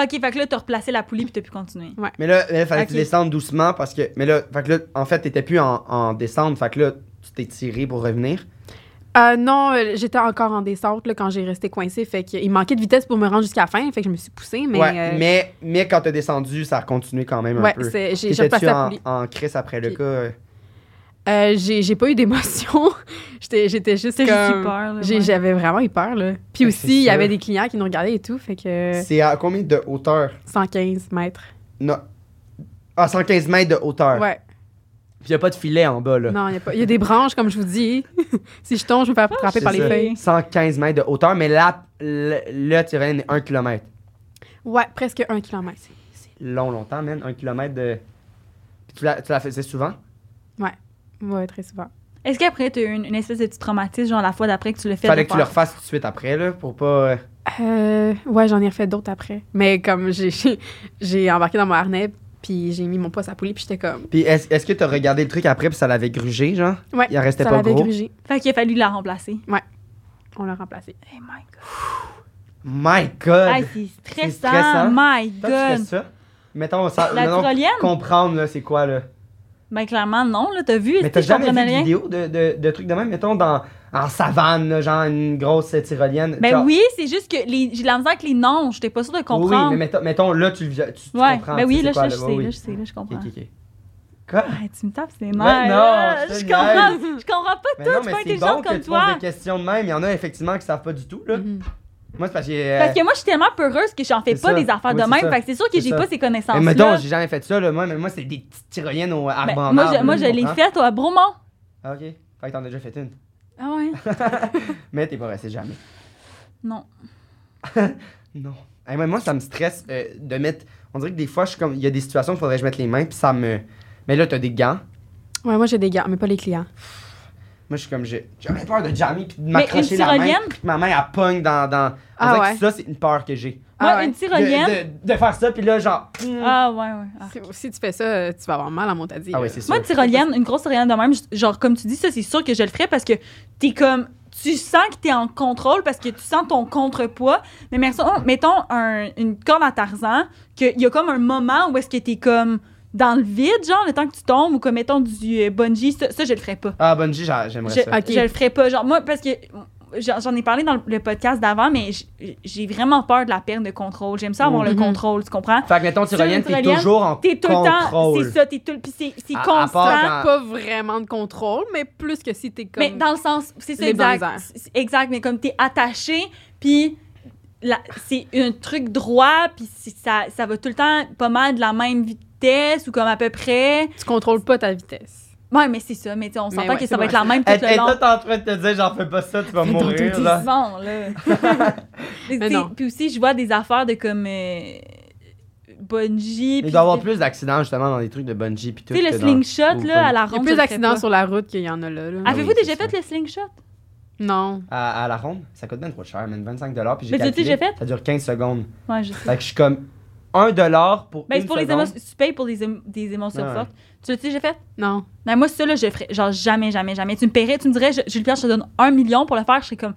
A: Ok, fait que là, t'as replacé la poulie puis t'as pu continuer.
B: Mais là, il fallait que tu
A: Ok.
B: descendes doucement parce que. Mais là, fait que là, en fait, t'étais plus en, en descente. Fait que là, tu t'es tiré pour revenir.
C: Euh, non, euh, j'étais encore en descente là, quand j'ai resté coincée. Fait qu'il manquait de vitesse pour me rendre jusqu'à la fin. Fait que je me suis poussée, mais...
B: ouais.
C: euh,
B: Mais, mais quand t'as descendu, ça a continué quand même un
C: ouais,
B: peu.
C: c'est- j'ai j'ai
B: T'étais-tu
C: replacé la
B: en,
C: poulie.
B: en crise après le
C: Puis-
B: cas? euh?
C: Euh, j'ai j'ai pas eu d'émotion. J'étais j'étais juste
A: T'as juste eu
C: comme...
A: peur, là.
C: j'ai-
A: ouais.
C: J'avais vraiment eu peur, là. Puis
B: Ben,
C: aussi,
B: c'est
C: il y
B: sûr.
C: avait des clients qui nous regardaient et tout. Fait que
B: C'est à combien de hauteur?
C: 115 mètres.
B: Non. Ah, 115 mètres de hauteur.
C: Ouais.
B: Puis y a pas de filet en bas, là.
C: Non, il y, a pas- y a des branches, comme je vous dis. si je tombe, je vais me
A: Ah,
C: faire attraper
B: c'est
C: par les
B: ça.
C: feuilles.
B: 115 mètres de hauteur, mais là, le, le terrain est 1 km.
C: Ouais, presque un kilomètre.
B: Long, longtemps, man. 1 km de. Puis tu la, tu la faisais souvent?
C: Ouais, très souvent.
A: Est-ce qu'après, t'as eu une, une espèce de petit traumatisme, genre la fois d'après que tu l'as fait?
B: Fallait
A: de
B: que tu le
A: faire?
B: refasses tout de suite après, là, pour pas. euh,
C: Euh, ouais, j'en ai refait d'autres après. Mais comme j'ai- j'ai j'ai embarqué dans mon harnais, puis j'ai mis mon poids à poulie, puis j'étais comme.
B: Puis est-ce est-ce que t'as regardé le truc après, puis ça l'avait grugé, genre?
C: Ouais,
B: Il en restait
C: ça
B: pas
C: l'avait
B: gros.
C: grugé.
A: Fait qu'il a fallu la remplacer.
C: On l'a remplacé.
A: Hey Oh my god.
B: My god!
A: Hey, c'est stressant.
B: Euh, stressant.
A: My
B: Toi, tu fais
A: god.
B: ça? Mettons, ça,
A: La
B: mettons,
A: tyrolienne?
B: comprendre, là, c'est quoi, là.
A: Ben, clairement, non, là. T'as vu,
B: Mais
A: tu
B: t'as
A: sais, je
B: jamais vu
A: comprenais
B: de
A: rien.
B: vidéo de, de, de trucs de même, mettons, dans, en savane, là, genre une grosse tyrolienne.
A: Ben
B: genre-
A: oui, c'est juste que les- j'ai de la misère avec les noms. J'étais pas sûre de
B: Oui,
A: comprendre.
B: mais mettons, mettons, là, tu, le vis- tu, tu
A: ouais,
B: comprends.
A: ben
B: tu
A: oui,
B: sais
A: là,
B: quoi,
A: je, je
B: ouais,
A: sais,
B: oui.
A: là, je sais, là, je comprends.
B: Ok, ok, ok. Quoi?
A: Ah, tu me tapes, c'est nerfs.
B: non,
A: là.
B: je te
A: je
B: niaise.
A: comprends. Je comprends pas
B: Mais
A: tout.
B: non,
A: je suis
B: mais c'est
A: pas
B: bon
A: intelligente
B: que
A: comme
B: tu poses
A: toi. Mm-hmm.
B: des questions de même. Il y en a effectivement qui savent pas du tout, là.
C: Mhm.
B: Moi, c'est parce que. euh,
A: Parce que moi, je suis tellement peureuse que j'en fais
B: c'est
A: pas
B: ça.
A: des affaires
B: Oui,
A: de
B: c'est
A: même.
B: ça.
A: Fait que c'est sûr que
B: C'est
A: j'ai
B: ça.
A: pas ces
B: mais mettons,
A: connaissances-là.
B: j'ai jamais fait ça, là. Moi, mais moi c'est des petites tyroliennes au
A: Ben,
B: arbre
A: Moi, je- moi, je l'ai faite au- à Bromont.
B: Ah, ok. Fait que t'en as déjà fait une.
A: Ah ouais?
B: Mais t'es pas resté jamais.
A: Non.
B: Non. Hey, mais moi, ça me stresse euh, de mettre. On dirait que des fois, je suis comme. Il y a des situations où il faudrait que je mette les mains, puis ça me. Mais là, t'as des gants.
C: Ouais, moi, j'ai des gars, mais pas les clients.
B: Moi, je suis comme. j'ai- J'aurais peur de jammer, puis de
A: Mais
B: m'accrocher
A: une
B: la main.
A: tyrolienne?
B: Puis que ma main, elle pogne dans. dans... On
C: Ah
B: dirait
C: ouais.
B: que ça, c'est une peur que j'ai.
C: Ah
A: Moi,
C: ouais.
A: une
B: De-
A: tyrolienne.
B: De, de faire ça, puis là, genre.
A: Ah ouais, ouais. Ah.
C: Si, si tu fais ça, euh, tu vas avoir mal à mon taille.
B: Ah oui, c'est sûr.
A: Moi, une tyrolienne, une grosse tyrolienne de même, je- genre, comme tu dis, ça, c'est sûr que je le ferais parce que t'es comme. Tu sens que t'es en contrôle parce que tu sens ton contrepoids. Mais mettons, mettons un- une corde à Tarzan, qu'il y a comme un moment où est-ce que t'es comme dans le vide, genre, le temps que tu tombes, ou comme mettons du euh, bungee, ça, ça, je le ferais pas.
B: Ah, Bungie, j'a- j'aimerais
A: Je, ah,
B: ça.
C: Ok.
A: je le ferais pas. Genre, moi, parce que j'en j'en ai parlé dans le- le podcast d'avant, mais j'- j'ai vraiment peur de la perte de contrôle. J'aime ça avoir le
C: Mhm.
A: contrôle, tu comprends?
B: Fait que, mettons, tyrolienne, t'es
A: tyrolienne,
B: toujours en
A: T'es tout le temps.
B: contrôle.
A: C'est ça, t'es tout le Puis c'est c'est
B: À- à part
A: constant.
B: quand-
C: T'as pas vraiment de contrôle, mais plus que si t'es comme.
A: Mais dans le sens, c'est ça
C: Les
A: exact.
C: bandes airs.
A: C'est- Exact, mais comme t'es attaché, puis la- c'est un truc droit, puis c'est- ça, ça va tout le temps pas mal de la même vitesse ou comme à peu près.
C: Tu contrôles pas ta vitesse.
A: Ouais, mais c'est ça, mais tu sais, on
C: Mais
A: s'entend
C: ouais,
A: que ça
C: c'est
A: va
C: vrai.
A: être la même tout
B: Elle
A: le
B: est
A: long.
B: toute en train de te dire, j'en fais pas ça, tu vas
C: Mais donc,
B: mourir,
C: t'es
B: là.
A: Bon, là. Mais tu sais,
C: non.
A: Puis aussi, je vois des affaires de comme euh, bungee.
B: Mais
A: puis-
B: Il doit y avoir plus d'accidents, justement, dans des trucs de bungee, puis tout.
A: Tu sais, le
B: que dans-
A: slingshot,
B: au
A: là, à
B: bungee.
A: la
C: Il y a
A: ronde.
C: plus
A: je le ferais
C: d'accidents
A: pas.
C: sur la route qu'il y en a là. là.
B: Ah.
A: Avez-vous
B: Oui,
A: déjà
B: c'est
A: fait
B: ça.
A: le slingshot?
C: Non.
B: À, à la ronde, ça coûte bien trop cher, même 25 puis j'ai
A: Mais tu l'as-tu
B: calculé,
A: déjà fait?
B: Ça dure 15 secondes.
A: Ouais, je sais.
B: Fait que je suis comme 1 dollar pour
A: Ben,
B: une
A: c'est pour les
B: seconde.
A: émotions. Tu payes pour les émo- des émotions
B: Ah ouais.
A: fortes. Tu l'as-tu déjà fait?
C: Non.
A: Non, moi, ça, là, je le ferais. Genre, jamais, jamais, jamais. Tu me paierais, tu me dirais, je- Jules Pierre, je te donne un million pour le faire. Je serais comme.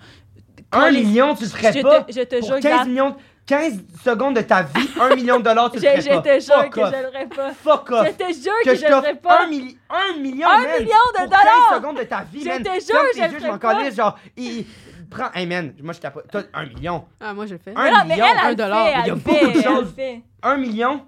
B: 1
A: Colin,
B: million, tu le ferais
A: je
B: pas.
A: Te, je te jure
B: Pour
A: que la-
B: 15 millions, 15 secondes de ta vie, 1 million de dollars, tu
A: je,
B: le ferais
A: je
B: pas.
A: te jure
B: Fuck
A: que
B: off.
A: je l'aurais pas.
B: Fuck
A: Je
B: off.
A: te jure que,
B: Que
A: je
B: je
A: l'aurais
B: t'offre
A: pas.
B: 1 million, 1 million,
A: Un
B: man,
A: million de
B: pour
A: dollars.
B: 15 secondes de ta vie,
A: Je
B: man.
A: te
B: Ferme
A: jure,
B: tes
A: je le
B: yeux, je
A: ferais
B: m'en
A: pas.
B: calisse, genre, il... Prends, hey man, moi je capote. T'as 1 million.
C: Ah, moi, je le fais.
A: Mais
B: Un
A: non, mais
B: million.
A: elle, elle,
C: un
A: le
C: dollar.
A: fait,
B: Il y a
A: elle
B: beaucoup de
A: fait, elle
B: choses.
A: fait.
B: 1 million.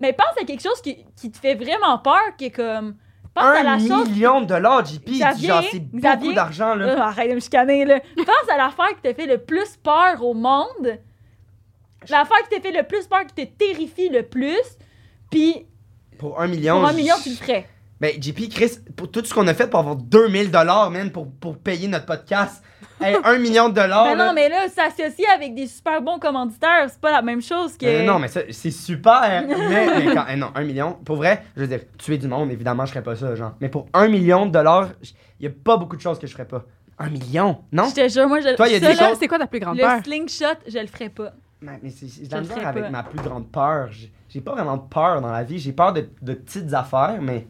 A: Mais pense à quelque chose qui, qui te fait vraiment peur, qui est comme. Pense à la
B: 1
A: chose.
B: million de dollars, JP.
A: Xavier,
B: Genre, c'est
A: Xavier.
B: beaucoup d'argent, là.
A: Ah, arrête de me chicaner, là. Pense à l'affaire qui te fait le plus peur au monde. L'affaire qui te fait le plus peur, qui te terrifie le plus. Puis,
B: Pour 1 million.
A: pour un million,
B: je-
A: tu le ferais.
B: Ben, JP, Chris, pour tout ce qu'on a fait pour avoir 2000 dollars, man, pour, pour payer notre podcast. Hey, 1 million de dollars.
A: Ben
B: Ah, là.
A: non, mais là, s'associer avec des super bons commanditaires, c'est pas la même chose que.
B: Euh, non, mais ça, c'est super. hein. mais, mais quand, eh non, 1 million. Pour vrai, je veux dire, tuer du monde, évidemment, je ferais pas ça, genre. Mais pour 1 million de dollars, il y a pas beaucoup de choses que je ferais pas. 1 million, non?
A: Je te jure, moi, je
B: Toi, il y a
A: ça,
B: des
A: là,
B: choses-
C: C'est quoi ta plus grande peur?
A: Le slingshot, je le ferais pas.
B: Mais, mais c'est, c'est de
A: Je
B: la
A: le
B: misère
A: ferais
B: avec
A: pas.
B: ma plus grande peur. J'ai, j'ai pas vraiment peur dans la vie. J'ai peur de, de petites affaires, mais.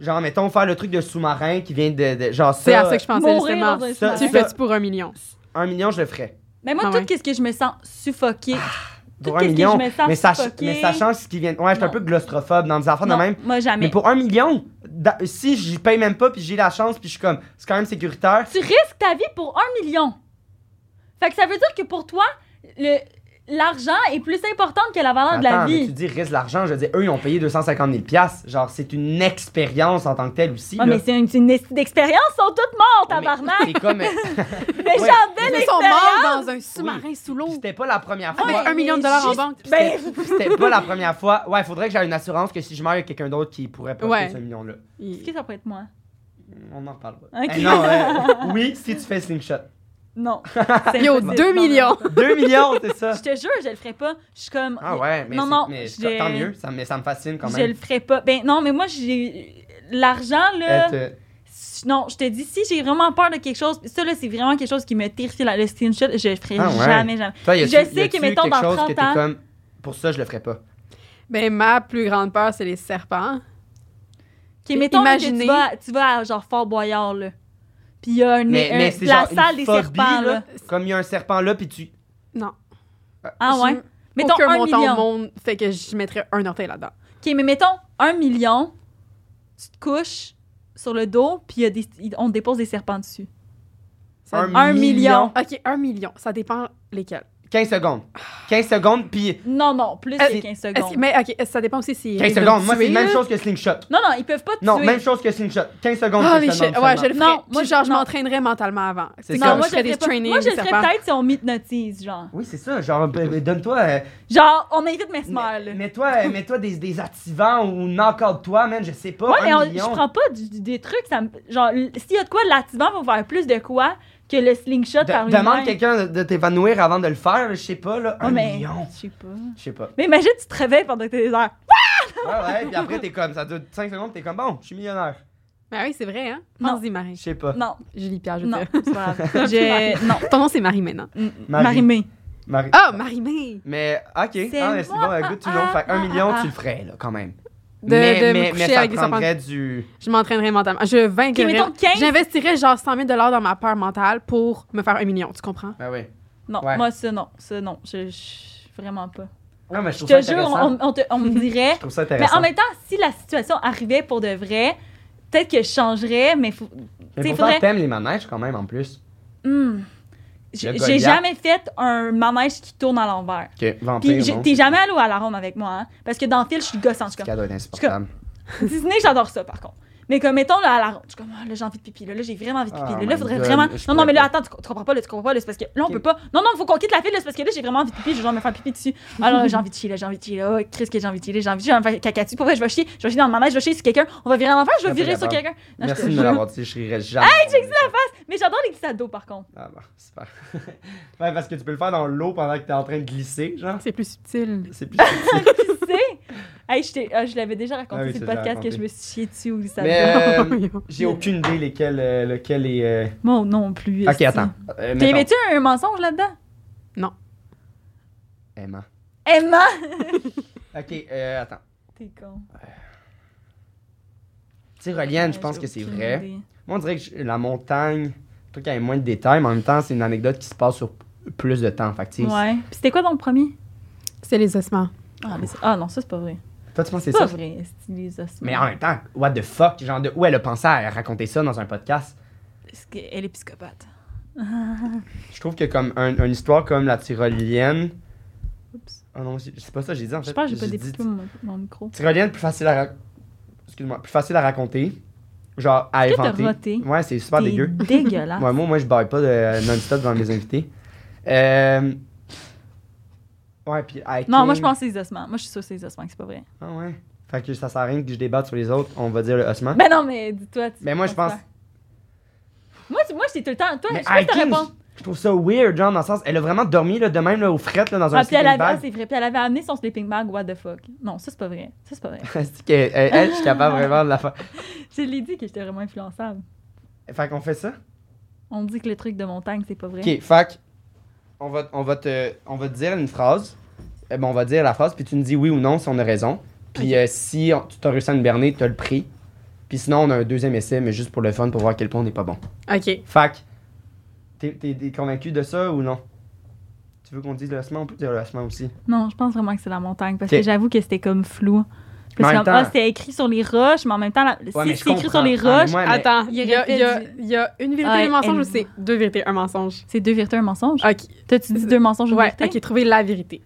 B: Genre, mettons, faire le truc de sous-marin qui vient de. de- genre, ça.
C: C'est à ça que je pensais,
A: Mourir
C: justement.
A: dans un
B: ça,
A: sous-marin.
C: Tu le fais-tu pour un million?
B: Un million, je le ferais.
A: Mais moi,
C: Ah
A: tout
C: ouais.
A: ce que je me sens suffoquée.
B: Pour
A: Tout
B: un
A: qu'est-ce que
B: million.
A: je me sens
B: mais, sach-
A: suffoquée.
B: mais sachant ce qui vient. Ouais, je suis un
A: Non.
B: peu claustrophobe dans des affaires
A: non,
B: Ah,
A: Ah,
B: de même.
A: Moi, jamais.
B: Mais pour un million, da- si j'y paye même pas, puis j'ai la chance, puis je suis comme, c'est quand même sécuritaire.
A: Tu risques ta vie pour un million. Fait que ça veut dire que pour toi, le. L'argent est plus important que la valeur de la
B: Attends, mais
A: vie.
B: tu dis risque l'argent, je dis eux ils ont payé 250 000 piastres. genre c'est une expérience en tant que telle aussi.
A: Ouais,
B: là.
A: Ah, mais c'est une, c'est une esti d'expérience, ils sont toutes mortes,
B: Ouais, mais
A: tabarnak.
B: C'est comme
A: Mais
B: ouais.
A: j'en ai
C: Ils sont
A: l'expérience.
C: morts dans un sous-marin
B: Puis
C: sous l'eau.
B: c'était pas la première fois.
C: Avec
A: Ouais,
C: un million
A: mais
C: de dollars en
A: juste-
C: banque.
A: Ben,
B: C'était pas la première fois. Ouais, faudrait que j'aie une assurance que si je meurs, il y a quelqu'un d'autre qui pourrait profiter
C: Ouais.
B: de ce million là.
A: est-ce que ça pourrait être moi?
B: On en parle pas.
A: Ok.
B: Eh non, euh, oui, si tu fais slingshot.
A: Non.
C: Yo, 2 millions.
B: 2 millions, c'est ça.
A: Je te jure, je le ferais pas. Je suis comme.
B: Ah ouais, mais,
A: Non,
B: c'est-
A: non,
B: mais
A: je-
B: tant mieux, ça, mais ça me fascine quand
A: je
B: même.
A: le ferais pas. Ben non, mais moi, j'ai. L'argent, là.
B: Être, euh,
A: s- Non, je te dis, si j'ai vraiment peur de quelque chose, ça, là, c'est vraiment quelque chose qui me terrifie. là, Le slingshot, je le ferais
B: Ah ouais.
A: jamais, jamais.
B: Toi, y a-tu-
A: Je sais
B: y a-tu
A: que, mettons,
B: quelque
A: dans
B: chose
A: 30
B: que t'es
A: ans-
B: comme, pour ça, je le ferais pas.
C: Ben, ma plus grande peur, c'est les serpents.
A: Ok, mettons là, que tu
C: Imaginez-
A: vas, tu vas à genre Fort Boyard, là. Puis il y a un, un- euh, la
B: une
A: salle des
B: phobie,
A: serpents, là.
B: Comme il y a un serpent là, puis tu.
C: Non.
A: Ah
C: Je-
A: ouais? Mettons
C: aucun
A: un
C: montant
A: million.
C: au monde fait que je mettrais un orteil là-dedans.
A: OK, mais mettons un million, tu te couches sur le dos, puis il y a des- on dépose des serpents dessus.
C: Ça-
B: Un
A: Un
B: million.
A: million.
C: OK, un million. Ça dépend lesquels.
B: 15 secondes. 15 secondes, puis.
A: Non, non,
B: Eh,
A: plus
C: Est-ce-
A: de 15
C: Est-ce
A: secondes.
C: que- Mais OK, ça dépend aussi si...
B: 15
C: ils veulent
B: secondes. Moi,
C: tuer,
B: c'est la même
C: là.
B: chose que Slingshot.
A: Non, non, ils peuvent pas te
B: Non,
A: tuer.
B: même chose que Slingshot. 15 secondes.
C: Ah, les
B: c'est
C: shit.
B: seulement,
C: Ouais, je
B: seulement.
C: le ferais.
A: Non, moi,
C: Puis genre, je
A: non.
C: m'entraînerais mentalement avant.
B: C'est
C: C'est
B: ça.
C: comme
A: moi,
C: je ferais
A: le
C: des
A: ferais pas.
C: trainings,
A: Moi, je
C: des
A: le ferais
C: serpents.
A: peut-être si on m'hypnotise, genre.
B: Oui, c'est ça. Genre, euh, donne-toi. euh,
A: Genre, on invite Mesmer, là.
B: mets- Mets-toi euh, mets-toi des, des activants ou encore toi, man, je sais pas.
A: Ouais,
B: un
A: mais on- je
B: million.
A: prends pas du- du- des trucs. Ça me- genre, l- s'il y a de quoi, l'activant va faire plus de quoi que le slingshot
B: De-
A: par lui-même.
B: demande quelqu'un de, de t'évanouir avant de le faire, je sais pas, là.
A: Ouais,
B: Un
A: mais-
B: million.
A: Je sais pas.
B: Je sais pas.
A: Mais imagine, tu te réveilles pendant que t'es des heures.
B: Ouais, ouais, puis après, t'es comme, ça dure 5 secondes, t'es comme, bon, je suis millionnaire.
C: Ben oui, c'est vrai, hein?
A: Non.
C: Pense-y, Marie.
B: Je sais pas.
A: Non,
C: Julie Pierre, je
A: non,
C: veux dire.
A: c'est pas grave. J'ai- Non. mm,
C: Ton nom, c'est Marie maintenant.
B: Marie.
A: Marie-Mé.
B: Marie-
C: Ah, Marie-Mé!
B: Mais, ok,
A: C'est
B: ah, mais c'est
A: moi,
B: bon, good to
A: ah,
B: know.
A: ah,
B: fait que un
A: ah,
B: million,
A: ah,
B: tu le ferais, là, quand même.
C: De-
B: mais,
C: de
B: mais,
C: me
B: mais
C: coucher
B: ça
C: avec des
B: prendrait du.
C: Je m'entraînerais mentalement. Je
A: Ok,
C: vaincrais.
A: mettons 15.
C: J'investirais genre 100 000 dans ma peur mentale pour me faire un million, tu comprends?
B: Ah oui.
A: Non,
B: Ouais.
A: moi, ça, non. Ça, non. Je, je- vraiment pas.
B: Non, Ah, mais je
A: Je
B: trouve ça
A: te jure,
B: intéressant.
A: on, on te- on me dirait.
B: Je trouve ça
A: mais
B: intéressant.
A: en même temps, si la situation arrivait pour de vrai, peut-être que je changerais, mais faut,
B: Mais
A: t'sais,
B: pourtant,
A: faudrait-
B: t'aimes les manèges quand même en plus.
A: Hmm. J'ai
B: Le
A: j'ai
B: Goliath.
A: jamais fait un manège qui tourne à l'envers.
B: Ok,
A: Puis
B: vampire.
A: j'ai-
B: non?
A: t'es jamais allé à la Rome avec moi, hein? Parce que dans le fil, je suis gossante. Je suis
B: Ce
A: comme,
B: cadeau est insupportable.
A: Disney, j'adore ça, par contre. Mais comme, mettons, là, à la Rome, je suis comme, Ah, là, j'ai envie de pipi, là, là, j'ai vraiment envie de pipi,
B: Oh
A: là, là,
B: my
A: faudrait
B: God,
A: vraiment.
B: je
A: Non, non, mais là,
B: pourrais
A: attends, tu co- tu comprends pas, là, tu comprends pas, là, c'est parce que là, on
B: Ok.
A: peut pas. Non, non, faut qu'on quitte la file, là, c'est parce que là, j'ai vraiment envie de pipi, je vais me faire pipi dessus. Alors, là, j'ai envie de chier, là, j'ai envie de chier, là, oh, Chris, que j'ai envie de chier, là, j'ai envie de chier, je vais me faire caca dessus. Pour vrai, je vais chier, je vais chier dans le manège, je vais chier sur quelqu'un, on va virer à l'envers, je vais
B: Je suis
A: virer sur
B: capable.
A: quelqu'un. Non, je
B: Merci
A: te
B: de me
A: jure.
B: l'avoir dit, je rirais jamais. Hey, j'ai la face!
A: Mais j'adore les petits ados, par contre.
B: Ah, bon, super. ouais, parce que tu peux le faire dans l'eau pendant que t'es en train de glisser, genre.
C: C'est plus subtil.
B: C'est plus subtil.
A: tu sais? Hey, je t'ai- ah, je l'avais déjà raconté,
B: Ah oui,
A: c'est le
B: tu l'as
A: podcast que
B: raconté.
A: je me suis chié dessus au glissade.
B: Mais euh,
C: Oui.
B: j'ai aucune idée lesquels, euh, lequel est. euh,
A: Moi non plus.
B: Ok,
A: esti.
B: attends. Euh,
A: Puis y
B: mettons.
A: avait-tu un mensonge là-dedans?
B: Emma.
A: Emma!
B: Ok, euh, attends.
A: T'es con.
B: Tyrolienne, je
A: Ouais,
B: pense
A: j'ai
B: que c'est
A: aucune
B: vrai.
A: idée.
B: Moi, on dirait que je- la montagne, le truc avec moins de détails, mais en même temps, c'est une anecdote qui se passe sur plus de temps. Fait que, tu sais,
A: Ouais. Puis c'était quoi dans le premier?
C: C'est les ossements.
A: Ah, mais c'est- ah non, ça c'est pas vrai.
B: Toi, tu penses que c'est
A: C'est pas
B: ça?
A: vrai, c'est les ossements.
B: Mais en même temps, what the fuck? Genre, de où elle a pensé à raconter ça dans un podcast?
A: Parce qu'elle est psychopathe.
B: Je trouve que comme un- une histoire comme la tyrolienne.
A: Oups.
B: Oh non, c'est c'est pas ça que j'ai dit en fait.
A: Je pense que j'ai pas
B: dit
A: découpé mon, mon micro.
B: Tyrolienne, plus facile à. rac- Excuse-moi, plus facile à raconter. Genre, à
A: Est-ce que t'as
B: inventer.
A: roté?
B: Ouais, c'est super
A: T'es
B: dégueu.
A: dégueulasse.
B: Ouais, moi, moi, je baille pas de non-stop devant mes invités. Euh... Ouais, puis hiking.
A: Non, moi je pense que c'est les ossements. Moi je suis sûre que c'est les ossements, que c'est pas vrai.
B: Ah ouais. Fait que ça sert à rien que je débatte sur les autres. On va dire le Haussmann.
A: Ben non, mais dis-toi. tu-
B: Hein? Mais moi, je pense.
A: Moi, tu- moi j'étais tout le temps. Toi,
B: Mais
A: je sais pas si
B: hiking,
A: réponds.
B: je trouve ça weird, genre, dans le sens. Elle a vraiment dormi, là, de même, là, au fret, là, dans un
A: Ah, puis elle
B: sleeping
A: avait, ah,
B: bag.
A: c'est vrai. Puis elle avait amené son sleeping bag, what the fuck. Non, ça c'est pas vrai. Ça c'est pas vrai.
B: C'est que, euh, elle, je suis capable vraiment de la faire.
A: je l'ai dit que j'étais vraiment influençable.
B: Fait qu'on fait ça?
A: On dit que le truc de montagne, c'est pas vrai.
B: Ok, fac. On va, on, va te, on va te dire une phrase. Eh ben, on va dire la phrase, puis tu nous dis oui ou non si on a raison. Puis euh, si on- tu t'as réussi à nous berner, t'as le prix. Puis sinon, on a un deuxième essai, mais juste pour le fun, pour voir à quel point on n'est pas bon.
C: OK.
B: Fac. T'es, t'es- t'es convaincu de ça ou non? Tu veux qu'on dise le lancement? On peut dire le lancement aussi.
A: Non, je pense vraiment que c'est la montagne parce
B: Ok.
A: que j'avoue que c'était comme flou.
B: Mais en
A: Parce que
B: même temps-
A: ah, c'était écrit sur les roches, mais en même temps, la-
B: Ouais, mais je
A: si c'est écrit
B: comprends.
A: sur les
B: Ah, mais
A: roches,
B: moi, mais-
C: Attends, il
A: Il
C: y, a-
A: aurait
C: il y a-
A: fait
C: il y a une vérité
A: Ouais,
C: et un mensonge
A: Ah, elle-
C: ou c'est deux vérités, un mensonge?
A: c'est deux vérités, un mensonge.
B: Ah.
C: OK.
A: T'as-tu dit deux mensonges, une
C: Ouais,
A: vérité?
C: OK, trouver la vérité.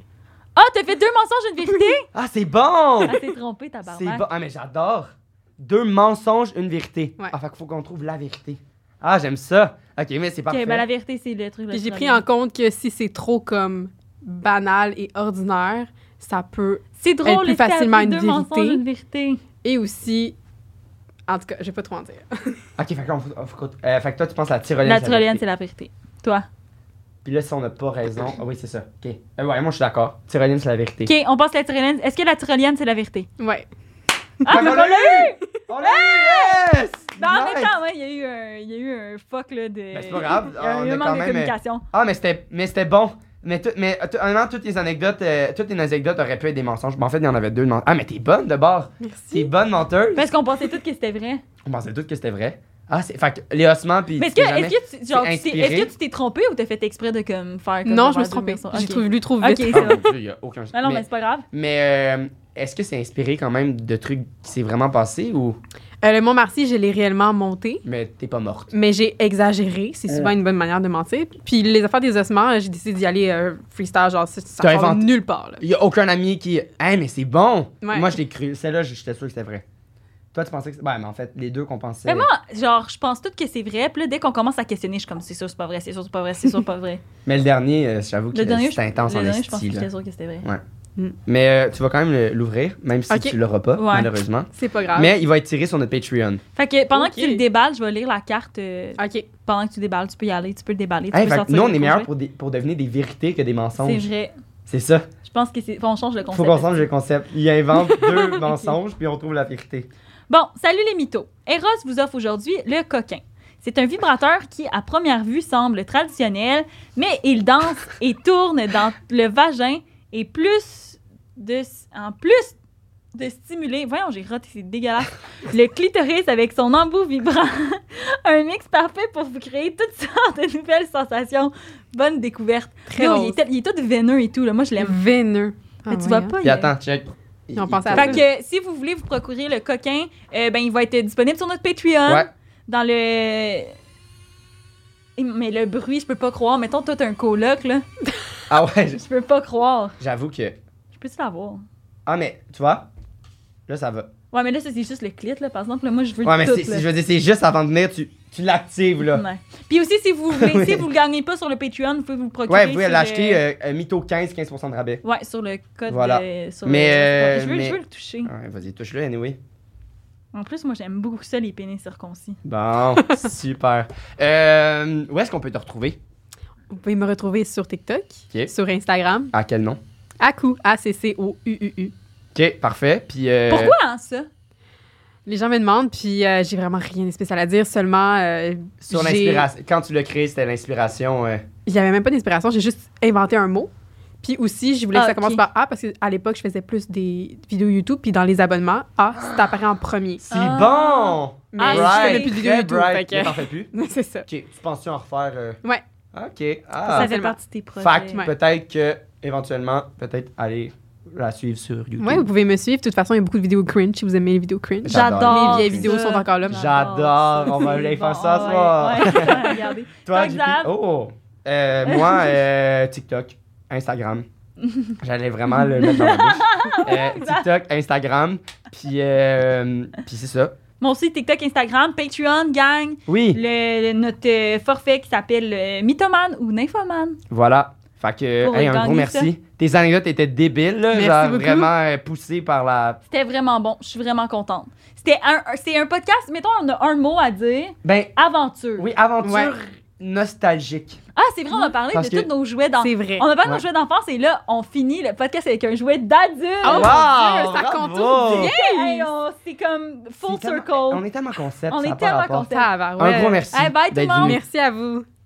A: Ah, t'as fait deux mensonges, une vérité?
B: Ah, c'est bon!
A: ah, t'es trompé, ta
B: c'est
A: barbe.
B: bon. Ah, mais j'adore! Deux mensonges, une vérité.
C: Ouais.
B: Ah, fait qu'il faut qu'on trouve la vérité. Ah, j'aime ça! Ok, mais c'est
A: Ok,
B: parfait.
A: ben la vérité, c'est le truc. le
C: Puis j'ai
A: premier.
C: pris en compte que si c'est trop comme banal et ordinaire, ça peut.
A: C'est drôle,
C: plus
A: est-ce qu'elle a
C: facilement
A: pris
C: une
A: deux
C: vérité.
A: mensonges, une vérité.
C: Et aussi. En tout cas, je vais pas trop en dire.
B: Ok, fait, qu'on- faut- faut- euh, fait que toi, tu penses à la tyrolienne.
A: La
B: c'est
A: tyrolienne,
B: vérité.
A: c'est la vérité. Toi.
B: Puis là, si on n'a pas raison. Ah oui, c'est ça. Ok. Euh, ouais, moi, je suis d'accord. Tyrolienne, c'est la vérité.
A: Ok, on passe la tyrolienne. Est-ce que la tyrolienne, c'est la vérité?
C: Ouais.
A: Ah,
B: Fait
A: mais
B: qu'on
A: on
B: l'a
A: l'a eu!
B: On l'a eu! Yes!
A: Ben, en
B: Nice!
A: même temps, ouais, il y, a eu un- il y a eu un fuck là, de.
B: Ben, c'est pas grave,
A: Il y a
B: on
A: eu
B: est
A: un
B: quand
A: manque de
B: même, euh,
A: communication.
B: Ah, mais c'était, mais c'était bon. Mais, tout, mais euh, tout- honnêtement, toutes les anecdotes, euh, toutes les anecdotes auraient pu être des mensonges. Mais en fait, il y en avait deux. de men- Ah, mais t'es bonne de bord. T'es
C: Merci.
B: bonne menteuse.
A: Parce qu'on pensait toutes que c'était vrai.
B: On pensait toutes que c'était vrai. Ah, c'est. Fait que les ossements, puis.
A: Mais
B: tu
A: est-ce que,
B: sais jamais-
A: est-ce que tu genre,
B: C'est
A: tu t'es-
B: inspiré.
A: est-ce que tu t'es trompé ou t'as fait exprès de comme faire comme
C: Non,
A: genre
C: je me suis
A: deux
C: trompée.
A: versions?
C: J'ai
A: Ok.
C: trouvé, lu trop
A: Ok,
C: vite.
A: c'est
B: Ah,
A: ça.
B: mon Dieu, y a aucun.
A: Ah non, mais,
B: mais
A: c'est pas grave.
B: mais, euh, est-ce que c'est inspiré quand même de trucs qui s'est vraiment passé ou.
C: Euh, le Montmarcy, je l'ai réellement monté,
B: Mais t'es pas morte.
C: mais j'ai exagéré. C'est
B: Euh.
C: souvent une bonne manière de mentir. Puis les affaires des ossements, euh, j'ai décidé d'y aller euh, freestyle, genre ça, ça
B: T'as
C: sort de
B: inventé.
C: nulle part. là.
B: Il y a aucun ami qui. Hey, mais c'est bon!
C: Ouais.
B: Moi, je l'ai cru. Celle-là, j'étais sûr que c'était vrai. Toi, tu pensais que. c'est- Ouais, mais en fait, les deux qu'on pensait.
A: Mais moi, genre, je pense tout que c'est vrai. Puis là, dès qu'on commence à questionner, je suis comme, c'est sûr, c'est pas vrai, c'est sûr, c'est pas vrai, c'est sûr, c'est pas vrai.
B: Mais le dernier, euh, j'avoue que
A: Le dernier,
B: c'était
A: je-
B: intense
A: le
B: en
A: dernier, je pense que
B: esti, là.
A: j'étais sûre que c'était vrai.
B: Mais euh, tu vas quand même le- l'ouvrir, même si
C: Ok.
B: tu l'auras pas,
A: Ouais.
B: malheureusement.
C: C'est pas grave.
B: Mais il va être tiré sur notre Patreon.
A: Fait que pendant
C: Ok.
A: que tu le déballes, je vais lire la carte. euh,
C: OK.
A: pendant que tu déballes, tu peux y aller, tu peux le déballer. tu
B: Hey,
A: peux
B: fait que
A: sortir
B: nous,
A: le
B: on est meilleurs
A: conjoint.
B: pour, des- pour devenir des vérités que des
A: C'est
B: mensonges.
A: vrai.
B: C'est ça.
A: Je pense que c'est. faut On change le
B: Faut
A: concept.
B: qu'on change le concept. Il invente deux mensonges, puis on trouve la vérité.
A: Bon, salut les mythos. Eros vous offre aujourd'hui le coquin. C'est un vibrateur qui, à première vue, semble traditionnel, mais il danse et tourne dans le vagin et plus de, en plus de stimuler, voyons, j'ai raté, c'est dégueulasse, le clitoris avec son embout vibrant. un mix parfait pour vous créer toutes sortes de nouvelles sensations. Bonne découverte.
C: Très
A: Yo,
C: rose. Mm.
A: il, est, tel- il est tout veineux et tout, là. moi je l'aime.
C: Véneux.
A: mais tu
C: Ah,
A: vois pas,
B: Puis
C: hein.
A: il-
B: attends, check.
C: Ils ont pensé à
A: Fait que euh, si vous voulez vous procurer le coquin, euh, ben il va être disponible sur notre Patreon.
B: Ouais.
A: Dans le. Eh, Mais le bruit, je peux pas croire. Mettons, toi, t'as un coloc, là.
B: Ah ouais, j-
A: Je peux pas croire.
B: j'avoue que.
A: Je peux-tu l'avoir?
B: Ah, mais tu vois, là, ça va.
A: Ouais, mais là, ça, c'est juste le clit, là. Par exemple, là, moi, je veux
B: Ouais, mais
A: tout,
B: c'est-
A: là.
B: c'est- je veux dire, c'est juste avant de venir, tu, tu l'actives, là.
A: Ouais. Puis aussi, si vous voulez,
B: Oui.
A: si vous le gagnez pas sur le Patreon, vous pouvez vous le procurer.
B: Ouais, vous pouvez
A: sur
B: l'acheter
A: le-
B: euh, euh, Mytho 15, 15% de rabais.
A: Ouais, sur le code.
B: Voilà.
A: de- sur
B: Mais,
A: le-
B: euh,
A: je, veux,
B: mais-
A: je veux le toucher.
B: Ouais, vas-y, touche-le, anyway.
A: En plus, moi, j'aime beaucoup ça, les pénis circoncis.
B: Bon, super. Euh, où est-ce qu'on peut te retrouver?
C: hein. Vous pouvez me retrouver sur TikTok,
B: Ok.
C: sur Instagram,
B: À quel nom?
C: Aku, A-C-C-O-U-U-U.
B: Ok, parfait. Puis. euh,
A: Pourquoi, hein, ça?
C: Les gens me demandent, puis euh, j'ai vraiment rien de spécial à dire, seulement. euh,
B: Sur
C: j'ai- Ah.
B: l'inspiration. Quand tu l'as créé, c'était l'inspiration. euh,
C: J'avais même pas d'inspiration, j'ai juste inventé un mot. Puis aussi, je voulais
A: Ah,
C: que ça commence
A: ok.
C: par A parce qu'à l'époque, je faisais plus des vidéos YouTube, puis dans les abonnements, A, ça apparaît en premier.
B: C'est
A: Ah.
B: bon!
C: Mais
A: Ah,
C: je
A: right,
C: fais plus de vidéos
B: très
C: YouTube, fait
B: bright.
C: que-
B: Mais t'en fais plus?
C: C'est ça.
B: Ok, tu penses-tu en refaire? euh?
C: Ouais.
B: Ok.
A: ça
B: Ah.
A: fait
C: tellement.
A: partie de tes projets.
B: Fact,
C: Ouais.
B: peut-être que, éventuellement, peut-être aller la suivre sur YouTube.
C: Ouais, vous pouvez me suivre. De toute façon, il y a beaucoup de vidéos cringe si vous aimez les vidéos cringe.
B: J'adore
A: J'adore.
C: Les vieilles vidéos
A: ça.
C: sont encore là.
B: J'adore. On va aller faire ça ce soir.
A: Ouais, ouais, regardez.
B: Toi,
A: Toi,
B: JP?
A: Xav?
B: Oh! Euh, moi, euh, TikTok, Instagram. J'allais vraiment le mettre dans ma bouche.
A: Bah.
B: Euh, TikTok, Instagram, puis, euh, puis c'est ça.
A: Mon site TikTok, Instagram, Patreon, gang.
B: Oui,
A: Le, le- notre euh, forfait qui s'appelle euh, Mythoman ou Nymphoman.
B: voilà. Fait que,
A: Pour
B: hey, un gros
A: gagner ça.
B: merci. Tes anecdotes étaient débiles, là,
C: Merci
B: genre
C: beaucoup.
B: vraiment euh, poussées par la.
A: C'était vraiment bon. Je suis vraiment contente. C'était un, un- c'est un podcast. Mettons, on a un mot à dire.
B: Ben,
A: Aventure.
B: oui, aventure
C: Ouais.
B: nostalgique.
A: Ah, c'est vrai, on a parlé
B: Parce
A: de
B: que-
A: tous nos jouets d'enfance.
C: Mm-hmm. C'est vrai.
A: On a parlé de
B: Ouais.
A: nos jouets d'enfance et là, on finit le podcast avec un jouet d'adulte.
C: Oh
B: Wow,
C: mon Dieu, ça
B: bravo.
C: contourne bien.
A: Hey, on- c'est comme full
B: C'est tellement-
A: circle.
B: On est tellement concept.
A: On
B: ça
A: est
B: a pas
A: tellement
B: rapport.
A: concept.
C: Ça va,
B: Un
C: Ah, bah, ouais.
B: gros merci
A: Hey, bye tout le
B: d'être
A: monde.
B: venu.
C: Merci à vous.